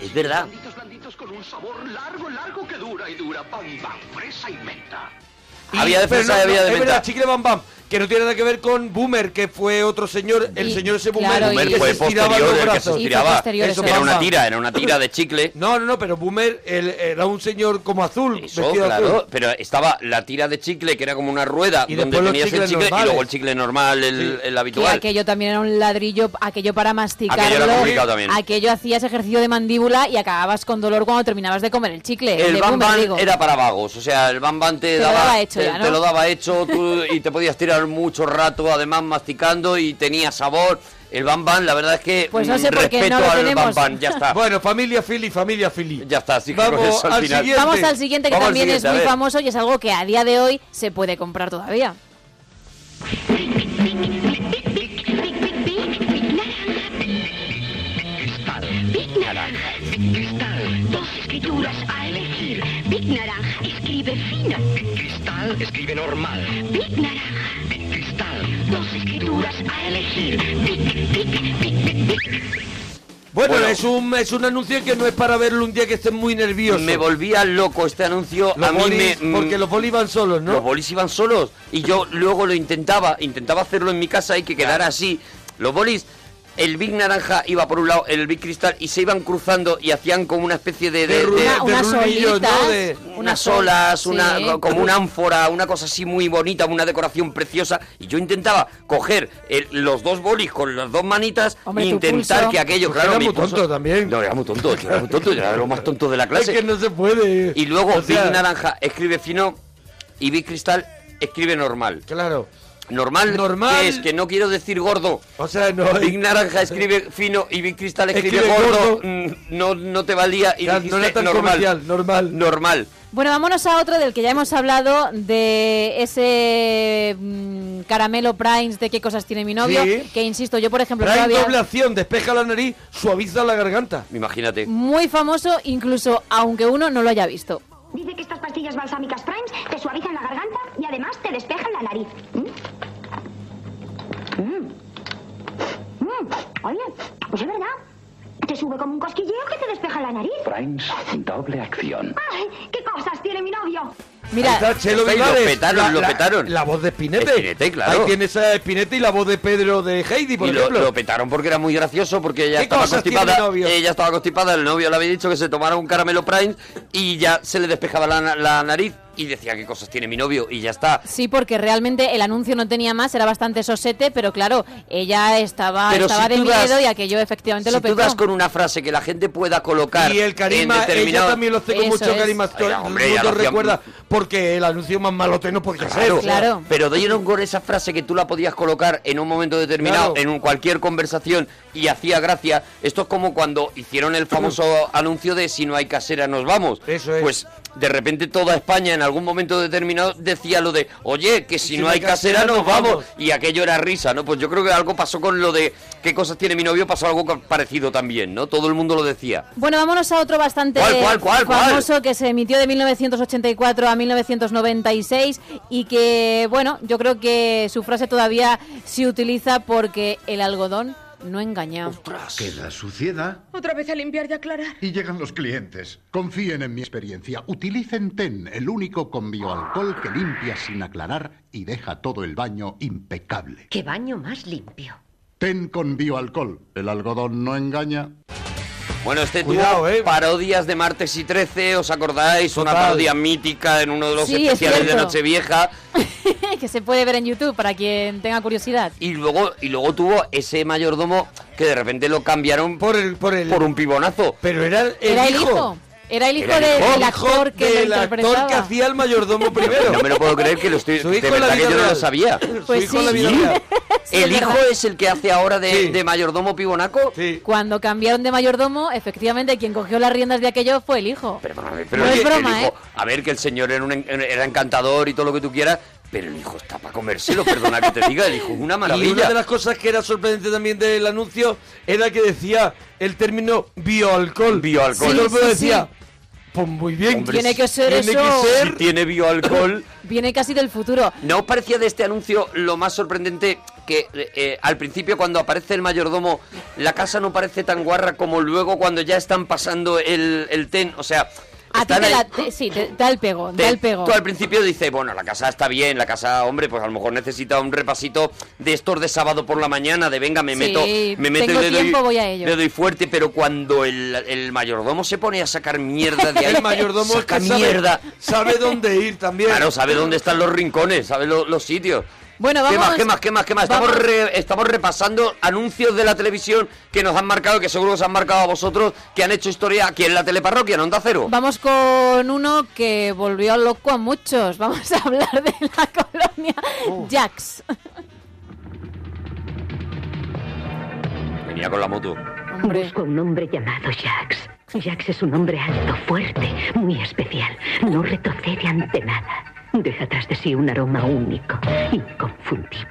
S4: es verdad
S12: Blanditos, blanditos con un sabor largo, largo que dura y dura. Bam, bam, fresa y menta. Eh.
S2: Y-
S4: Había de
S2: pero
S4: fresa y había de
S2: es verdad,
S4: menta.
S2: chicle Bam Bam, que no tiene nada que ver con Boomer, que fue otro señor, el
S4: Y-
S2: señor ese Boomer,
S4: claro, Boomer
S2: que
S4: fue
S2: se estiraba
S4: posterior del
S2: los
S4: que se
S2: brazos.
S4: estiraba. Eh, Y fue posterior Eso, ese era una
S2: Bam Bam.
S4: tira, era una tira de chicle.
S2: No, no, no, pero Boomer el- era un señor como azul,
S4: Eso,
S2: vestido
S4: claro,
S2: azul.
S4: pero estaba la tira de chicle que era como una rueda
S2: Y
S4: donde
S2: después los
S4: tenías el
S2: chicles
S4: chicle y
S2: normales.
S4: luego el chicle normal, el, el
S5: Que
S4: habitual.
S5: aquello también era un ladrillo, aquello para masticarlo.
S4: Aquello era complicado también.
S5: aquello hacías ejercicio de mandíbula y acababas con dolor cuando terminabas de comer el chicle.
S4: El
S5: de
S4: Bam
S5: boomer,
S4: Bam
S5: digo.
S4: era para vagos, o sea, el Bam Bam te,
S5: Te lo
S4: daba,
S5: daba hecho
S4: te,
S5: ya, ¿no?
S4: te lo daba hecho tú, y te podías tirar mucho rato, además masticando y tenía sabor. El Bam Bam, la verdad es que
S5: Pues no
S4: mm,
S5: sé por qué
S4: respeto
S5: no lo
S4: al
S5: tenemos.
S4: Bam Bam, ya está.
S2: Bueno, familia Philly, familia Philly.
S4: Ya está, así que
S2: Vamos
S4: con eso al,
S2: al
S4: final.
S2: siguiente.
S5: Vamos al siguiente que
S4: Vamos al
S5: también
S4: siguiente, a
S5: es muy
S4: ver.
S5: famoso y es algo que a día de hoy se puede comprar todavía.
S12: Big naranja, big cristal. Dos escrituras a elegir. Big naranja escribe fino. Big cristal escribe normal. Big naranja, big cristal. Dos escrituras a elegir. Big, big, big, big, big.
S2: Bueno, Es, un, es un anuncio que no es para verlo un día que estés muy nervioso.
S4: Me volvía loco este anuncio.
S2: Los
S4: a mí
S2: bolis,
S4: me, mm,
S2: porque los bolis van solos, ¿no?
S4: Los bolis iban solos. Y yo luego lo intentaba, intentaba hacerlo en mi casa y que quedara así. Los bolis, el Big Naranja iba por un lado, el Big Cristal, y se iban cruzando y hacían como una especie de. de, de-
S5: Una- unas
S2: rulillos,
S5: olitas,
S2: ¿no? De-
S4: unas olas,
S5: sí.
S4: una, como una ánfora, una cosa así muy bonita, una decoración preciosa. Y yo intentaba coger el- los dos bolis con las dos manitas
S2: Hombre,
S4: e
S2: tu
S4: intentar
S2: pulso.
S4: que aquello,
S2: Porque
S4: claro,
S2: Pues era
S4: mi
S2: muy
S4: pulso-
S2: tonto también.
S4: No, era muy tonto, yo era muy tonto, yo era lo más tonto de la clase.
S2: Es que no se puede.
S4: Y luego
S2: O sea-
S4: Big Naranja escribe fino y Big Cristal escribe normal.
S2: Claro.
S4: Normal,
S2: Normal.
S4: que es que no quiero decir gordo.
S2: O sea, no.
S4: Big Naranja escribe fino y Big Cristal escribe,
S2: Escribe
S4: gordo.
S2: gordo.
S4: mm, No, no te valía y
S2: Claro,
S4: dijiste
S2: no era tan
S4: normal.
S2: comercial, normal.
S4: Normal.
S5: Bueno, vámonos a otro del que ya hemos hablado, de ese mm, caramelo Primes, de qué cosas tiene mi novio,
S2: Sí.
S5: que insisto, yo por ejemplo
S2: Trae
S5: todavía...
S2: doble acción, despeja la nariz, suaviza la garganta.
S4: Imagínate.
S5: Muy famoso, incluso aunque uno no lo haya visto.
S11: Dice que estas pastillas balsámicas Primes te suavizan la garganta y además te despejan la nariz. ¿Mm? Mm. Mm. Oye, pues es verdad. Te sube como un cosquilleo que te despeja la nariz.
S12: Primes, doble acción.
S11: ¡Ay! ¿Qué cosas tiene mi novio?
S5: Mira,
S2: Ahí está Chelo
S4: Ahí lo
S2: Vivares.
S4: petaron,
S2: la,
S4: lo
S2: la-
S4: petaron.
S2: La voz de Spinete.
S4: Spinete, claro.
S2: Ahí tienes a Spinete y la voz de Pedro de Heidi, por
S4: y lo,
S2: ejemplo.
S4: lo petaron porque era muy gracioso, porque ella
S2: ¿Qué
S4: estaba
S2: cosas tiene
S4: constipada.
S2: el novio?
S4: Ella estaba constipada, el novio le había dicho que se tomara un caramelo Prime y ya se le despejaba la, na- la nariz. y decía qué cosas tiene mi novio y ya está.
S5: Sí, porque realmente el anuncio no tenía más, era bastante sosete, pero claro, ella estaba,
S4: Pero
S5: estaba
S4: si
S5: de
S4: tú das-
S5: miedo y aquello efectivamente
S4: Si
S5: lo
S4: tú das
S5: petó.
S4: con una frase que la gente pueda colocar
S2: Y el
S4: en
S2: carisma,
S4: determinado...
S2: ella también lo hace con mucho carisma. Todo
S4: Oiga,
S2: el
S4: hombre, ya
S2: mundo
S4: lo hacía-
S2: recuerda, porque el anuncio más malote no podía
S4: Claro,
S2: ser.
S4: claro. Pero Doña con esa frase que tú la podías colocar en un momento determinado, en un- cualquier conversación, y hacía gracia. Esto es como cuando hicieron el famoso anuncio de si no hay casera nos vamos. Eso es. Pues de repente toda España en algún momento determinado decía lo de, oye, que si, no hay casera, nos vamos. Y aquello era risa, ¿no? Pues yo creo que algo pasó con lo de qué cosas tiene mi novio, pasó algo co- parecido también, ¿no? Todo el mundo lo decía.
S5: Bueno, vámonos a otro bastante
S4: ¿Cuál, cuál, cuál, cuál?
S5: famoso que se emitió de 1984 a 1996 y que, bueno, yo creo que su frase todavía se utiliza porque el algodón no engaña.
S13: Queda suciedad
S5: Otra vez a limpiar y aclarar.
S13: y llegan los clientes. Confíen en mi experiencia. Utilicen TEN, el único con bioalcohol que limpia sin aclarar y deja todo el baño impecable.
S8: ¡Qué baño más limpio!
S13: TEN con bioalcohol. El algodón no engaña.
S4: Bueno, este
S13: Cuidado,
S4: tuvo parodias de martes y 13, ¿os acordáis? Una
S13: Total.
S4: parodia mítica en uno de los
S5: Sí, es
S4: especiales de
S5: cierto.
S4: Nochevieja.
S5: que se puede ver en YouTube para quien tenga curiosidad.
S4: Y luego, y luego tuvo ese mayordomo que de repente lo cambiaron por, por un pibonazo.
S2: Pero era el
S5: Era el hijo. Era el hijo
S4: Era el
S5: de-
S4: hijo.
S5: del actor que
S2: del
S5: lo
S2: actor
S5: interpretaba.
S2: que hacía el mayordomo primero.
S4: No me lo puedo creer que lo estoy...
S2: Su
S4: de
S2: hijo en la
S4: verdad que
S2: vida
S4: yo no lo
S2: real.
S4: sabía.
S5: Pues hijo en la sí. vida real.
S4: ¿El
S5: es
S4: hijo
S5: verdad.
S4: es el que hace ahora de, de mayordomo pibonaco?
S2: Sí.
S5: Cuando cambiaron de mayordomo, efectivamente, quien cogió las riendas de aquello fue el hijo.
S4: Pero
S5: No
S4: oye,
S5: es broma, ¿eh?
S4: el hijo, a ver, que el señor era, un en- era encantador y todo lo que tú quieras, pero el hijo está para comérselo, perdona que te diga, el hijo es una maravilla.
S2: Y una de las cosas que era sorprendente también del anuncio era que decía el término bioalcohol.
S4: Bioalcohol.
S2: Y todo el mundo
S5: Sí, sí,
S2: decía, pues muy bien.
S4: Hombre,
S5: Tiene que ser
S4: tiene
S5: eso.
S4: que ser- Si tiene bioalcohol.
S5: Viene casi del futuro.
S4: ¿No os parecía de este anuncio lo más sorprendente que eh, eh, al principio cuando aparece el mayordomo la casa no parece tan guarra como luego cuando ya están pasando el, el ten? O sea,
S5: A ti
S4: están
S5: te
S4: ahí-
S5: la... te- sí, te, da el pego,
S4: te-
S5: da el pego.
S4: Tú al principio dices, bueno, la casa está bien, la casa, hombre, pues a lo mejor necesita un repasito de estos de sábado por la mañana, de venga, me
S5: Sí,
S4: meto, me meto
S5: tengo
S4: y le doy,
S5: tiempo, voy a ello.
S4: le doy fuerte, pero cuando el, el mayordomo se pone a sacar mierda de ahí,
S2: El mayordomo es
S4: saca
S2: que sabe-
S4: mierda.
S2: sabe dónde ir también.
S4: Claro, sabe dónde están los rincones, sabe lo- los sitios.
S5: Bueno,
S4: ¿Qué
S5: vamos-
S4: más, qué más, qué más, qué más? Estamos,
S5: vamos-
S4: re- estamos repasando anuncios de la televisión que nos han marcado, que seguro que os han marcado a vosotros, que han hecho historia aquí en la teleparroquia, en Onda Cero.
S5: Vamos con uno que volvió loco a muchos. Vamos a hablar de la colonia Jax.
S4: Venía con la moto.
S8: Busco a un hombre llamado Jax. Jax es un hombre alto, fuerte, muy especial. No retrocede ante nada. Deja atrás de sí un aroma único, inconfundible.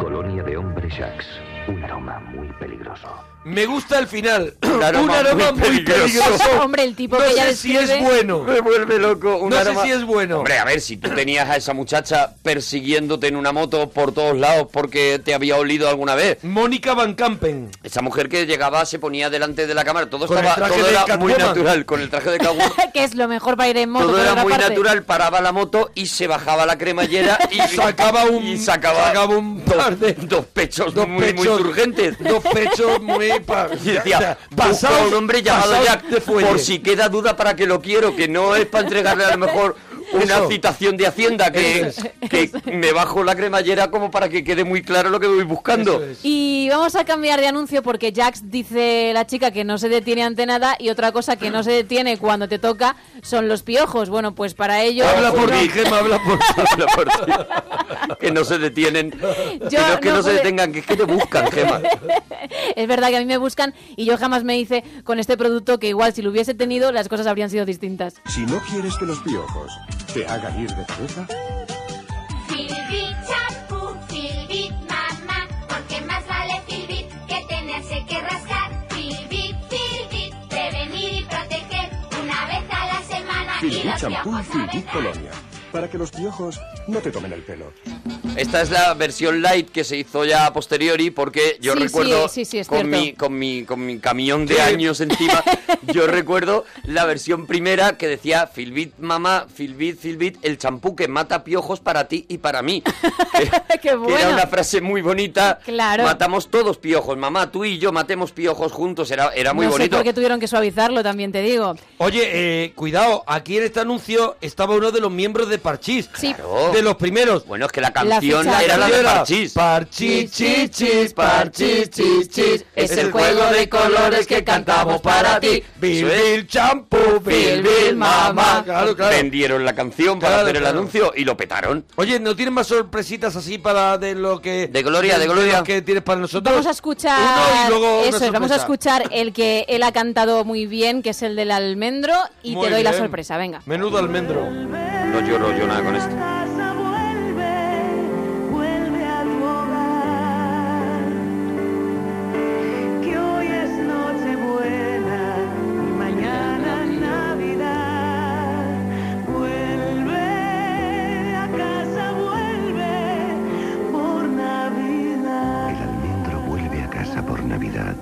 S24: Colonia de hombres Jax. Un aroma muy peligroso.
S2: Me gusta el final. Un
S24: aroma
S2: aroma,
S24: muy
S2: muy peligroso.
S24: peligroso.
S5: Hombre, el tipo
S2: no
S5: que
S2: sé
S5: ya
S2: si es
S5: describe-
S2: bueno.
S4: Me vuelve loco. un
S2: no
S4: aroma-
S2: sé si es bueno.
S4: Hombre, a ver, si tú tenías a esa muchacha persiguiéndote en una moto por todos lados porque te había olido alguna vez.
S2: Mónica Van Campen.
S4: Esa mujer que llegaba, se ponía delante de la cámara. Todo,
S2: Con el
S4: estaba,
S2: traje
S4: todo
S2: de
S4: era muy
S2: Catwoman.
S4: natural. Con el traje de Catwoman.
S5: que es lo mejor para ir en moto.
S4: Todo
S5: por
S4: era
S5: otra
S4: muy
S5: parte.
S4: natural, paraba la moto y se bajaba la cremallera y
S2: sacaba un
S4: y sacaba,
S2: un par de
S4: dos pechos muy, muy urgentes.
S2: dos pechos muy pa-
S4: Y
S2: o sea,
S4: decía, "Busco a
S2: pasaos-
S4: un hombre llamado
S2: pasaos
S4: Jack,
S2: de fuelle".
S4: por si queda duda para que lo quiero, que no es para entregarle a lo mejor una
S2: Eso.
S4: citación de Hacienda, que,
S2: Eso
S4: que me bajo la cremallera como para que quede muy claro lo que voy buscando.
S5: Y vamos a cambiar de anuncio porque Jax dice la chica que no se detiene ante nada y otra cosa que no se detiene cuando te toca son los piojos. Bueno, pues para ello...
S4: Habla por
S5: uno-
S4: ti, Gemma, habla por ti. Habla por ti. Que no se detienen. que no es que
S5: no
S4: no, se
S5: pude-
S4: detengan, que es que te buscan, Gemma.
S5: Es verdad que a mí me buscan y yo jamás me hice con este producto que igual si lo hubiese tenido las cosas habrían sido distintas.
S13: Si no quieres que los piojos te hagan ir de cabeza,
S3: Filbit, champú, Filbit, mamá, porque más vale Filbit que tenerse que rascar. Filbit, Filbit, prevenir y proteger una vez a la semana. y
S13: Filbit
S3: los
S13: Champú y
S3: piojos a
S13: Filbit Colonia. Para que los piojos no te tomen el pelo.
S4: Esta es la versión light que se hizo ya a posteriori porque yo
S5: Sí,
S4: recuerdo
S5: sí, sí, sí, es
S4: con,
S5: cierto.
S4: mi, con, mi, con mi camión de años encima, yo recuerdo la versión primera que decía Filbit mamá, Filbit, Filbit, el champú que mata piojos para ti y para mí.
S5: Qué
S4: Que
S5: bueno.
S4: era una frase muy bonita.
S5: Claro.
S4: Matamos todos piojos, mamá, tú y yo matemos piojos juntos, era, era muy
S5: no sé
S4: bonito.
S5: por qué tuvieron que suavizarlo, también te digo.
S2: Oye, eh, cuidado, aquí en este anuncio estaba uno de los miembros de Parchís.
S5: Sí.
S2: De los primeros.
S4: Bueno, es que la
S5: canción ficha- era la de
S4: Parchís.
S2: Parchís, chis, chis, Parchís, chis, chis.
S1: Es el juego de colores que cantamos para ti.
S2: Bill,
S4: Eso es.
S2: Bill, champú, Bill, Bill, mamá. Claro, claro.
S4: Vendieron la canción para
S2: Claro,
S4: hacer el
S2: claro.
S4: anuncio y lo petaron.
S2: Oye, ¿no tienes más sorpresitas así para de lo que... De
S4: Gloria, de
S2: lo
S4: Gloria.
S2: que tienes para nosotros?
S5: Vamos a
S2: Uno y
S5: escuchar.
S2: luego una
S5: eso es, vamos a
S2: sorpresa.
S5: escuchar el que él ha cantado muy bien, que es el del almendro, y
S2: Muy
S5: te doy la
S2: bien.
S5: sorpresa, venga.
S2: Menudo almendro.
S4: No lloro yo nada con esto.
S1: Vuelve a tu hogar, que hoy es noche buena y mañana Navidad. Vuelve a casa, vuelve por Navidad.
S24: Vuelve a casa por Navidad.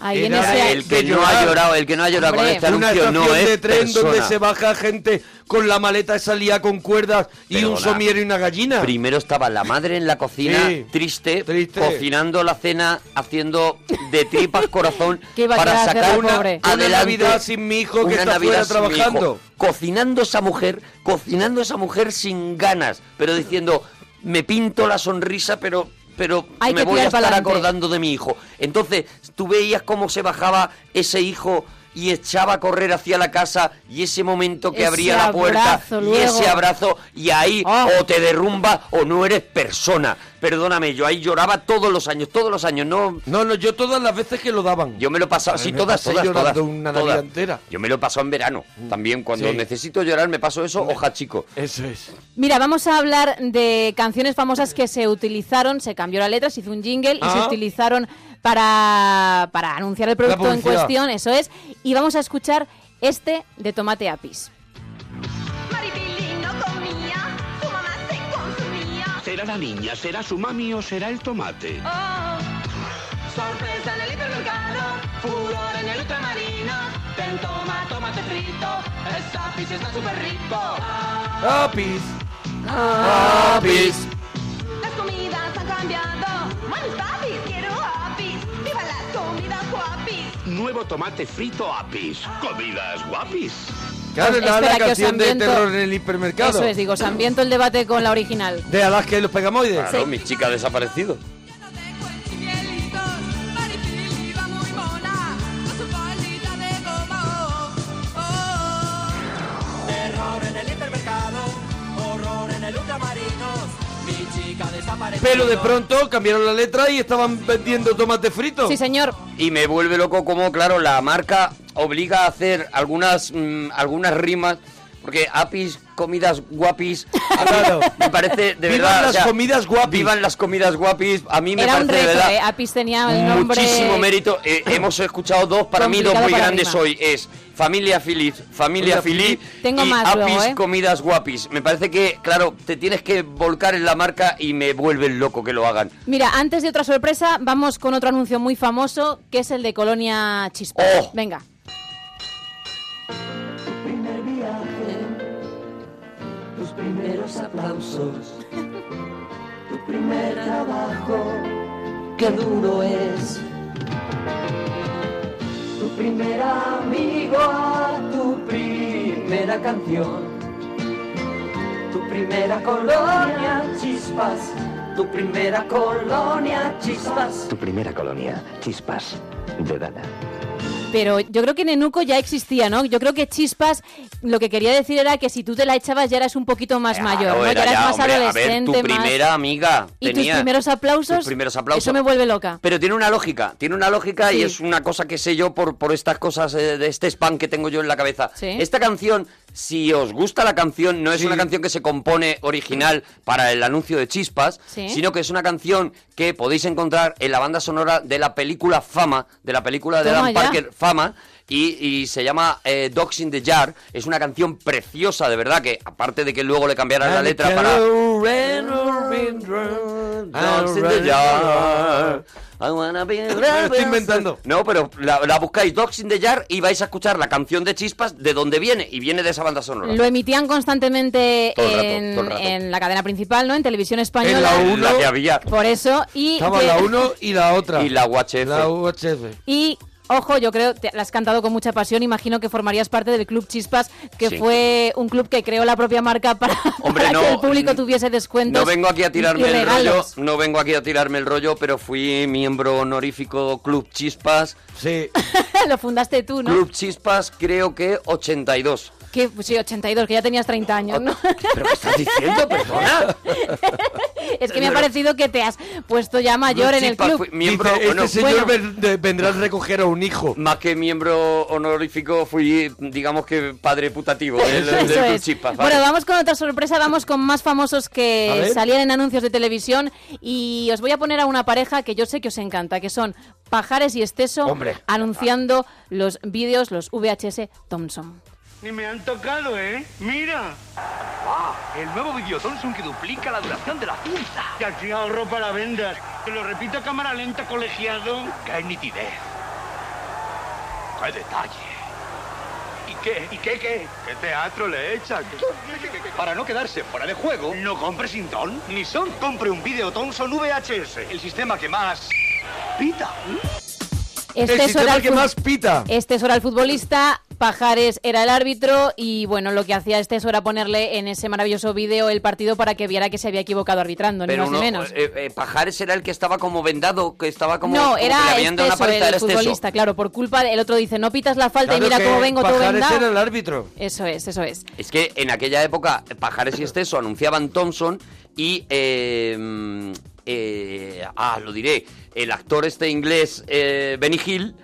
S5: Ahí en
S2: Era
S5: ese-
S4: El que no ha llorado, el que no ha llorado con
S5: Hombre.
S4: este
S2: Una
S4: anuncio
S2: estación
S4: no es
S2: de tren donde
S4: persona.
S2: se baja gente con la maleta esa lía con cuerdas y un
S4: Perdona.
S2: somier y una gallina.
S4: Primero estaba la madre en la cocina,
S2: Sí.
S4: triste, cocinando la cena, haciendo de tripas corazón
S2: ¿Qué iba a
S4: para
S2: quedar hacer
S4: sacar
S2: la
S4: una,
S2: pobre? Una Navidad sin mi hijo que
S4: una
S2: está
S4: Navidad sin
S2: fuera
S4: mi
S2: trabajando.
S4: hijo. Cocinando esa mujer, cocinando esa mujer sin ganas, pero diciendo, me pinto la sonrisa, pero pero
S5: Hay
S4: me
S5: que
S4: voy a
S5: tirar
S4: estar
S5: pa'lante.
S4: acordando de mi hijo. Entonces, tú veías cómo se bajaba ese hijo y echaba a correr hacia la casa y ese momento que
S5: Ese
S4: abría la puerta
S5: abrazo,
S4: y ese
S5: luego.
S4: abrazo y ahí
S2: Ah.
S4: o te derrumba o no eres persona. Perdóname, yo ahí lloraba todos los años, todos los años, no...
S2: No, no, yo todas las veces que lo daban.
S4: Yo me lo pasaba,
S2: A
S4: sí,
S2: mí me
S4: todas,
S2: pasé
S4: todas,
S2: llorando
S4: todas,
S2: una
S4: todas.
S2: Navidad entera. Mm.
S4: Yo me lo paso en verano también, cuando
S2: Sí.
S4: necesito llorar me paso eso, hoja chico. Eso es.
S5: Mira, vamos a hablar de canciones famosas que se utilizaron, se cambió la letra, se hizo un jingle y se
S4: Ah.
S5: utilizaron para, para anunciar el producto en
S4: publicidad.
S5: cuestión, eso es. Y vamos a escuchar este de Tomate Apis.
S1: Maripilino comía, su mamá se consumía.
S24: ¿Será la niña? ¿Será su mami o será el tomate?
S1: Oh, sorpresa en el hipermercado, furor en el ultramarino. Ten toma, tomate frito, esa pizza está súper rico.
S2: Apis.
S1: Apis.
S2: Apis.
S1: Las comidas han cambiado, manos papis, quiero apis. Viva las comidas guapis.
S24: Nuevo tomate frito apis. Comidas guapis.
S2: Claro,
S5: Pues
S2: era la
S5: espera, que os
S2: canción de
S5: ambiento-
S2: terror en el hipermercado.
S5: Eso es, digo, os ambiento el debate con la original.
S2: De Alaska y los Pegamoides.
S4: Claro, mi chica ha desaparecido.
S1: Terror oh, en el hipermercado, horror en el ultramarino. Mi chica desapareció.
S2: Pero de pronto cambiaron la letra y estaban vendiendo tomate frito.
S5: Sí, señor.
S4: Y me vuelve loco como, claro, la marca obliga a hacer algunas, mm, algunas rimas, porque apis, comidas guapis, a mí me parece de
S2: Vivan
S4: verdad...
S2: las comidas
S4: guapis. Vivan las comidas guapis, a mí me
S5: Era un
S4: parece de
S5: reto,
S4: verdad...
S5: ¿eh? Apis tenía el nombre...
S4: Muchísimo mérito. Eh, hemos escuchado dos, para mí dos
S5: Complicado
S4: muy
S5: para
S4: grandes
S5: rima.
S4: hoy. Es Familia Feliz, Familia
S5: Familia
S4: Feliz
S5: Feliz. Tengo
S4: y
S5: más luego,
S4: Apis
S5: ¿eh?
S4: Comidas Guapis. Me parece que, claro, te tienes que volcar en la marca y me vuelve loco que lo hagan.
S5: Mira, antes de otra sorpresa, vamos con otro anuncio muy famoso, que es el de Colonia Chispa.
S4: Oh.
S5: Venga.
S1: primer viaje, tus primeros aplausos, tu primer trabajo, qué duro es. Tu primer amigo, tu primera canción, tu primera colonia, chispas, tu primera colonia, chispas.
S24: Tu primera colonia, Chispas, de Dana.
S5: Pero yo creo que Nenuco ya existía, ¿no? Yo creo que Chispas lo que quería decir era que si tú te la echabas ya eras un poquito más mayor,
S4: Claro,
S5: ¿no?
S4: era
S5: Ya eras
S4: Ah, ya,
S5: más
S4: hombre, a ver,
S5: adolescente,
S4: tu primera
S5: más...
S4: amiga
S5: Y
S4: tenía.
S5: tus primeros aplausos,
S4: tus primeros aplausos.
S5: eso me vuelve loca.
S4: Pero tiene una lógica, tiene una lógica y
S5: Sí.
S4: es una cosa que sé yo por, por estas cosas, eh, de este spam que tengo yo en la cabeza.
S5: Sí.
S4: Esta canción Si os gusta la canción, no es una canción que se compone original para el anuncio de Chispas,
S5: Sí.
S4: sino que es una canción que podéis encontrar en la banda sonora de la película Fama, de la película de
S5: Toma
S4: Dan
S5: ya.
S4: Parker Fama. Y, y se llama eh, Dogs in the Jar. Es una canción preciosa, de verdad, que aparte de que luego le cambiarán la letra para...
S2: Ah,
S4: Ah, Dogs in the Jar. I wanna be a
S2: lo estoy
S4: inventando. No, pero la, la buscáis Dogs in the Jar y vais a escuchar la canción de Chispas de donde viene. Y viene de esa banda sonora.
S5: Lo emitían constantemente
S4: Todo el rato,
S5: en,
S4: todo el rato.
S5: en la cadena principal, ¿no? En televisión española.
S4: La que había.
S5: Por eso. Y,
S2: Estaba
S5: que-
S2: la 1 y la otra. Y
S4: la UHF.
S2: La UHF.
S5: y, ojo, yo creo, te, la has cantado con mucha pasión. Imagino que formarías parte del Club Chispas, que
S4: Sí.
S5: fue un club que creó la propia marca para,
S4: Hombre,
S5: para
S4: no,
S5: que el público tuviese descuentos.
S4: No vengo aquí a
S5: y
S4: tirarme el rollo,
S5: regalos.
S4: no vengo aquí a tirarme el rollo, pero fui miembro honorífico Club Chispas.
S2: Sí.
S5: Lo fundaste tú, ¿no?
S4: Club Chispas creo que 82.
S5: Que, pues sí, 82, que ya tenías 30 años, ¿no?
S4: ¿Pero qué estás diciendo, perdona?
S5: es que me ha parecido que te has puesto ya mayor en el
S4: Chispas
S5: club.
S4: fue miembro,
S2: Dice,
S4: bueno,
S2: este señor ven- de- vendrá a recoger a un hijo.
S4: Más que miembro honorífico fui, digamos que padre putativo del, del
S5: Eso
S4: Club
S5: es.
S4: Chispas. ¿vale?
S5: Bueno, vamos con otra sorpresa, vamos con más famosos
S4: A
S5: que
S4: ver.
S5: salían en anuncios de televisión y os voy a poner a una pareja que yo sé que os encanta, que son Pajares y Esteso
S7: Hombre.
S5: anunciando los vídeos, los VHS Thompson.
S7: Ni me han tocado, ¿eh? ¡Mira! ¡Ah! El nuevo video Thompson que duplica la duración de la cinta. Y así ahorro para vendas. Te lo repito a cámara lenta, colegiado. ¡Qué nitidez! ¡Qué detalle! ¿Y qué? ¿Y qué qué? ¿Qué teatro le echan? Para no quedarse fuera de juego, no compre sin ton ni son. Compre un video Thompson VHS, el sistema que más pita.
S1: Este
S5: Esteso era el fut- este
S2: pita.
S5: Esteso era el futbolista, Pajares era el árbitro y bueno, lo que hacía Esteso era ponerle en ese maravilloso vídeo el partido para que viera que se había equivocado arbitrando, ni
S4: Pero
S5: más ni
S4: no,
S5: menos.
S4: eh, eh, Pajares era el que estaba como vendado, que estaba como...
S5: no,
S4: como que le
S5: era
S4: habían dado una
S5: Esteso,
S4: paliza,
S5: el
S4: era Esteso.
S5: futbolista, claro, por culpa del otro dice, no pitas la falta
S4: Claro
S5: y mira
S4: que
S5: cómo vengo todo
S4: Pajares
S5: vendado.
S4: era el
S2: árbitro.
S5: Eso es, eso es.
S4: Es que en aquella época Pajares y Esteso anunciaban Thompson y... eh, mm, eh, ah, lo diré. El actor este inglés, eh, Benny Hill,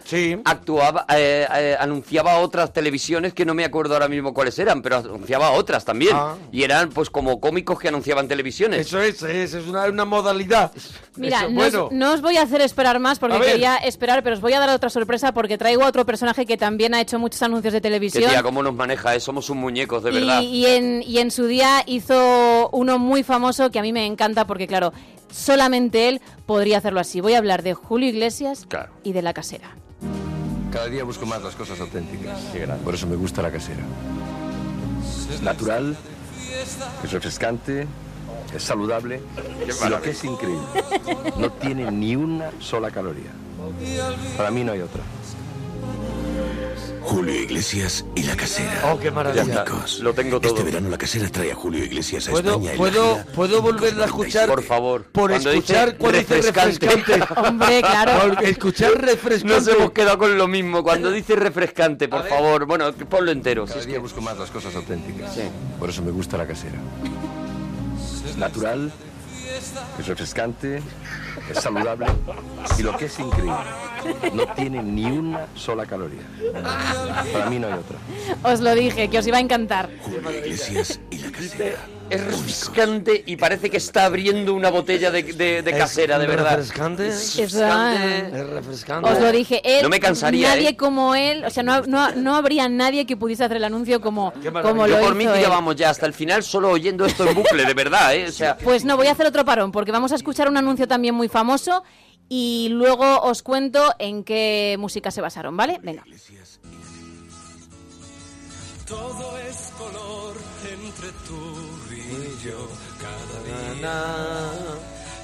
S4: actuaba, eh, eh, anunciaba otras televisiones que no me acuerdo ahora mismo cuáles eran, pero anunciaba otras también.
S2: Ah.
S4: Y eran pues como cómicos que anunciaban televisiones.
S2: Eso es, es, es una, una modalidad.
S5: Mira,
S2: Eso,
S5: no, os-
S2: bueno.
S5: no os voy a hacer esperar más
S2: A
S5: porque
S2: ver.
S5: quería esperar, pero os voy a dar otra sorpresa porque traigo a otro personaje que también ha hecho muchos anuncios de
S4: Que
S5: televisión.
S4: tía, cómo nos maneja, eh, somos un muñecos, de
S5: y,
S4: verdad.
S5: y en, y en su día hizo uno muy famoso que a mí me encanta porque, claro, solamente él podría hacerlo así. Voy a hablar de Julio Iglesias y de La Casera.
S15: Cada día busco más las cosas auténticas. Por eso me gusta la casera. Es natural, es refrescante, es saludable. Y lo que es increíble, no tiene ni una sola caloría. Para mí no hay otra.
S16: Julio Iglesias y la casera.
S2: Oh, qué maravilla.
S16: Lo tengo todo. Este verano la casera trae a Julio Iglesias a
S2: ¿Puedo,
S16: España. en la
S2: puedo,
S16: gira.
S2: ¿Puedo volverla a escuchar? Por
S4: favor.
S2: Por
S16: Cuando
S2: escuchar
S16: dice
S2: cuando dice
S16: refrescante.
S2: refrescante.
S5: Hombre, claro.
S2: Por escuchar refrescante.
S4: Nos hemos quedado con lo mismo. Cuando dice refrescante, por favor, bueno, ponlo entero. si
S15: Cada
S4: es
S15: día
S4: que-
S15: busco más las cosas auténticas. Por eso me gusta la casera. Es natural, es refrescante, es saludable. Y lo que es increíble, no tiene ni una sola caloría. Para mí no hay otra.
S5: Os lo dije, que os iba a encantar.
S4: Dice, Es refrescante y parece que está abriendo una botella de, de- de casera, de verdad.
S2: refrescante?
S4: Es
S5: Es
S4: refrescante.
S2: Es refrescante.
S5: Os lo dije, él,
S4: No me cansaría,
S5: nadie
S4: ¿eh?
S5: como él, o sea, no, no, no habría nadie que pudiese hacer el anuncio como, como lo
S4: Yo por
S5: hizo
S4: mí
S5: él.
S4: que ya vamos ya hasta el final solo oyendo esto en bucle, de verdad, ¿eh? O sea,
S5: Pues no, voy a hacer otro parón porque vamos a escuchar un anuncio también muy famoso y luego os cuento en qué música se basaron, ¿vale? Venga.
S1: Todo es color entre tú y yo cada día.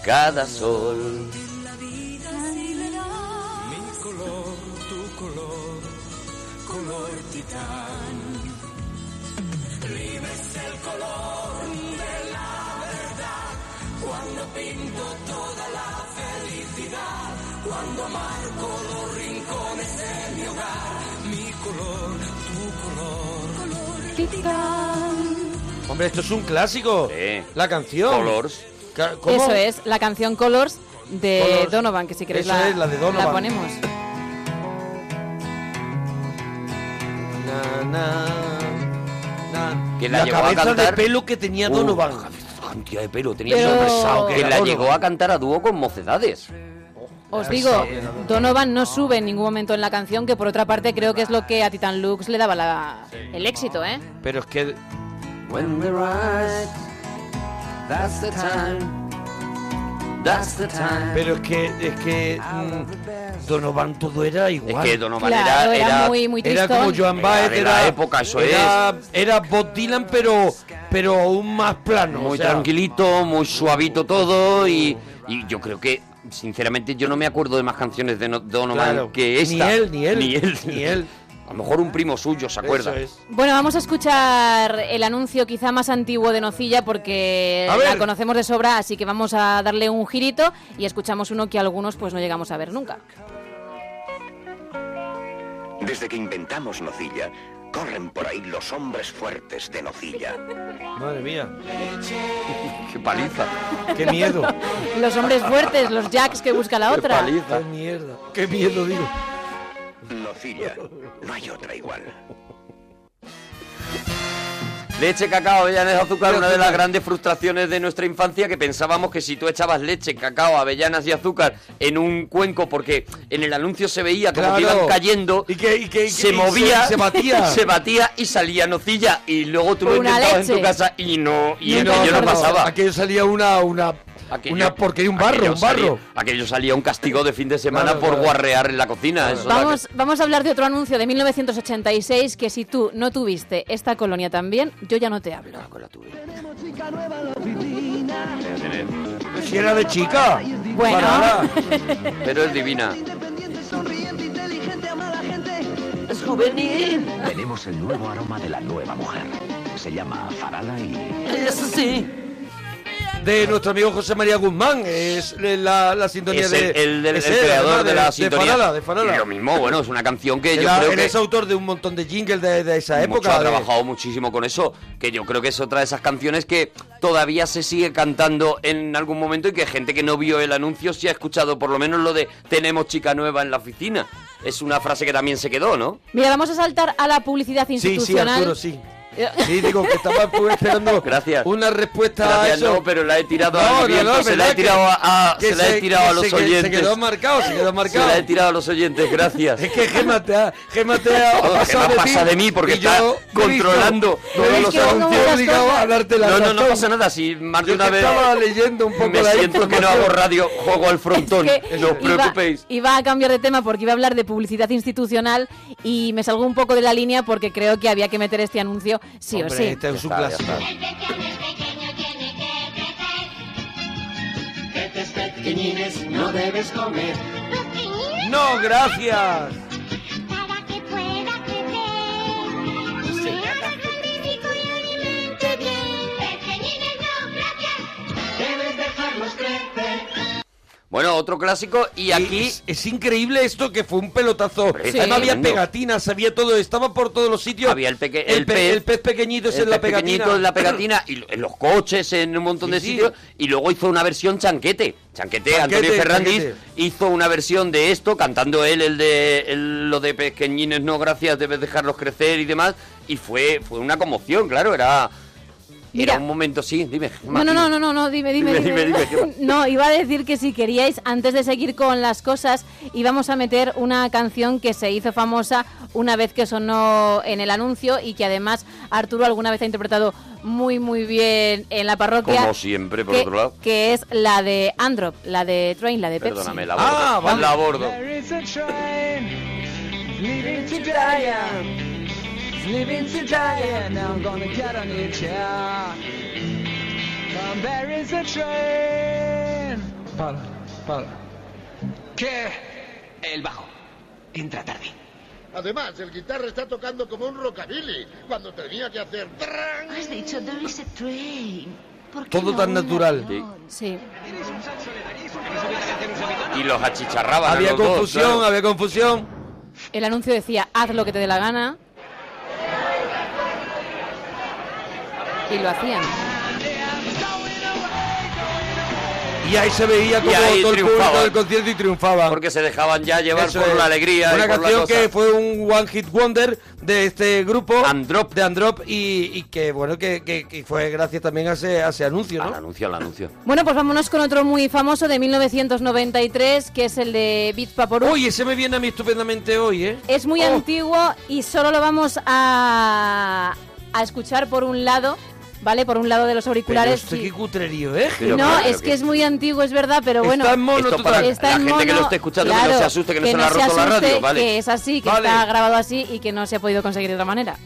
S4: cada sol.
S1: La vida Mi color, tu color, color titán. Libre es el color de la verdad. Cuando pinto toda la felicidad, cuando marco los rincones de mi hogar. Mi color, tu color, color titán.
S2: Hombre, esto es un clásico. La canción.
S4: Colors.
S2: Ca- ¿Cómo?
S5: Eso es, la canción Colors de
S2: Colors.
S5: Donovan, que si queréis
S2: Eso
S5: la,
S2: es, la de Donovan.
S5: la ponemos.
S2: Na, na, na,
S4: Que
S2: la,
S4: la, llegó a
S2: cabeza de
S4: cantar-
S2: pelo que tenía
S4: Uh,
S2: Donovan.
S4: cantidad de pelo eh, tenía
S5: Pero-
S4: ese hombre.
S5: Pesado que
S4: que
S5: era
S4: la
S5: Donovan.
S4: llegó a cantar a dúo con mocedades.
S5: Os digo, Donovan no sube en ningún momento en la canción, que por otra parte creo que es lo que a Titan Lux le daba la- el éxito, ¿eh?
S2: Pero es que.
S14: When we rise, that's the time. That's the time.
S2: Pero es que, es que mm, Donovan todo era igual.
S4: Es que Donovan
S5: Claro, era- era muy- muy
S2: era
S5: tristón.
S2: como Joan
S4: Era
S2: Baez,
S4: de
S2: era,
S4: la época, eso
S2: era, Era Bob Dylan, pero, pero aún más plano.
S4: Muy
S2: o sea,
S4: tranquilito, muy suavito todo y, y yo creo que, sinceramente, yo no me acuerdo de más canciones de No- Donovan
S2: Claro.
S4: que esta.
S2: Ni él, ni él,
S4: Ni él.
S2: ni él.
S4: A lo mejor un primo suyo se acuerda.
S5: Bueno, vamos a escuchar el anuncio quizá más antiguo de Nocilla porque
S4: A ver.
S5: la conocemos de sobra, así que vamos a darle un girito y escuchamos uno que algunos pues no llegamos a ver nunca.
S16: Desde que inventamos Nocilla, corren por ahí los hombres fuertes de Nocilla.
S2: Madre mía.
S4: Qué paliza.
S2: Qué miedo.
S5: Los hombres fuertes, los jacks que busca la otra.
S2: Qué mierda. Qué miedo, digo.
S16: Nocilla, no hay otra igual.
S4: Leche, cacao, avellanas, azúcar,
S16: Pero
S4: una de
S16: tú
S4: las
S16: no-
S4: grandes frustraciones de nuestra infancia que pensábamos que si tú echabas leche, cacao, avellanas y azúcar en un cuenco, porque en el anuncio se veía como que
S2: Claro.
S4: iban cayendo,
S2: y
S4: se
S2: se-
S4: movía,
S2: se batía.
S4: se batía y salía nocilla y luego tú lo
S2: Una
S4: intentabas en
S2: leche.
S4: tu casa y no, y
S2: No,
S4: aquello no,
S2: no, no,
S4: pasaba.
S2: Aquello salía una, una, una porquería, un barro,
S4: Aquello
S2: un barro.
S4: salía- aquello salía un castigo de fin de semana
S2: Claro,
S4: por
S2: claro.
S4: guarrear en la cocina. eso era
S5: Vamos, vamos a hablar de otro anuncio de 1986 que si tú no tuviste esta colonia también, yo ya no te hablo.
S2: Si era de chica.
S5: Bueno.
S2: Banana.
S4: que- pero es divina.
S1: Es juvenil.
S16: Tenemos el nuevo aroma de la nueva mujer. Se llama Farala y...
S1: Eso sí.
S2: De nuestro amigo José María Guzmán. Es eh, la, la sintonía
S4: es
S2: de.
S4: el, el del-
S2: es
S4: el
S2: él,
S4: creador
S2: además,
S4: de, la sintonía.
S2: De Fanala, de Fanala.
S4: Y lo mismo, bueno, es una canción que
S2: Él
S4: yo
S2: ha-
S4: creo
S2: él
S4: que
S2: es autor de un montón de jingles de, de esa época.
S4: mucho ha
S2: de-
S4: trabajado muchísimo con eso, que yo creo que es otra de esas canciones que todavía se sigue cantando en algún momento y que gente que no vio el anuncio sí ha escuchado por lo menos lo de tenemos chica nueva en la oficina. Es una frase que también se quedó, ¿no?
S5: Mira, vamos a saltar a la publicidad
S4: sí,
S5: institucional.
S4: Arturo,
S2: sí. Sí, digo que estaba pues, esperando una respuesta
S4: Gracias,
S2: a eso.
S4: no, pero la he tirado
S2: No,
S4: al
S2: no, no,
S4: viento, se la
S2: ¿verdad
S4: he tirado
S2: que-
S4: a, a-
S2: que
S4: se la
S2: se-
S4: he tirado
S2: que
S4: a los
S2: se qued- se
S4: oyentes.
S2: quedó marcado, se quedó marcado.
S4: Se la he tirado a los oyentes, gracias.
S2: Es que Gemma te ha, Gemma te ha
S4: Gemma
S2: pasado de
S4: pasa
S2: ti
S4: de mí porque
S2: y
S4: está
S2: yo he
S4: controlando
S2: visto-
S4: todos
S2: he
S4: los
S2: visto cómo
S4: anuncios.
S2: te has obligado a darte la
S4: No, no, no
S2: razón.
S4: pasa nada. Si más de
S2: Yo
S4: una
S2: que
S4: vez
S2: estaba leyendo un poco
S4: me
S2: la
S4: siento que no
S2: información.
S4: hago radio, juego al frontón.
S5: que
S4: no os
S5: iba-
S4: preocupéis.
S5: Iba a cambiar de tema porque iba a hablar de publicidad institucional y me salgo un poco de la línea porque creo que había que meter este anuncio sí o sí.
S2: este es un clásico.
S1: Peces pequeñines no debes comer.
S2: No, gracias.
S1: Debes dejarlos crecer.
S4: Bueno, otro clásico y
S2: aquí... Es, es increíble esto que fue un pelotazo.
S4: Sí.
S2: Además había
S4: tremendo.
S2: pegatinas, había todo, estaba por todos los sitios.
S4: Había el, peque-
S2: El,
S4: el
S2: pe-
S4: pez,
S2: el pez pequeñito es
S4: el
S2: en la
S4: pez pequeñito
S2: pegatina.
S4: en la pegatina y lo- en los coches, en un montón de
S2: Sí, sí.
S4: sitios. Y luego hizo una versión chanquete. Chanquete,
S2: Chanquete,
S4: Antonio Fernández
S2: chanquete.
S4: hizo una versión de esto, cantando él el de el- lo de pequeñines, no gracias, debes dejarlos crecer y demás. Y fue, fue una conmoción, claro, era. Era un momento, sí, dime.
S5: No, no, no, no, no, no, dime, dime, dime.
S4: Dime, dime, dime,
S5: no, iba a decir que si queríais, antes de seguir con las cosas, íbamos a meter una canción que se hizo famosa una vez que sonó en el anuncio y que además Arturo alguna vez ha interpretado muy, muy bien en la parroquia.
S4: Como siempre, por
S5: que,
S4: otro lado.
S5: Que es la de Androp, la de Train, la de Pepsi.
S4: Perdóname, la bordo.
S2: Ah,
S4: la bordo.
S1: There is a train leaving to Zion. It's leaving to Zion. Now I'm gonna get on it, yeah. Um, there is a train. Para, para. ¿Qué? El bajo. Entra tarde.
S18: Además, el guitarra está tocando como un rockabilly cuando tenía que hacer.
S1: Has dicho there is a train.
S2: Todo tan natural.
S5: Sí.
S4: Y los achicharraban. a
S2: Había
S4: los dos,
S2: confusión,
S4: claro.
S2: había confusión.
S5: El anuncio decía, haz lo que te dé la gana. Y lo hacían.
S2: Y ahí se veía como
S4: ahí
S2: todo el público
S4: triunfaban.
S2: del concierto y triunfaban.
S4: Porque se dejaban ya llevar
S2: Eso
S4: por
S2: es.
S4: la alegría.
S2: Una
S4: y por la
S2: canción
S4: cosa.
S2: que fue un one hit wonder de este grupo. Androp. De Androp y, y que bueno, que, que- que fue gracias también a ese, a ese anuncio, ¿no? Al
S4: anuncio, al anuncio.
S5: Bueno, pues vámonos con otro muy famoso de 1993, que es el de Beat Paporu.
S2: Oye, ese me viene a mí estupendamente hoy, ¿eh?
S5: Es muy antiguo y solo lo vamos a, a escuchar por un lado, ¿vale? Por un lado de los
S2: Pero
S5: auriculares.
S2: este
S5: y-
S2: qué cutrerío, ¿eh?
S5: no, es que es muy antiguo, es verdad, pero bueno.
S4: Está en mono
S5: Esto
S4: total.
S5: está
S4: La
S5: en
S4: gente que lo
S5: mono,
S4: esté escuchando, que no
S5: claro,
S4: se asuste, que no se le ha
S5: se
S4: roto la radio,
S5: asuste,
S4: vale.
S5: Que es así, que
S4: Vale.
S5: está grabado así y que no se ha podido conseguir de otra manera.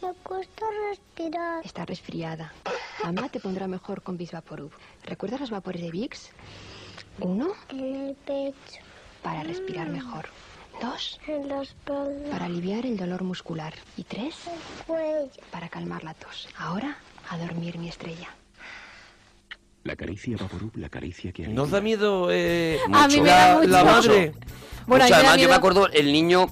S6: Me cuesta respirar.
S17: Está resfriada. Mamá te pondrá mejor con Bisvaporub. ¿Recuerdas los vapores de Vicks? Uno.
S6: En el pecho.
S17: Para respirar mejor. Dos.
S6: En la espalda.
S17: Para aliviar el dolor muscular. Y tres.
S6: Cuello.
S17: Para calmar la tos. Ahora, a dormir mi estrella.
S24: La caricia Vaporub, la caricia que
S2: ¿No os da miedo eh,
S17: A mí me
S2: la,
S17: da mucho.
S2: la madre?
S4: Mucho.
S17: Bueno,
S4: Mucho.
S17: a mí me da
S4: además yo
S17: miedo-
S4: me acuerdo el niño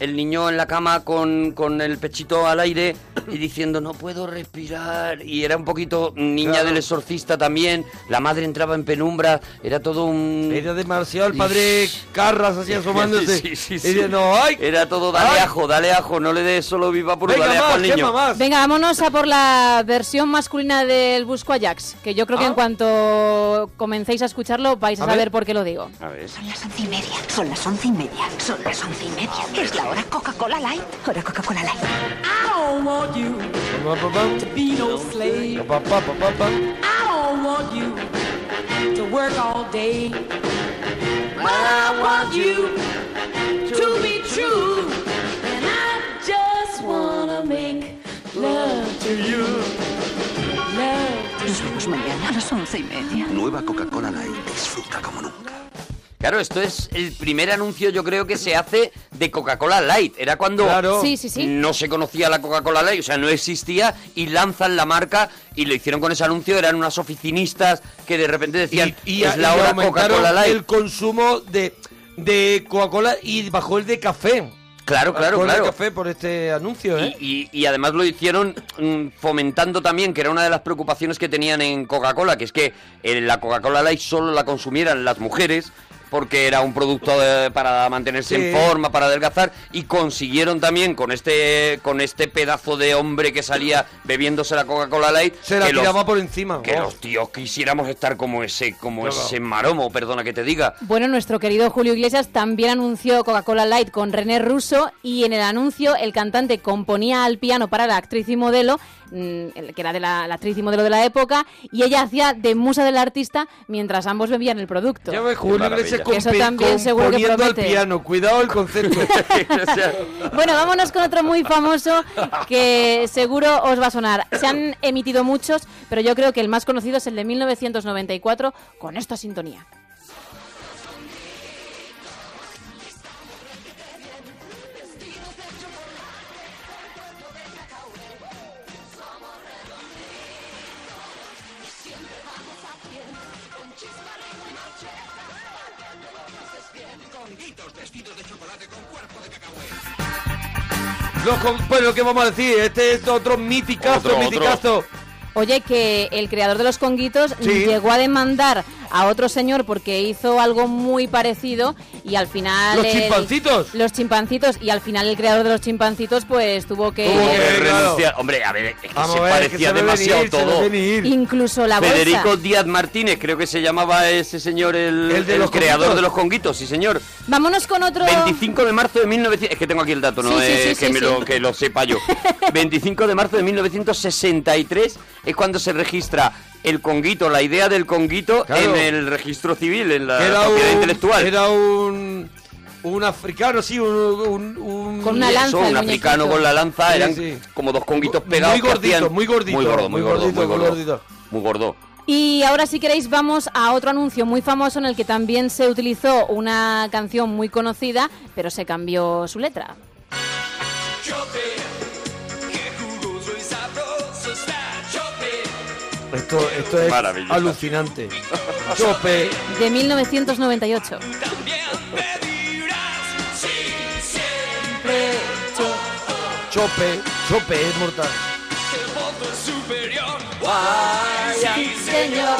S4: el niño en la cama con, con el pechito al aire y diciendo no puedo respirar y era un poquito niña del exorcista también la madre entraba en penumbra era todo un
S2: era demasiado el padre Carras así asomándose.
S4: sí, sí,
S2: Y
S4: sí.
S2: dice, no, ay,
S4: era todo dale ajo dale ajo no le des solo viva por
S2: Venga,
S4: dale ajo
S2: más,
S4: al niño
S2: Gemma, más.
S5: Venga, vámonos a por la versión masculina del Busco Ajax, que yo creo
S2: Ah.
S5: que en cuanto comencéis a escucharlo vais a,
S17: A
S5: saber
S17: ver.
S5: por qué lo digo.
S17: A ver. Son las once y media. Son las once y media. Son las once y media. Es la hora Coca-Cola Light. Hora Coca-Cola Light.
S1: I don't want you
S2: Pa, pa, pa.
S1: to be no slave.
S2: Pa, pa, pa, pa, pa.
S1: I don't want you to work all day. But I want you to be true. And I just wanna make love to you. Love to you.
S17: mañana a las once y media.
S16: Nueva Coca-Cola Light. Disfruta como nunca.
S4: claro esto es el primer anuncio yo creo que se hace de Coca-Cola Light era cuando
S5: Claro. Sí, sí, sí.
S4: no se conocía la Coca-Cola Light o sea no existía y lanzan la marca y lo hicieron con ese anuncio eran unas oficinistas que de repente decían
S2: y,
S4: es la
S2: y
S4: hora
S2: aumentaron
S4: Coca-Cola Light
S2: el consumo de, de Coca-Cola y bajó el de café.
S4: Claro, claro,
S2: Bajó el de
S4: claro.
S2: café por este anuncio, ¿eh?
S4: Y, y además lo hicieron mm, fomentando también, que era una de las preocupaciones que tenían en Coca-Cola, que es que eh, la Coca-Cola Light solo la consumieran las mujeres porque era un producto de- para mantenerse en
S2: Sí.
S4: forma, para adelgazar, y consiguieron también con este con este pedazo de hombre que salía bebiéndose la Coca-Cola Light,
S2: Se la
S4: que, los,
S2: tiraba por encima.
S4: que
S2: Oh.
S4: los tíos quisiéramos estar como ese como
S2: Claro.
S4: ese maromo, perdona que te diga.
S5: Bueno, nuestro querido Julio Iglesias también anunció Coca-Cola Light con René Russo y en el anuncio el cantante componía al piano para la actriz y modelo, mm, el- que era de la, la actriz y modelo de la época, y ella hacía de musa del artista mientras ambos bebían el producto.
S2: Ya ves, Julio Iglesias
S5: Que Eso
S2: compe-
S5: también seguro que
S2: componiendo al
S5: promete.
S2: piano. Cuidado el concepto.
S5: Bueno, vámonos con otro muy famoso que seguro os va a sonar. Se han emitido muchos, pero yo creo que el más conocido es el de 1994 con esta sintonía.
S2: Los com- pues lo que vamos a decir, este es otro miticazo,
S4: Otro, otro.
S2: miticazo.
S5: Oye, que el creador de los conguitos
S2: Sí.
S5: llegó a demandar a otro señor porque hizo algo muy parecido y al final...
S2: Los
S5: el-
S2: chimpancitos.
S5: Los chimpancitos. Y al final el creador de los chimpancitos pues tuvo que...
S4: Tuvo que renunciar. Hombre, a ver, es que
S2: Vamos
S4: se
S2: a ver, es que
S4: parecía
S2: se ve
S4: demasiado
S2: venir, se ve
S4: todo.
S5: Incluso la bolsa.
S4: Federico Díaz Martínez, creo que se llamaba ese señor el, el
S2: los
S4: creador
S2: conguitos?
S4: de los conguitos, sí señor.
S5: Vámonos con otro...
S4: 25 de marzo de 1900, es que tengo aquí el dato, no
S5: Ah. Sí, sí,
S4: es
S5: sí, sí,
S4: que, me
S5: sí.
S4: Lo, que lo sepa yo. 25 de marzo de 1963 es cuando se registra el conguito, la idea del conguito
S2: Claro.
S4: en el registro civil, en la
S2: Era
S4: propiedad
S2: un-
S4: intelectual.
S2: Era un, un africano, sí, un... un- un-
S5: Con una
S4: Y eso,
S5: lanza,
S4: un
S5: el
S4: africano
S5: muñequito.
S4: con la lanza,
S2: Sí,
S4: eran
S2: sí.
S4: como dos conguitos pegados. que
S2: gordito,
S4: hacían-
S2: muy gordito,
S4: muy gordo,
S2: muy
S4: muy gordo,
S2: gordito,
S4: muy
S2: muy
S4: gordo.
S2: gordito.
S4: Muy gordo.
S5: Y ahora si queréis vamos a otro anuncio muy famoso en el que también se utilizó una canción muy conocida, pero se cambió su letra.
S1: Chope, qué jugoso y sabroso está. Chope.
S2: Esto, esto es
S1: Maravilloso.
S2: alucinante. Chope.
S5: De 1998.
S1: Siempre
S2: Chope. Chope es mortal.
S1: el voto es superior. Guay, sí, señor.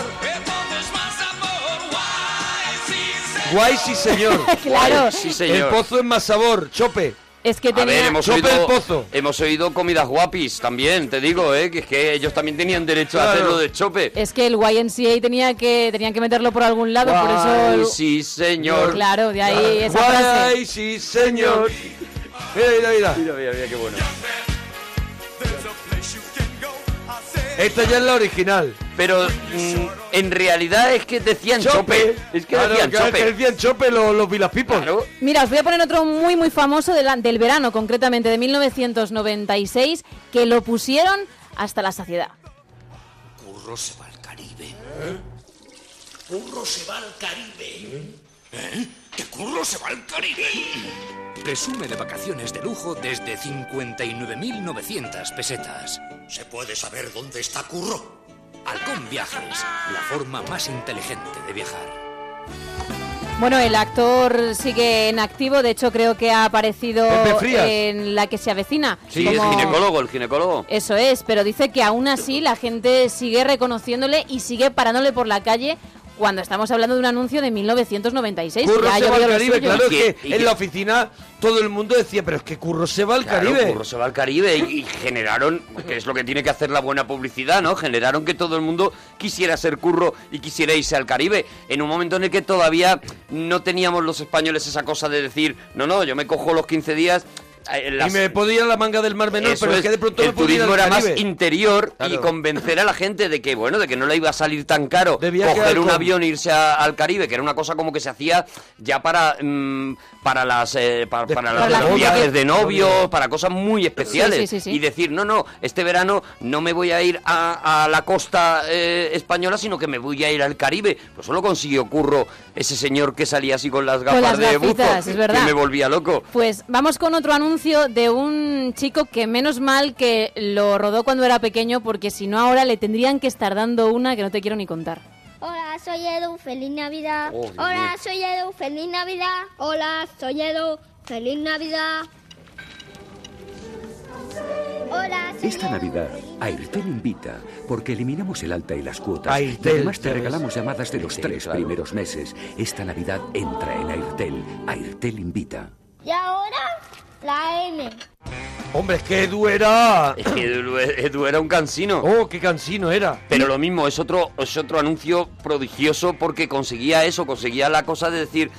S2: Guay, sí, señor.
S4: Claro. Sí, señor.
S2: El pozo es más sabor, chope.
S5: Es que
S4: A ver, hemos
S2: Chope el
S4: oído,
S2: pozo.
S4: hemos oído comidas guapis también, te digo, ¿eh? que es que ellos también tenían derecho a
S2: Claro.
S4: hacerlo de chope.
S5: Es que el YMCA tenía que, tenían que meterlo por algún lado, por eso...
S4: Guay,
S5: el-
S4: sí, señor.
S5: Claro, de ahí esa frase.
S2: Guay, sí, señor. Mira, mira, mira.
S4: Mira, mira, mira, qué bueno.
S2: Esta ya es la original.
S4: Pero mm, en realidad es que decían chope. Es que
S2: Claro,
S4: decían
S2: claro,
S4: chope.
S2: que decían chope los, los Village People.
S5: Mira, os voy a poner otro muy muy famoso de la- del verano, concretamente de 1996, que lo pusieron hasta la saciedad.
S1: Burro se va al Caribe. Burro se va al Caribe. ¿Eh? ¿Qué curro se va al Caribe?
S20: Presume de vacaciones de lujo desde 59.900 pesetas. ¿Se puede saber dónde está Curro? Halcón Viajes, la forma más inteligente de viajar.
S5: Bueno, el actor sigue en activo, de hecho creo que ha aparecido
S4: Pepe Frías.
S5: en la que se avecina.
S4: Sí,
S5: como-
S4: es ginecólogo, el ginecólogo.
S5: Eso es, pero dice que aún así la gente sigue reconociéndole y sigue parándole por la calle cuando estamos hablando de un anuncio de 1996.
S2: Curro
S5: Ya
S2: se va
S5: llovió
S2: al
S5: lo
S2: Caribe,
S5: suyo.
S2: claro, es que en la oficina todo el mundo decía, pero es que Curro se va al
S4: Claro,
S2: Caribe.
S4: Curro se va al Caribe y, y generaron, que es lo que tiene que hacer la buena publicidad, ¿no? Generaron que todo el mundo quisiera ser Curro y quisiera irse al Caribe. En un momento en el que todavía no teníamos los españoles esa cosa de decir, no, no, yo me cojo los 15 días. eh, las-
S2: Y me podía ir a la manga del Mar Menor,
S4: Eso
S2: pero es,
S4: es,
S2: que de pronto
S4: el
S2: me podía ir
S4: turismo
S2: al
S4: era más
S2: Caribe.
S4: interior y
S2: Claro.
S4: convencer a la gente de que bueno de que no le iba a salir tan caro
S2: viaje
S4: coger
S2: al
S4: un
S2: con-
S4: avión e irse a- al Caribe que era una cosa como que se hacía ya para mm, para las eh, pa- para,
S2: para
S4: los-
S2: la
S4: los
S2: boda.
S4: viajes de novio
S2: Novio.
S4: para cosas muy especiales
S2: Sí, sí, sí, sí.
S4: y decir no no este verano no me voy a ir a, a la costa eh, española sino que me voy a ir al Caribe pues solo consiguió curro ese señor que salía así con las
S5: Con
S4: gafas
S5: las
S4: de buzo
S5: gafitas, es verdad.
S4: que me volvía loco
S5: Pues vamos con otro anuncio de un chico que menos mal que lo rodó cuando era pequeño porque si no ahora le tendrían que estar dando una que no te quiero ni contar.
S6: Hola, soy Edu, feliz Navidad.
S5: Oh, Dios
S6: Hola,
S5: mío.
S6: soy Edu, feliz Navidad. Hola, soy Edu, feliz Navidad. Hola,
S24: Esta Navidad, Airtel invita, porque eliminamos el alta y las cuotas.
S23: Airtel,
S24: y además te
S23: ¿sabes?
S24: regalamos llamadas de los
S23: Airtel,
S24: tres
S23: claro.
S24: primeros meses. Esta Navidad entra en Airtel. Airtel invita.
S6: y ahora la M.
S2: Hombre, es que Edu era...
S4: Es que Edu, Edu era un cansino.
S2: Oh, qué cansino era.
S4: Pero lo mismo, es otro, es otro anuncio prodigioso porque conseguía eso, conseguía la cosa de decir,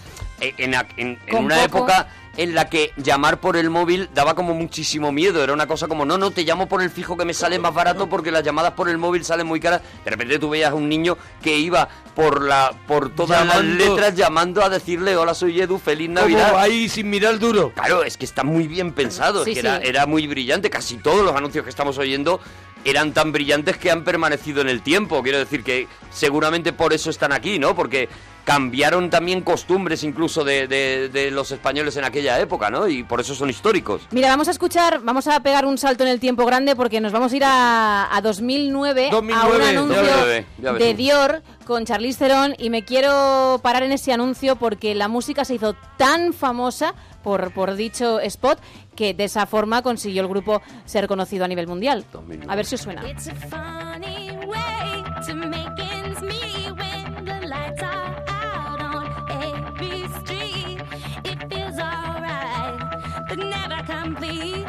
S4: eh, en, a- en- en
S2: Con
S4: una
S2: poco.
S4: época en la que llamar por el móvil daba como muchísimo miedo, era una cosa como, no, no, te llamo por el fijo que me sale más barato porque las llamadas por el móvil salen muy caras. De repente tú veías a un niño que iba por la por todas
S2: Llamando.
S4: las letras llamando a decirle, hola, soy Edu, feliz Navidad.
S2: Como ahí sin mirar duro.
S4: Claro, es que está muy bien pensado, es
S2: Sí,
S4: que Era,
S2: sí.
S4: era muy brillante. Casi todos los anuncios que estamos oyendo eran tan brillantes que han permanecido en el tiempo. Quiero decir que seguramente por eso están aquí, ¿no? Porque cambiaron también costumbres incluso de, de- de los españoles en aquella época, ¿no? Y por eso son históricos.
S5: Mira, vamos a escuchar, vamos a pegar un salto en el tiempo grande porque nos vamos a ir a, a 2009, a un
S4: 2009,
S5: anuncio
S4: ya veré, ya veré.
S5: de Dior con Charlize Theron y me quiero parar en ese anuncio porque la música se hizo tan famosa por, por dicho spot que de esa forma consiguió el grupo ser conocido a nivel mundial. A ver si os suena.
S21: It's a funny way to make ends meet when the lights are out on every street. It feels alright, but never complete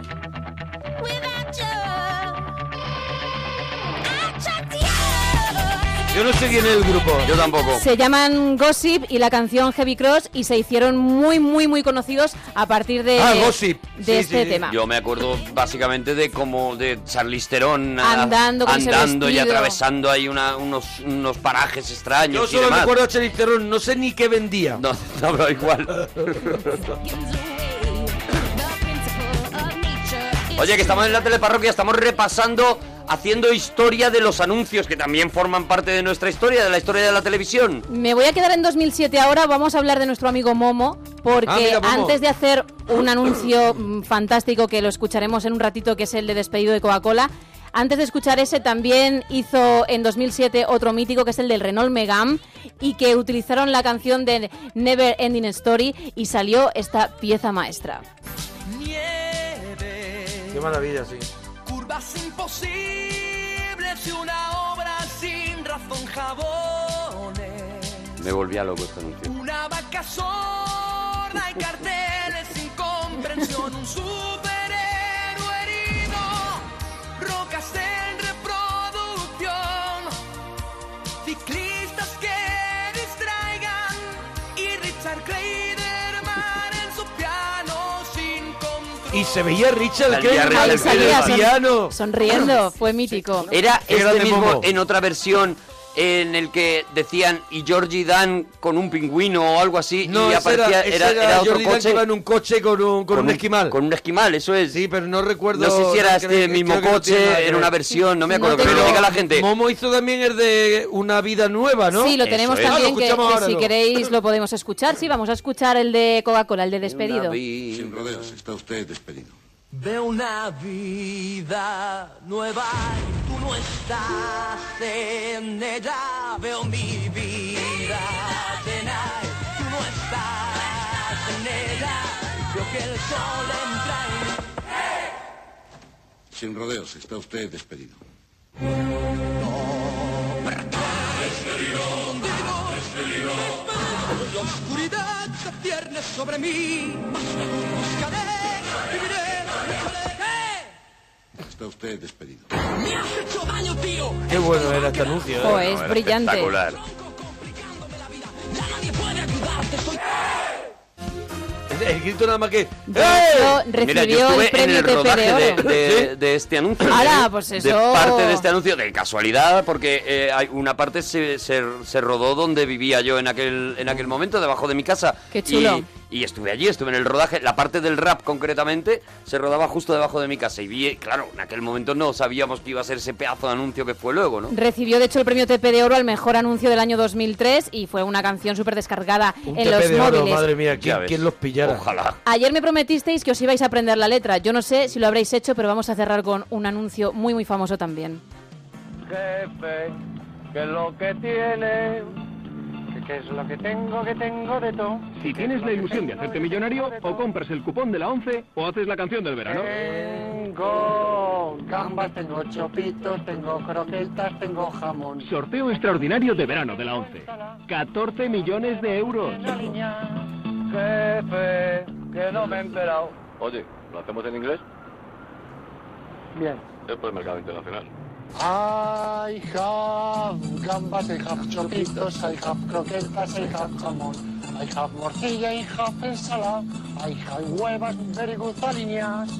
S21: without you. I tried to
S2: Yo no sé quién es el grupo.
S4: Yo tampoco.
S5: Se llaman Gossip y la canción Heavy Cross y se hicieron muy, muy, muy conocidos a partir de,
S4: Ah, Gossip.
S5: de
S4: Sí,
S5: este
S4: sí, sí.
S5: tema.
S4: Yo me acuerdo básicamente de como de Charlize Theron ah,
S5: Andando con ese
S4: andando y
S5: vestido.
S4: atravesando ahí una- unos, unos parajes extraños.
S2: Yo
S4: y
S2: solo
S4: demás.
S2: me acuerdo a Charlize Theron, no sé ni qué vendía.
S4: No, no, pero igual. Oye, que estamos en la teleparroquia, estamos repasando, haciendo historia de los anuncios, que también forman parte de nuestra historia, de la historia de la televisión.
S5: Me voy a quedar en 2007 ahora, vamos a hablar de nuestro amigo Momo, porque
S4: Ah, mira, Momo.
S5: antes de hacer un anuncio mm, fantástico que lo escucharemos en un ratito, que es el de despedido de Coca-Cola, antes de escuchar ese también hizo en 2007 otro mítico, que es el del Renault Megam, y que utilizaron la canción de Never Ending Story y salió esta pieza maestra.
S2: Qué maravilla, sí.
S1: Curvas imposibles de una jabones.
S4: Me volvía loco este anuncio.
S1: Una vaca sorda y carteles sin comprensión. Un superhéroe herido. Rocas en reproducción. Ciclistas que distraigan. Y Richard Clayderman en su piano sin control.
S2: Y se veía Richard
S4: Salía
S2: Kelly
S4: Richard
S2: al
S4: Kelly.
S2: al piano.
S5: Sonriendo, fue mítico.
S4: Era
S2: Qué
S4: este
S2: grande
S4: mismo
S2: Momo.
S4: en otra versión en el que decían y Georgie Dan con un pingüino o algo así
S2: No,
S4: y
S2: ese era-
S4: aparecía
S2: ese
S4: era,
S2: era
S4: era otro
S2: Jordi Dan que
S4: coche
S2: iba en un coche con un, con
S4: Con
S2: un
S4: un-
S2: esquimal.
S4: Con un esquimal, eso es.
S2: Sí, pero no recuerdo.
S4: No sé si era
S2: no,
S4: este
S2: creo-
S4: mismo
S2: creo que no tiene
S4: coche,
S2: nada que
S4: era
S2: ver.
S4: una versión, no me acuerdo, que me lo
S2: pero
S4: diga la gente.
S2: Momo hizo también el de Una Vida Nueva, ¿no? Ah,
S5: Sí, lo tenemos también, que,
S2: escuchamos
S5: que
S2: ahora,
S5: si
S2: ¿no?
S5: queréis lo podemos escuchar. Sí, vamos a escuchar el de Coca-Cola, el de despedido.
S25: Sin rodeos, está usted despedido.
S1: Veo una vida nueva y tú no estás en ella. Veo mi vida llena y tú no estás en ella. Veo que el sol entra
S25: Sin rodeos, está usted despedido.
S1: y la oscuridad se cierne sobre mí. Buscaré, viviré,
S25: Está usted despedido.
S1: me has hecho daño, tío.
S2: Qué bueno era este anuncio.
S5: Jo, es brillante.
S2: El, el grito nada más que.
S5: De
S2: ¡Eh!
S5: hecho, recibió el premio TP
S4: en el
S5: de
S4: rodaje
S5: oro.
S4: de, de- de este anuncio.
S5: Ala, pues
S4: De
S5: eso.
S4: parte de este anuncio, de casualidad, porque eh, hay una parte se, se, se rodó donde vivía yo en aquel, en aquel momento, debajo de mi casa.
S5: Qué chulo.
S4: Y, y estuve allí, estuve en el rodaje. La parte del rap, concretamente, se rodaba justo debajo de mi casa. Y vi, claro, en aquel momento no sabíamos que iba a ser ese pedazo de anuncio que fue luego, ¿no?
S5: Recibió, de hecho, el premio TP de Oro al mejor anuncio del año 2003 y fue una canción súper descargada
S2: Un
S5: en
S2: TP
S5: los
S2: de oro,
S5: móviles.
S2: madre mía, ¿quién, quién los pillara? Ojalá.
S5: Ayer me prometisteis que os ibais a aprender la letra. Yo no sé si lo habréis hecho, pero vamos a cerrar con un anuncio muy, muy famoso también.
S13: jefe, que lo que tiene, que, que es lo que tengo, que tengo de todo.
S3: Si tienes la ilusión de hacerte millonario, o compras el cupón de la 11 o haces la canción del verano.
S13: Tengo gambas, tengo chopitos, tengo croquetas, tengo jamón.
S3: Sorteo extraordinario de verano de la 11. 14 millones de euros.
S13: Jefe, que no me he enterado.
S3: Oye, ¿lo hacemos en inglés?
S13: Bien.
S3: Es por el mercado internacional.
S13: I have gambas, I have chopitos, I have croquetas, I have jamón. I have morcilla, I have ensalada, I have huevas, very good aliñas.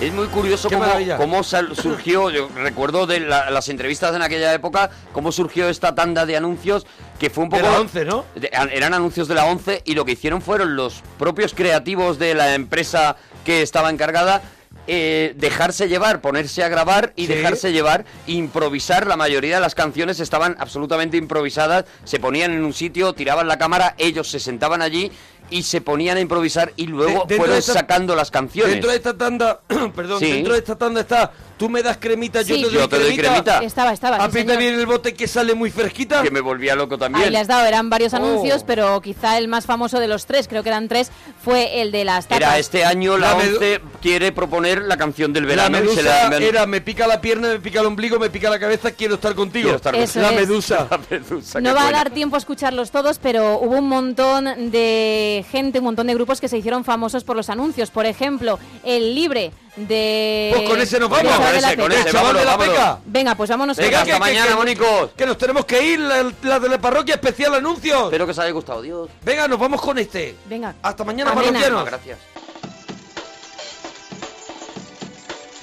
S4: Es muy curioso
S13: Qué
S4: cómo,
S13: maravilla.
S4: cómo sal- surgió, yo recuerdo de la- las entrevistas en aquella época, cómo surgió esta tanda de anuncios que fue un poco...
S2: De la 11, ¿no?
S4: de- a- eran anuncios de la 11 y lo que hicieron fueron los propios creativos de la empresa que estaba encargada eh, dejarse llevar, ponerse a grabar y
S2: Sí.
S4: dejarse llevar, improvisar. La mayoría de las canciones estaban absolutamente improvisadas, se ponían en un sitio, tiraban la cámara, ellos se sentaban allí y se ponían a improvisar y luego
S2: dentro
S4: fueron
S2: de esa-
S4: sacando las canciones.
S2: Dentro de esta tanda, perdón,
S4: Sí.
S2: dentro de esta tanda está. Tú me das cremita, yo
S4: Sí.
S2: te doy
S4: Yo te doy cremita.
S5: Estaba, estaba. sí,
S2: Aprieta
S5: señor.
S2: bien el bote que sale muy fresquita.
S4: Que me volvía loco también.
S5: Ahí le has dado, eran
S2: Oh.
S5: varios anuncios, pero quizá el más famoso de los tres, creo que eran tres, fue el de las tapas.
S4: Era este año la,
S2: La medu-
S4: 11 quiere proponer la canción del
S2: La
S4: verano. y se
S2: medusa
S4: la-
S2: era me pica la pierna, me pica el ombligo, me pica la cabeza, quiero estar contigo.
S4: Quiero estar
S5: Eso
S2: la
S5: es.
S2: medusa.
S4: La medusa,
S5: No
S4: qué
S5: va a
S4: buena.
S5: dar tiempo a escucharlos todos, pero hubo un montón de gente, un montón de grupos que se hicieron famosos por los anuncios. Por ejemplo, el Libre de...
S2: Pues con ese nos
S5: de
S2: vamos.
S5: Isabel
S2: Con ese,
S5: Ateca.
S2: con ese, El chaval vámonos, de la vámonos. peca.
S5: Venga, pues vámonos. con
S2: Venga,
S5: ese.
S2: que, mañana, monicos. Que nos tenemos que ir, la, la de la parroquia especial anuncios. Espero
S4: que os haya gustado, Dios.
S2: Venga, nos vamos con este.
S5: Venga.
S2: Hasta mañana,
S5: Amena.
S2: parroquianos.
S4: Gracias.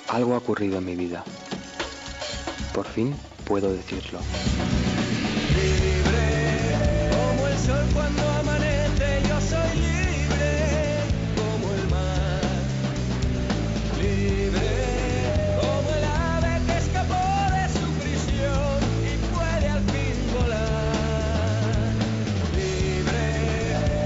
S26: Algo ha ocurrido en mi vida. Por fin puedo decirlo.
S1: Como el sol cuando amanece, yo soy libre como el mar. Libre como el ave que escapó de su prisión y puede al fin volar. Libre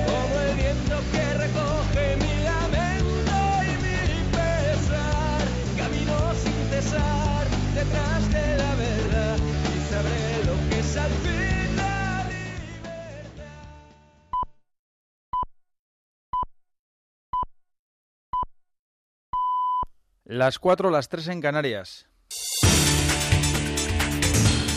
S1: como el viento que recoge mi lamento y mi pesar. Camino sin cesar detrás de la verdad y sabré lo que es al fin la
S14: Las 4, las 3 en Canarias.